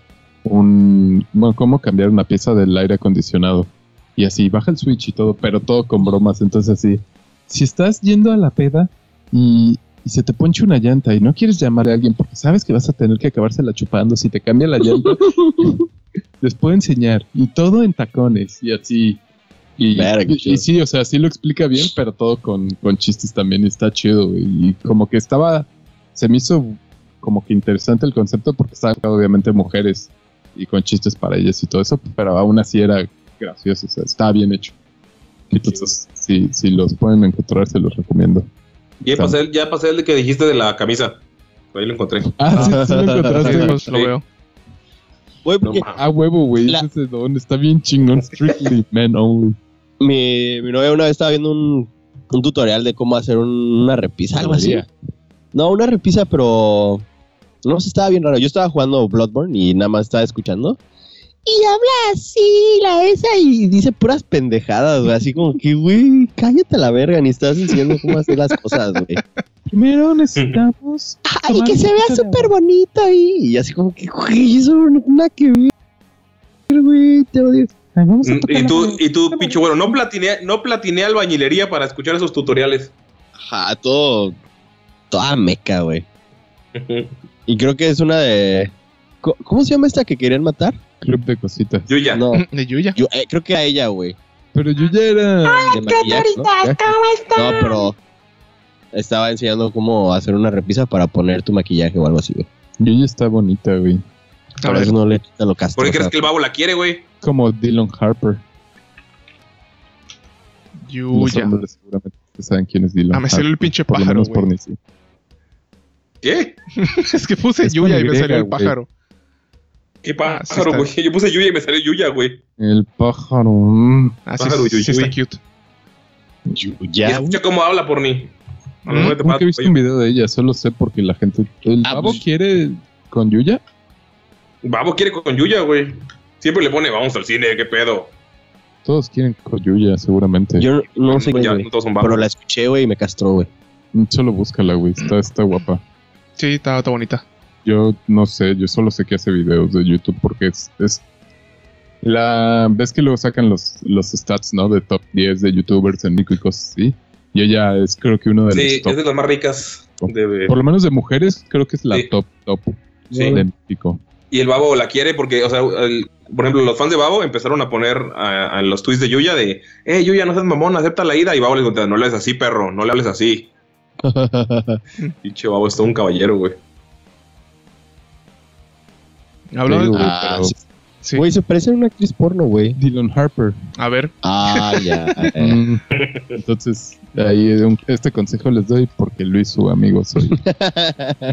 S6: un, bueno, cómo cambiar una pieza del aire acondicionado y así baja el switch y todo, pero todo con bromas. Entonces así, si estás yendo a la peda y, y se te ponche una llanta y no quieres llamar a alguien porque sabes que vas a tener que acabársela chupando si te cambia la llanta, les puedo enseñar y todo en tacones y así. Y,
S9: Verga,
S6: y- y
S9: chido.
S6: sí, o sea, sí lo explica bien, pero todo con, con chistes también y está chido. güey. Y como que estaba, se me hizo como que interesante el concepto porque estaba obviamente mujeres y con chistes para ellas y todo eso, pero aún así era gracioso, o sea, está bien hecho. Entonces, si, si los pueden encontrar, se los recomiendo.
S7: Ya pasé, el- ya pasé el de que dijiste de la camisa. Ahí lo encontré.
S6: Ah, sí, sí lo
S8: Sí,
S6: encontraste.
S8: pues, lo veo.
S9: Güey,
S7: No
S9: porque
S7: mames.
S6: Ah, huevo, güey,
S9: La-
S6: ese don está bien chingón. Strictly men only.
S9: mi, mi novia una vez estaba viendo un, un tutorial de cómo hacer un- una repisa, algo así. No, una repisa, pero. No sé, estaba bien raro. Yo estaba jugando Bloodborne y nada más estaba escuchando. Y habla así, la esa, y dice puras pendejadas, güey. Así como que, güey, cállate a la verga, ni estás enseñando cómo hacer las cosas, güey.
S6: Primero necesitamos.
S1: Ay, que se vea súper
S9: bonito ahí. Y así como que, güey, eso no tiene nada que ver, güey, te odio.
S6: vamos
S7: Mm,
S8: Mm,
S7: Y tú, y tú, pinche bueno, no platiné, no platiné albañilería para escuchar esos tutoriales.
S9: Ajá, todo. Toda meca, güey. Y creo que es una de. ¿Cómo- ¿Cómo se llama esta que querían matar?
S6: Club de cositas.
S7: Yo ya.
S9: No,
S8: De Yuya.
S9: yo eh, creo que a ella, güey.
S6: Pero yo ya era.
S9: De maquillaje, ¿no?
S3: ¿Cómo están?
S9: No, pero estaba enseñando cómo hacer una repisa para poner tu maquillaje o algo así, güey.
S6: Yo ya está bonita, güey.
S8: A
S9: Por
S8: ver.
S9: eso no le quita lo castro.
S7: ¿Por qué
S9: o sea,
S7: crees que el babo la quiere, güey?
S6: Como Dylan Harper. Los
S8: Yuya.
S6: hombres seguramente saben quién es Dylan
S8: Ah, me salió el
S6: Harper,
S8: pinche
S6: por lo
S8: pájaro,
S6: menos por
S8: güey.
S6: mí, sí.
S7: ¿Qué?
S8: Es que puse
S6: Es
S8: Yuya
S6: con
S8: y me
S6: Y,
S8: salió el
S6: güey.
S8: pájaro.
S7: ¿Qué
S8: Ah, sí
S7: pájaro,
S8: está.
S7: güey? Yo puse Yuya y me salió Yuya, güey.
S6: El pájaro. mm.
S8: Ah, sí,
S7: Pájaro
S8: sí, sí
S7: Yuyuy.
S8: está cute.
S7: Y
S9: Ya,
S7: escucha cómo habla por mí.
S8: Mm,
S7: No, no
S6: Nunca
S7: te
S6: he
S7: pases,
S6: visto un video de ella, solo sé porque la gente. ¿El
S9: Ah,
S6: babo
S9: pues-
S6: quiere con Yuya?
S7: Babo quiere con Yuya, güey. Siempre le pone, vamos al cine, qué pedo.
S6: Todos quieren con Yuya, seguramente.
S9: yo no sé quién,
S7: Pues ya,
S9: güey.
S7: no todos son babos.
S9: Pero la escuché, güey, y me castró, güey.
S6: Solo búscala, güey. Está, está guapa.
S8: Sí, está, está bonita.
S6: Yo no sé, yo solo sé que hace videos de YouTube porque es. es- la ves que luego sacan los, los stats, ¿no? De top 10 de youtubers en Nico y cosas así. Y ella es, creo que uno de
S7: Sí,
S6: los
S7: es de
S6: top.
S7: las más ricas. de-
S6: Por lo menos de mujeres, creo que es la
S7: Sí.
S6: top, top
S7: Sí.
S6: de México.
S7: Y el Babo la quiere porque, o sea, el- por ejemplo, los fans de Babo empezaron a poner a, a los tweets de Yuya de, eh, Yuya, no seas mamón, acepta la ida. Y Babo le contesta, no le hables así, perro, no le hables así. Pinche Babo es todo un caballero, güey.
S6: Sí,
S8: Hablaba de...
S6: güey,
S9: Ah,
S6: pero-
S9: sí.
S8: Sí.
S9: Güey, se parece a una actriz porno, güey.
S6: Dylan Harper.
S8: A ver,
S9: Ah, ya. eh.
S6: Mm. Entonces, ahí de un- este consejo les doy porque Luis, su amigo, soy.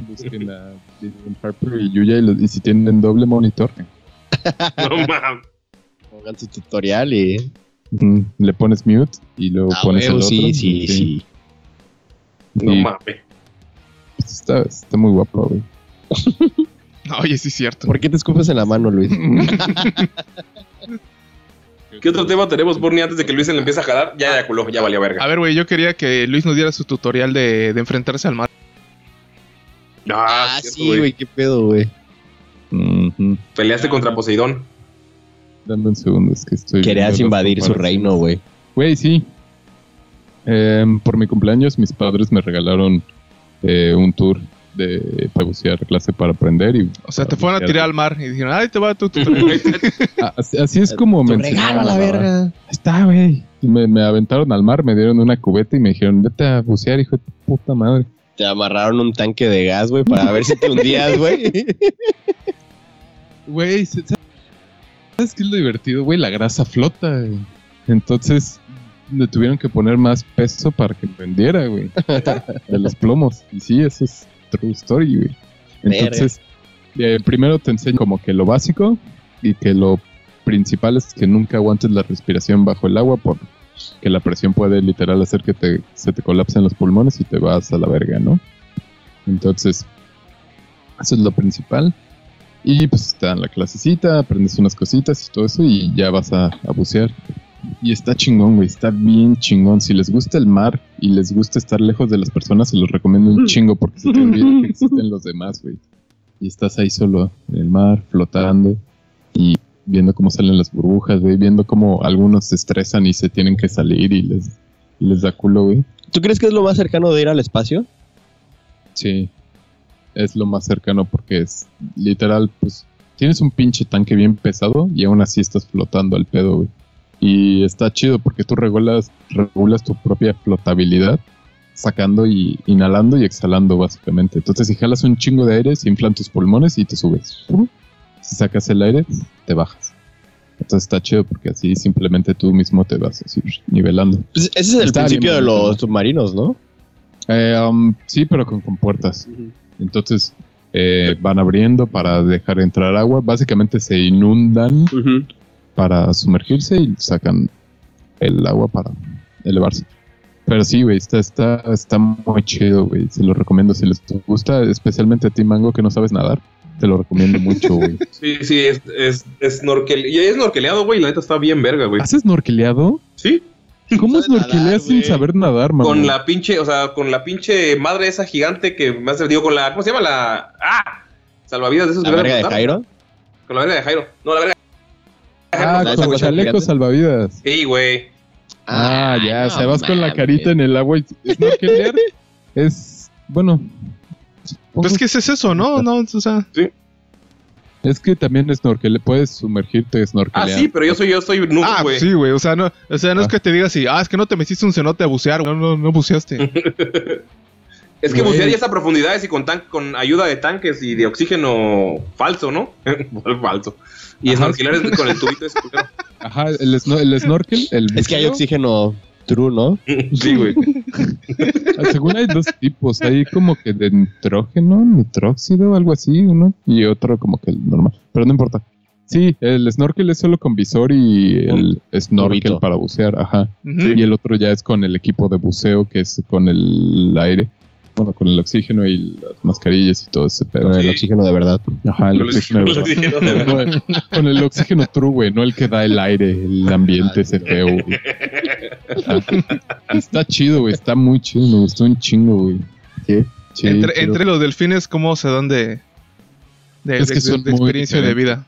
S6: Busquen a Dylan Harper y Yuya y, los- y si tienen doble monitor,
S7: No mames.
S9: Hagan su tutorial y...
S6: Ujú, le pones mute y luego
S9: Ah,
S6: pones el
S9: güey,
S6: otro.
S9: sí, sí, sí.
S6: Y,
S7: No mames.
S6: pues, está, está muy guapa, güey.
S8: oye, sí es cierto.
S9: ¿Por qué te escupes en la mano, Luis?
S7: ¿Qué otro tema tenemos, Borny, antes de que Luis se le empiece a jalar? Ya eyaculó, ya valió verga.
S8: A ver, güey, yo quería que Luis nos diera su tutorial de, de enfrentarse al mar.
S9: Ah,
S7: Ah, cierto,
S9: sí, güey, Ah. qué pedo, güey.
S6: Ujú.
S7: Peleaste contra Poseidón.
S6: Dame un segundo, es que estoy.
S9: Querías
S6: viendo las
S9: invadir su
S6: comparaciones.
S9: reino, güey.
S6: Güey, sí. Em, por mi cumpleaños, mis padres me regalaron eh, un tour de para bucear clase para aprender y
S8: O sea, te fueron a tirar al mar y dijeron, ay, te va tu tutorial.
S6: Ah, así, así es como
S9: Tu
S6: me
S9: regalo a
S6: enseñaron
S9: la
S6: nadar.
S9: verga.
S6: Ahí Está, güey. Y Me, me aventaron al mar, me dieron una cubeta y me dijeron, vete a bucear, hijo de tu puta madre.
S9: Te amarraron un tanque de gas, güey, para ver si te hundías, güey.
S6: Güey, se- sa- ¿sabes qué es lo divertido, güey? La grasa flota, güey. Entonces me tuvieron que poner más peso para que vendiera, güey. De los plomos. Y sí, eso es true story, güey. Entonces, eh, primero te enseño como que lo básico y que lo principal es que nunca aguantes la respiración bajo el agua porque la presión puede literal hacer que te, se te colapsen los pulmones y te vas a la verga, ¿no? Entonces, eso es lo principal. Y pues te dan la clasecita, aprendes unas cositas y todo eso y ya vas a, a bucear. Y está chingón, güey, está bien chingón. Si les gusta el mar y les gusta estar lejos de las personas, se los recomiendo un chingo porque se te olvida que existen los demás, güey. Y estás ahí solo en el mar, flotando y viendo cómo salen las burbujas, güey, viendo cómo algunos se estresan y se tienen que salir y les, y les da culo, güey.
S9: ¿Tú crees que es lo más cercano de ir al espacio?
S6: Sí, es lo más cercano porque es literal, pues tienes un pinche tanque bien pesado y aún así estás flotando al pedo, güey. Y está chido porque tú regulas, regulas tu propia flotabilidad sacando y inhalando y exhalando básicamente. Entonces si jalas un chingo de aire, se inflan tus pulmones y te subes. Si sacas el aire, te bajas. Entonces está chido porque así simplemente tú mismo te vas así, nivelando.
S9: Pues ese es el
S6: Está bien
S9: principio de
S6: bonito,
S9: los
S6: ¿no?
S9: submarinos, ¿no?
S6: Eh, um, sí, pero con compuertas. Entonces eh, van abriendo para dejar entrar agua. Básicamente se inundan para sumergirse y sacan el agua para elevarse. Pero sí, güey, está, está, está muy chido, güey. Se lo recomiendo si les gusta, especialmente a ti, Mango, que no sabes nadar. Te lo recomiendo mucho, güey.
S7: Sí, sí, es, es, es norquele- Y es norqueleado, güey. La neta está bien verga,
S9: Ah,
S7: güey.
S6: ¿Haces norqueleado?
S7: Sí.
S6: ¿Cómo
S9: No
S6: es
S9: sabe nadar,
S6: norqueleas sin
S9: güey.
S6: saber nadar, Mango?
S7: Con la pinche, o sea, con la pinche madre esa gigante que más digo, con la. ¿Cómo se llama? La. ¡Ah! Salvavidas de esos
S9: La
S7: que van a
S9: verga de
S7: flotar.
S9: Jairo.
S7: Con la verga de Jairo. No, la verga de Jairo.
S6: Ah,
S7: no,
S9: esa
S6: con
S9: cosa
S6: chalecos
S9: gigante.
S6: salvavidas.
S7: Sí, güey.
S6: Ah, ya,
S9: no
S6: o sea, vas con la
S9: mames.
S6: carita en el agua y snorkelear es, bueno, supongo-
S8: Pues que es eso, ¿no? No, o sea,
S6: es que también snorkel, puedes sumergirte
S7: Ah,
S6: snorkeleando.
S7: sí, pero yo soy, yo soy noob,
S8: ah,
S7: güey.
S8: sí, güey, o sea, no, o sea, no es
S6: Ah.
S8: que te digas así, ah, es que no te metiste un cenote a bucear, güey, no, no, no buceaste.
S7: Es que
S6: Güey.
S7: bucear ya es a profundidades y con, tan- con ayuda de tanques y de oxígeno falso, ¿no? falso. Y
S6: Ajá.
S7: snorkelar es con el tubito de esculero.
S6: Ajá, el, sno- el snorkel, el
S9: Es que hay
S6: buceo.
S9: oxígeno true, ¿no?
S7: Sí, güey.
S6: ah, Según hay dos tipos, hay como que de nitrógeno, nitróxido, algo así, uno y otro como que el normal, pero no importa. Sí, el snorkel es solo con visor y el snorkel
S9: tubito.
S6: para bucear, ajá.
S8: Ujú.
S6: Y el otro ya es con el equipo de buceo que es con el aire, bueno, con el oxígeno y las mascarillas y todo ese pedo.
S9: Con el
S7: Sí.
S9: oxígeno de verdad.
S6: Ajá, el
S7: Con el
S6: oxígeno. de verdad.
S7: oxígeno de verdad.
S6: No, Con el oxígeno true, güey, no el que da el aire, el ambiente ese feo, güey. Ajá. Está chido, güey, está muy chido, me gustó un chingo, güey.
S9: Sí.
S6: Sí,
S8: entre,
S6: pero
S8: entre los delfines, ¿cómo se dan de, de,
S6: Es que
S8: de-
S6: son
S8: de
S6: muy
S8: experiencia de vida?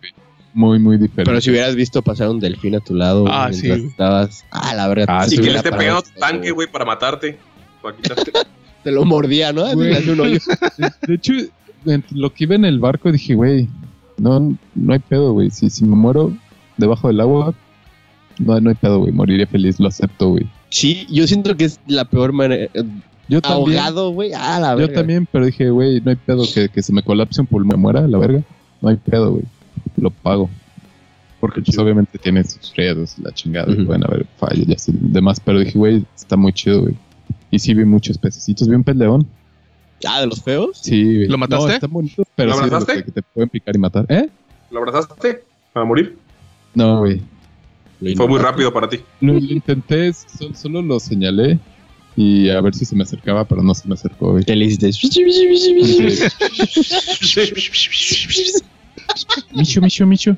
S6: muy, muy diferente.
S9: Pero si hubieras visto pasar un delfín a tu lado,
S8: Ah,
S9: mientras
S8: sí.
S9: estabas. Ah, la verdad.
S6: Ah,
S9: te
S6: sí, Si
S7: Y que
S9: hubiera
S7: le esté
S9: parado,
S7: pegando tu tanque, güey, para matarte. Para quitarte.
S9: Te lo mordía, ¿no?
S6: Güey.
S9: Te hace un hoyo.
S6: De hecho, en lo que iba en el barco dije, güey, no, no hay pedo, güey. Si, si me muero debajo del agua, no, no hay pedo, güey. Moriré feliz, lo acepto, güey.
S9: Sí, yo siento que es la peor manera.
S6: Yo también,
S9: Ahogado, güey. Ah, la
S6: yo
S9: verga.
S6: también, pero dije, güey, no hay pedo que, que se me colapse un pulmón, me muera la verga. No hay pedo, güey. Lo pago. Porque pues, obviamente tiene sus riesgos, la chingada, y
S9: Ujú.
S6: pueden haber fallas y así demás. Pero dije, güey, está muy chido, güey. Y sí vi muchos pececitos, vi un pez león.
S9: Ah, de los feos.
S6: Sí, güey.
S8: ¿Lo mataste?
S6: No, está bonito, pero
S7: ¿Lo
S6: sí, de los
S7: abrazaste?
S6: que te pueden picar y matar. ¿Eh?
S7: ¿Lo abrazaste? ¿Para morir?
S8: Ah.
S6: No, güey.
S7: Fue muy rápido para ti.
S6: Lo, lo intenté, so- solo lo señalé y a ver si se me acercaba, pero no se me acercó, güey.
S9: Te le hiciste.
S6: Dije, Micho, Micho, Micho.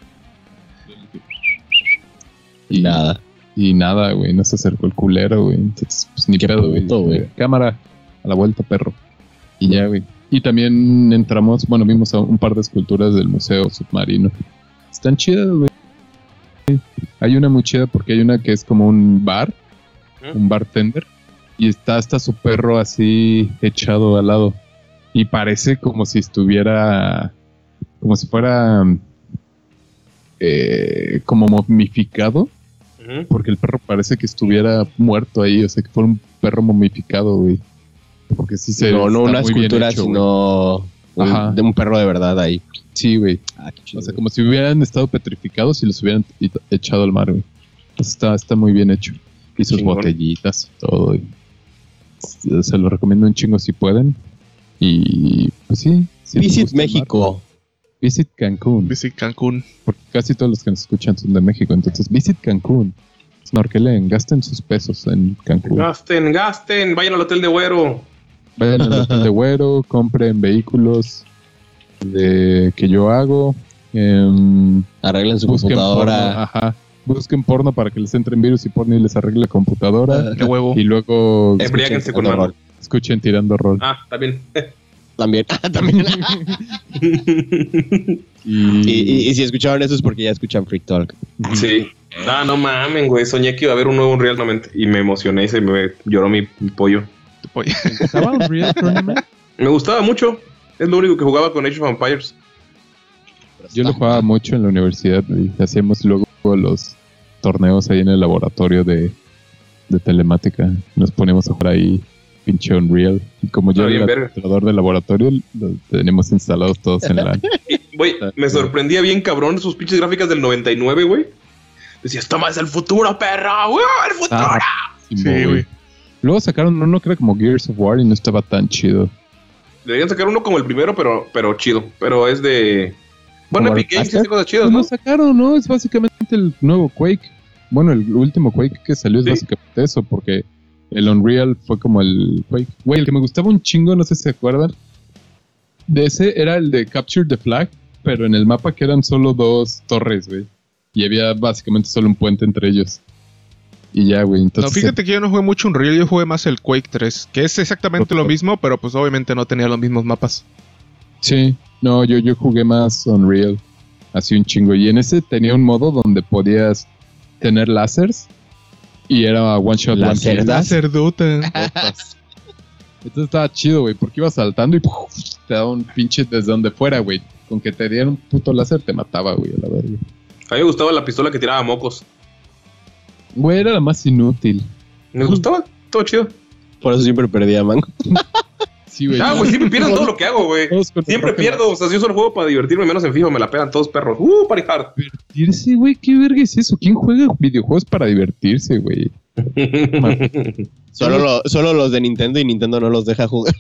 S9: Y nada.
S6: Y nada, güey, no se acercó el culero, güey. Entonces, pues ni
S9: Qué
S6: pedo, güey.
S9: puto, güey.
S6: Cámara, a la vuelta, perro. Y ya, güey. Y también entramos, bueno, vimos a un par de esculturas del Museo Submarino. Están chidas, güey. Hay una muy chida porque hay una que es como un bar,
S7: ¿Mm?
S6: un bartender, y está hasta su perro así echado al lado. Y parece como si estuviera, como si fuera eh, como momificado
S7: Ujú.
S6: porque el perro parece que estuviera muerto ahí, o sea, que fuera un perro momificado, güey. Porque sí se.
S9: no,
S6: está
S9: no una
S6: muy bien
S9: escultura,
S6: hecho, güey.
S9: sino. un-
S6: Ajá.
S9: de un perro de verdad ahí.
S6: Sí, güey.
S9: Ah, qué chido.
S6: O sea, como si hubieran estado petrificados y los hubieran e- echado al mar, güey. Pues está, está muy bien hecho. Y sus
S7: Chingón.
S6: botellitas y todo. y- se- Se lo recomiendo un chingo si pueden. Y pues sí. si les
S9: Visit
S6: gusta el mar,
S9: México.
S6: Visit Cancún.
S8: Dice Cancún.
S6: porque casi todos los que nos escuchan son de México. Entonces, visit Cancún. Snorkelen, gasten sus pesos en Cancún.
S7: Gasten, gasten. Vayan al hotel de güero.
S6: Vayan al hotel de güero, compren vehículos de, que yo hago. em,
S9: Arreglen su
S6: busquen porno,
S9: computadora.
S6: ajá, busquen porno para que les entren virus y porno y les arregle la computadora.
S8: De
S9: Ah.
S8: huevo.
S6: Y luego
S7: Embriáguense
S6: escuchen,
S7: con
S9: Tirando
S7: mano.
S9: rol.
S6: escuchen tirando rol.
S7: Ah, también.
S9: También. Ah, también.
S6: Y,
S9: y, y- y si escucharon eso es porque ya escuchan Freak Talk.
S7: Sí. Ah, no mamen, güey. Soñé que iba a haber un nuevo Unreal 90 y me emocioné y se me lloró mi mi pollo.
S8: Oye,
S6: ¿Estaba un real tournament?
S7: Me gustaba mucho. Es lo único que jugaba con Age of Empires.
S6: Yo lo jugaba mucho en la universidad y hacíamos luego los torneos ahí en el laboratorio de, de telemática. Nos poníamos a jugar ahí pinche Unreal. Y como yo
S7: Ah,
S6: era
S7: bien
S6: el
S7: verga.
S6: administrador del laboratorio, lo tenemos instalados todos en la...
S7: Güey, me sorprendía bien cabrón sus pinches gráficas del 99, güey. Decía, esto más el futuro, perro, güey, el futuro.
S6: Ah,
S8: Sí,
S6: Simón,
S8: güey.
S6: Luego sacaron uno que era como Gears of War y no estaba tan chido.
S7: Deberían sacar uno como el primero, pero, pero chido. Pero es de. Bueno,
S6: ¿Como
S7: Epic
S6: el
S7: Games
S6: remaster?
S7: hace cosas
S6: Pues
S7: chidas,
S6: no
S7: ¿no?
S6: sacaron, ¿no? Es básicamente el nuevo Quake. Bueno, el último Quake que salió es
S7: Sí.
S6: básicamente eso, porque el Unreal fue como el Quake. Güey, el que me gustaba un chingo, no sé si se acuerdan. De ese era el de Capture the Flag, pero en el mapa que eran solo dos torres, güey. Y había básicamente solo un puente entre ellos. Y ya, güey.
S8: no,
S6: Entonces,
S8: fíjate que yo no jugué mucho un Unreal, yo jugué más el Quake 3, que es exactamente lo mismo, pero pues obviamente no tenía los mismos mapas.
S6: Ah, Sí, no, yo, yo jugué más Unreal, así un chingo. Y en ese tenía un modo donde podías tener lásers y era one shot, one
S9: Láser,
S6: kill.
S9: ¿verdad?
S8: Cerduta.
S6: Botas. Entonces estaba chido, güey, porque ibas saltando y ¡puf! te daba un pinche desde donde fuera, güey. Con que te dieran un puto láser te mataba, güey, a la verga.
S7: A mí me gustaba la pistola que tiraba mocos.
S6: Güey, era la más inútil.
S7: Me gustaba, todo chido.
S9: Por eso siempre perdía, man.
S6: Sí, güey.
S7: Ah, güey, siempre pierdo en todo lo que hago, güey.
S6: Todos con-
S7: Siempre pierdo. O sea, si yo solo juego para divertirme, menos en FIFA, me la pegan todos perros. Uh, party hard.
S6: Divertirse, güey. ¿Qué verga es eso? ¿Quién juega videojuegos para divertirse, güey?
S9: Solo, lo- solo los de Nintendo y Nintendo no los deja jugar.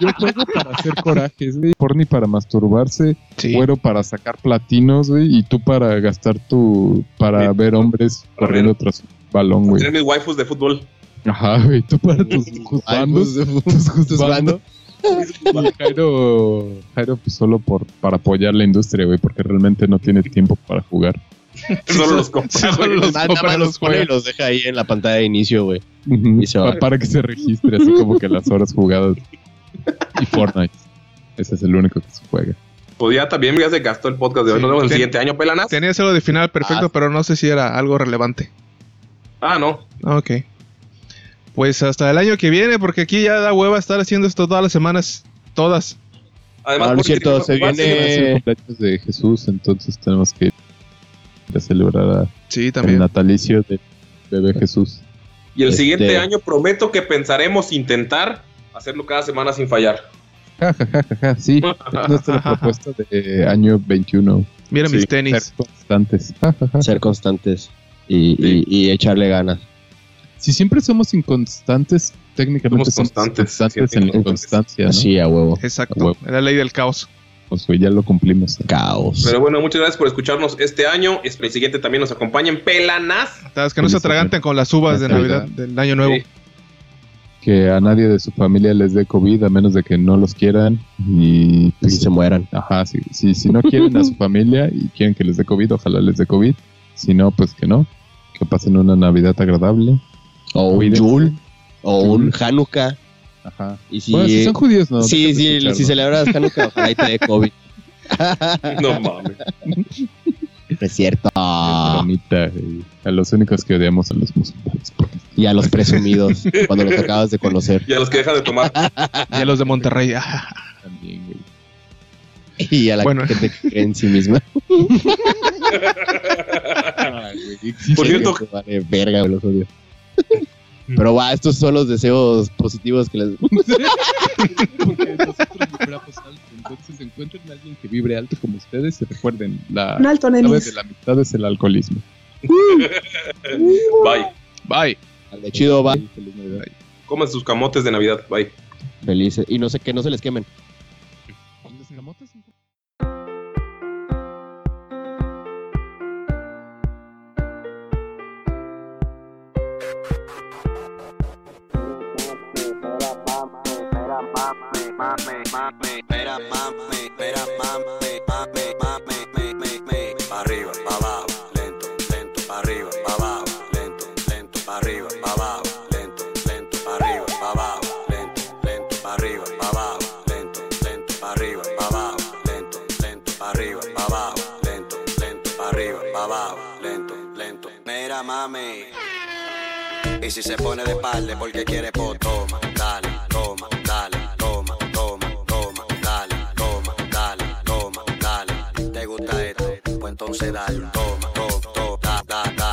S6: Yo juego para hacer corajes, güey. Porni para masturbarse.
S8: Sí.
S6: Güero para sacar platinos, güey. Y tú para gastar tu. Para ver hombres
S7: Para
S6: corriendo tras un balón, güey.
S7: Tienes mis waifus de fútbol.
S6: Ajá, güey. Tú para tus tus bandos.
S9: pues, Tus gustos
S6: bandos.
S9: bandos.
S6: Y Jairo, Jairo pues solo por, para apoyar la industria, güey, porque realmente no tiene tiempo para jugar.
S7: Solo
S8: so-
S7: los
S8: sí,
S7: compras,
S8: solo
S7: güey.
S8: los
S9: Nada, nada
S8: compra,
S9: más
S8: los
S9: los pone y
S8: juega.
S9: los deja ahí en la pantalla de inicio, güey. Y se va.
S6: Pa- para que se registre así como que las horas jugadas. Y Fortnite. Ese es el único que se juega.
S7: Pues ya también ya se gastó el podcast de hoy.
S8: Sí.
S7: Nos vemos el
S8: Ten-
S7: siguiente año, pelanas.
S8: Tenías algo de final
S6: Ah.
S8: perfecto, pero no sé si era algo relevante.
S7: Ah, no.
S8: Ok. Pues hasta el año que viene, porque aquí ya da hueva estar haciendo esto todas las semanas. Todas.
S7: Además,
S9: Ah, no es
S7: porque
S9: cierto,
S7: tiene
S9: se
S7: que ocupar,
S9: viene-
S7: sí,
S6: Es
S9: Eh.
S6: el cumpleaños de Jesús, entonces tenemos que ir a celebrar a-
S8: Sí,
S6: el
S8: también.
S6: natalicio de bebé Jesús.
S7: Y el
S9: Este-
S7: siguiente año prometo que pensaremos intentar hacerlo cada semana sin fallar.
S6: Ja, ja, ja, ja, ja, sí. Es nuestra propuesta de año 21.
S8: Mira
S7: Sí.
S8: mis
S6: Ser
S8: tenis.
S6: constantes. Ja, ja, ja.
S9: Ser constantes y,
S7: Sí.
S9: y- y echarle ganas.
S6: Si siempre somos inconstantes, técnicamente
S7: Somos
S6: somos
S7: constantes,
S6: constantes,
S7: siempre
S6: en la
S7: inconstantes.
S6: inconstancia, ¿no?
S9: Sí, a huevo.
S8: Exacto. Es la ley del caos.
S6: Pues, güey, ya lo cumplimos.
S9: Caos.
S7: Pero bueno, muchas gracias por escucharnos este año. Espero el siguiente también nos acompañen. Pelanas.
S8: Sabes que no se
S6: Feliz
S8: atraganten con las uvas de
S6: Navidad.
S8: Navidad, del año nuevo.
S7: Sí.
S6: Que a nadie de su familia les dé COVID a menos de que no los quieran. Y
S9: Y se mueran.
S6: Ajá, sí, sí, si no quieren a su familia y quieren que les dé COVID, ojalá les dé COVID. Si no, pues que no. Que pasen una Navidad agradable.
S9: O un
S6: Cuídense.
S9: Yul. O un Hanukkah.
S6: Ajá.
S9: Y si,
S6: bueno, si son judíos, no.
S9: sí,
S6: dejen de
S9: sí,
S6: escucharlo.
S9: si celebras Hanukkah, ojalá y te dé COVID.
S7: No mames.
S9: es cierto.
S6: Es
S9: Ah.
S6: bromita, güey. A los únicos que odiamos a los musulmanes. porque
S9: Y a los presumidos, cuando los acabas de conocer.
S7: Y a los que dejan de tomar.
S8: Ya los de Monterrey. Ah, ajá.
S6: También, güey.
S9: Y a la
S8: Bueno.
S9: gente que cree en sí misma.
S7: Por
S9: Sí,
S7: cierto,
S9: que Vale, verga, güey, los odio. Pero va, estos son los deseos positivos que les.
S6: Porque nosotros vibramos alto. Entonces encuentren a alguien que vibre alto como ustedes y recuerden, la
S13: Un alto
S6: clave
S13: nenis.
S6: de la mitad es el alcoholismo.
S7: Bye.
S8: Bye.
S9: Al chido va.
S6: Feliz Navidad.
S7: Coman sus camotes de Navidad. Bye.
S9: Felices. Y no sé que no se les quemen.
S12: Arriba, pa' abajo, lento, lento, pa' arriba, pa' abajo, lento, lento, pa' arriba, pa' abajo, lento, lento, pa' arriba, pa' abajo, lento, lento, pa' arriba, pa' abajo, lento, lento, pa' arriba, pa' abajo, lento, lento, pa' arriba, pa' abajo, lento, lento, pa' arriba, pa' abajo, lento, lento. Mira, mami. Y si se pone de espalda porque quiere po, toma, dale, toma, dale, toma, toma, toma, dale, toma, dale, toma, dale. ¿Te gusta esto? Pues entonces dale, toma, toma, toma, da, da, da.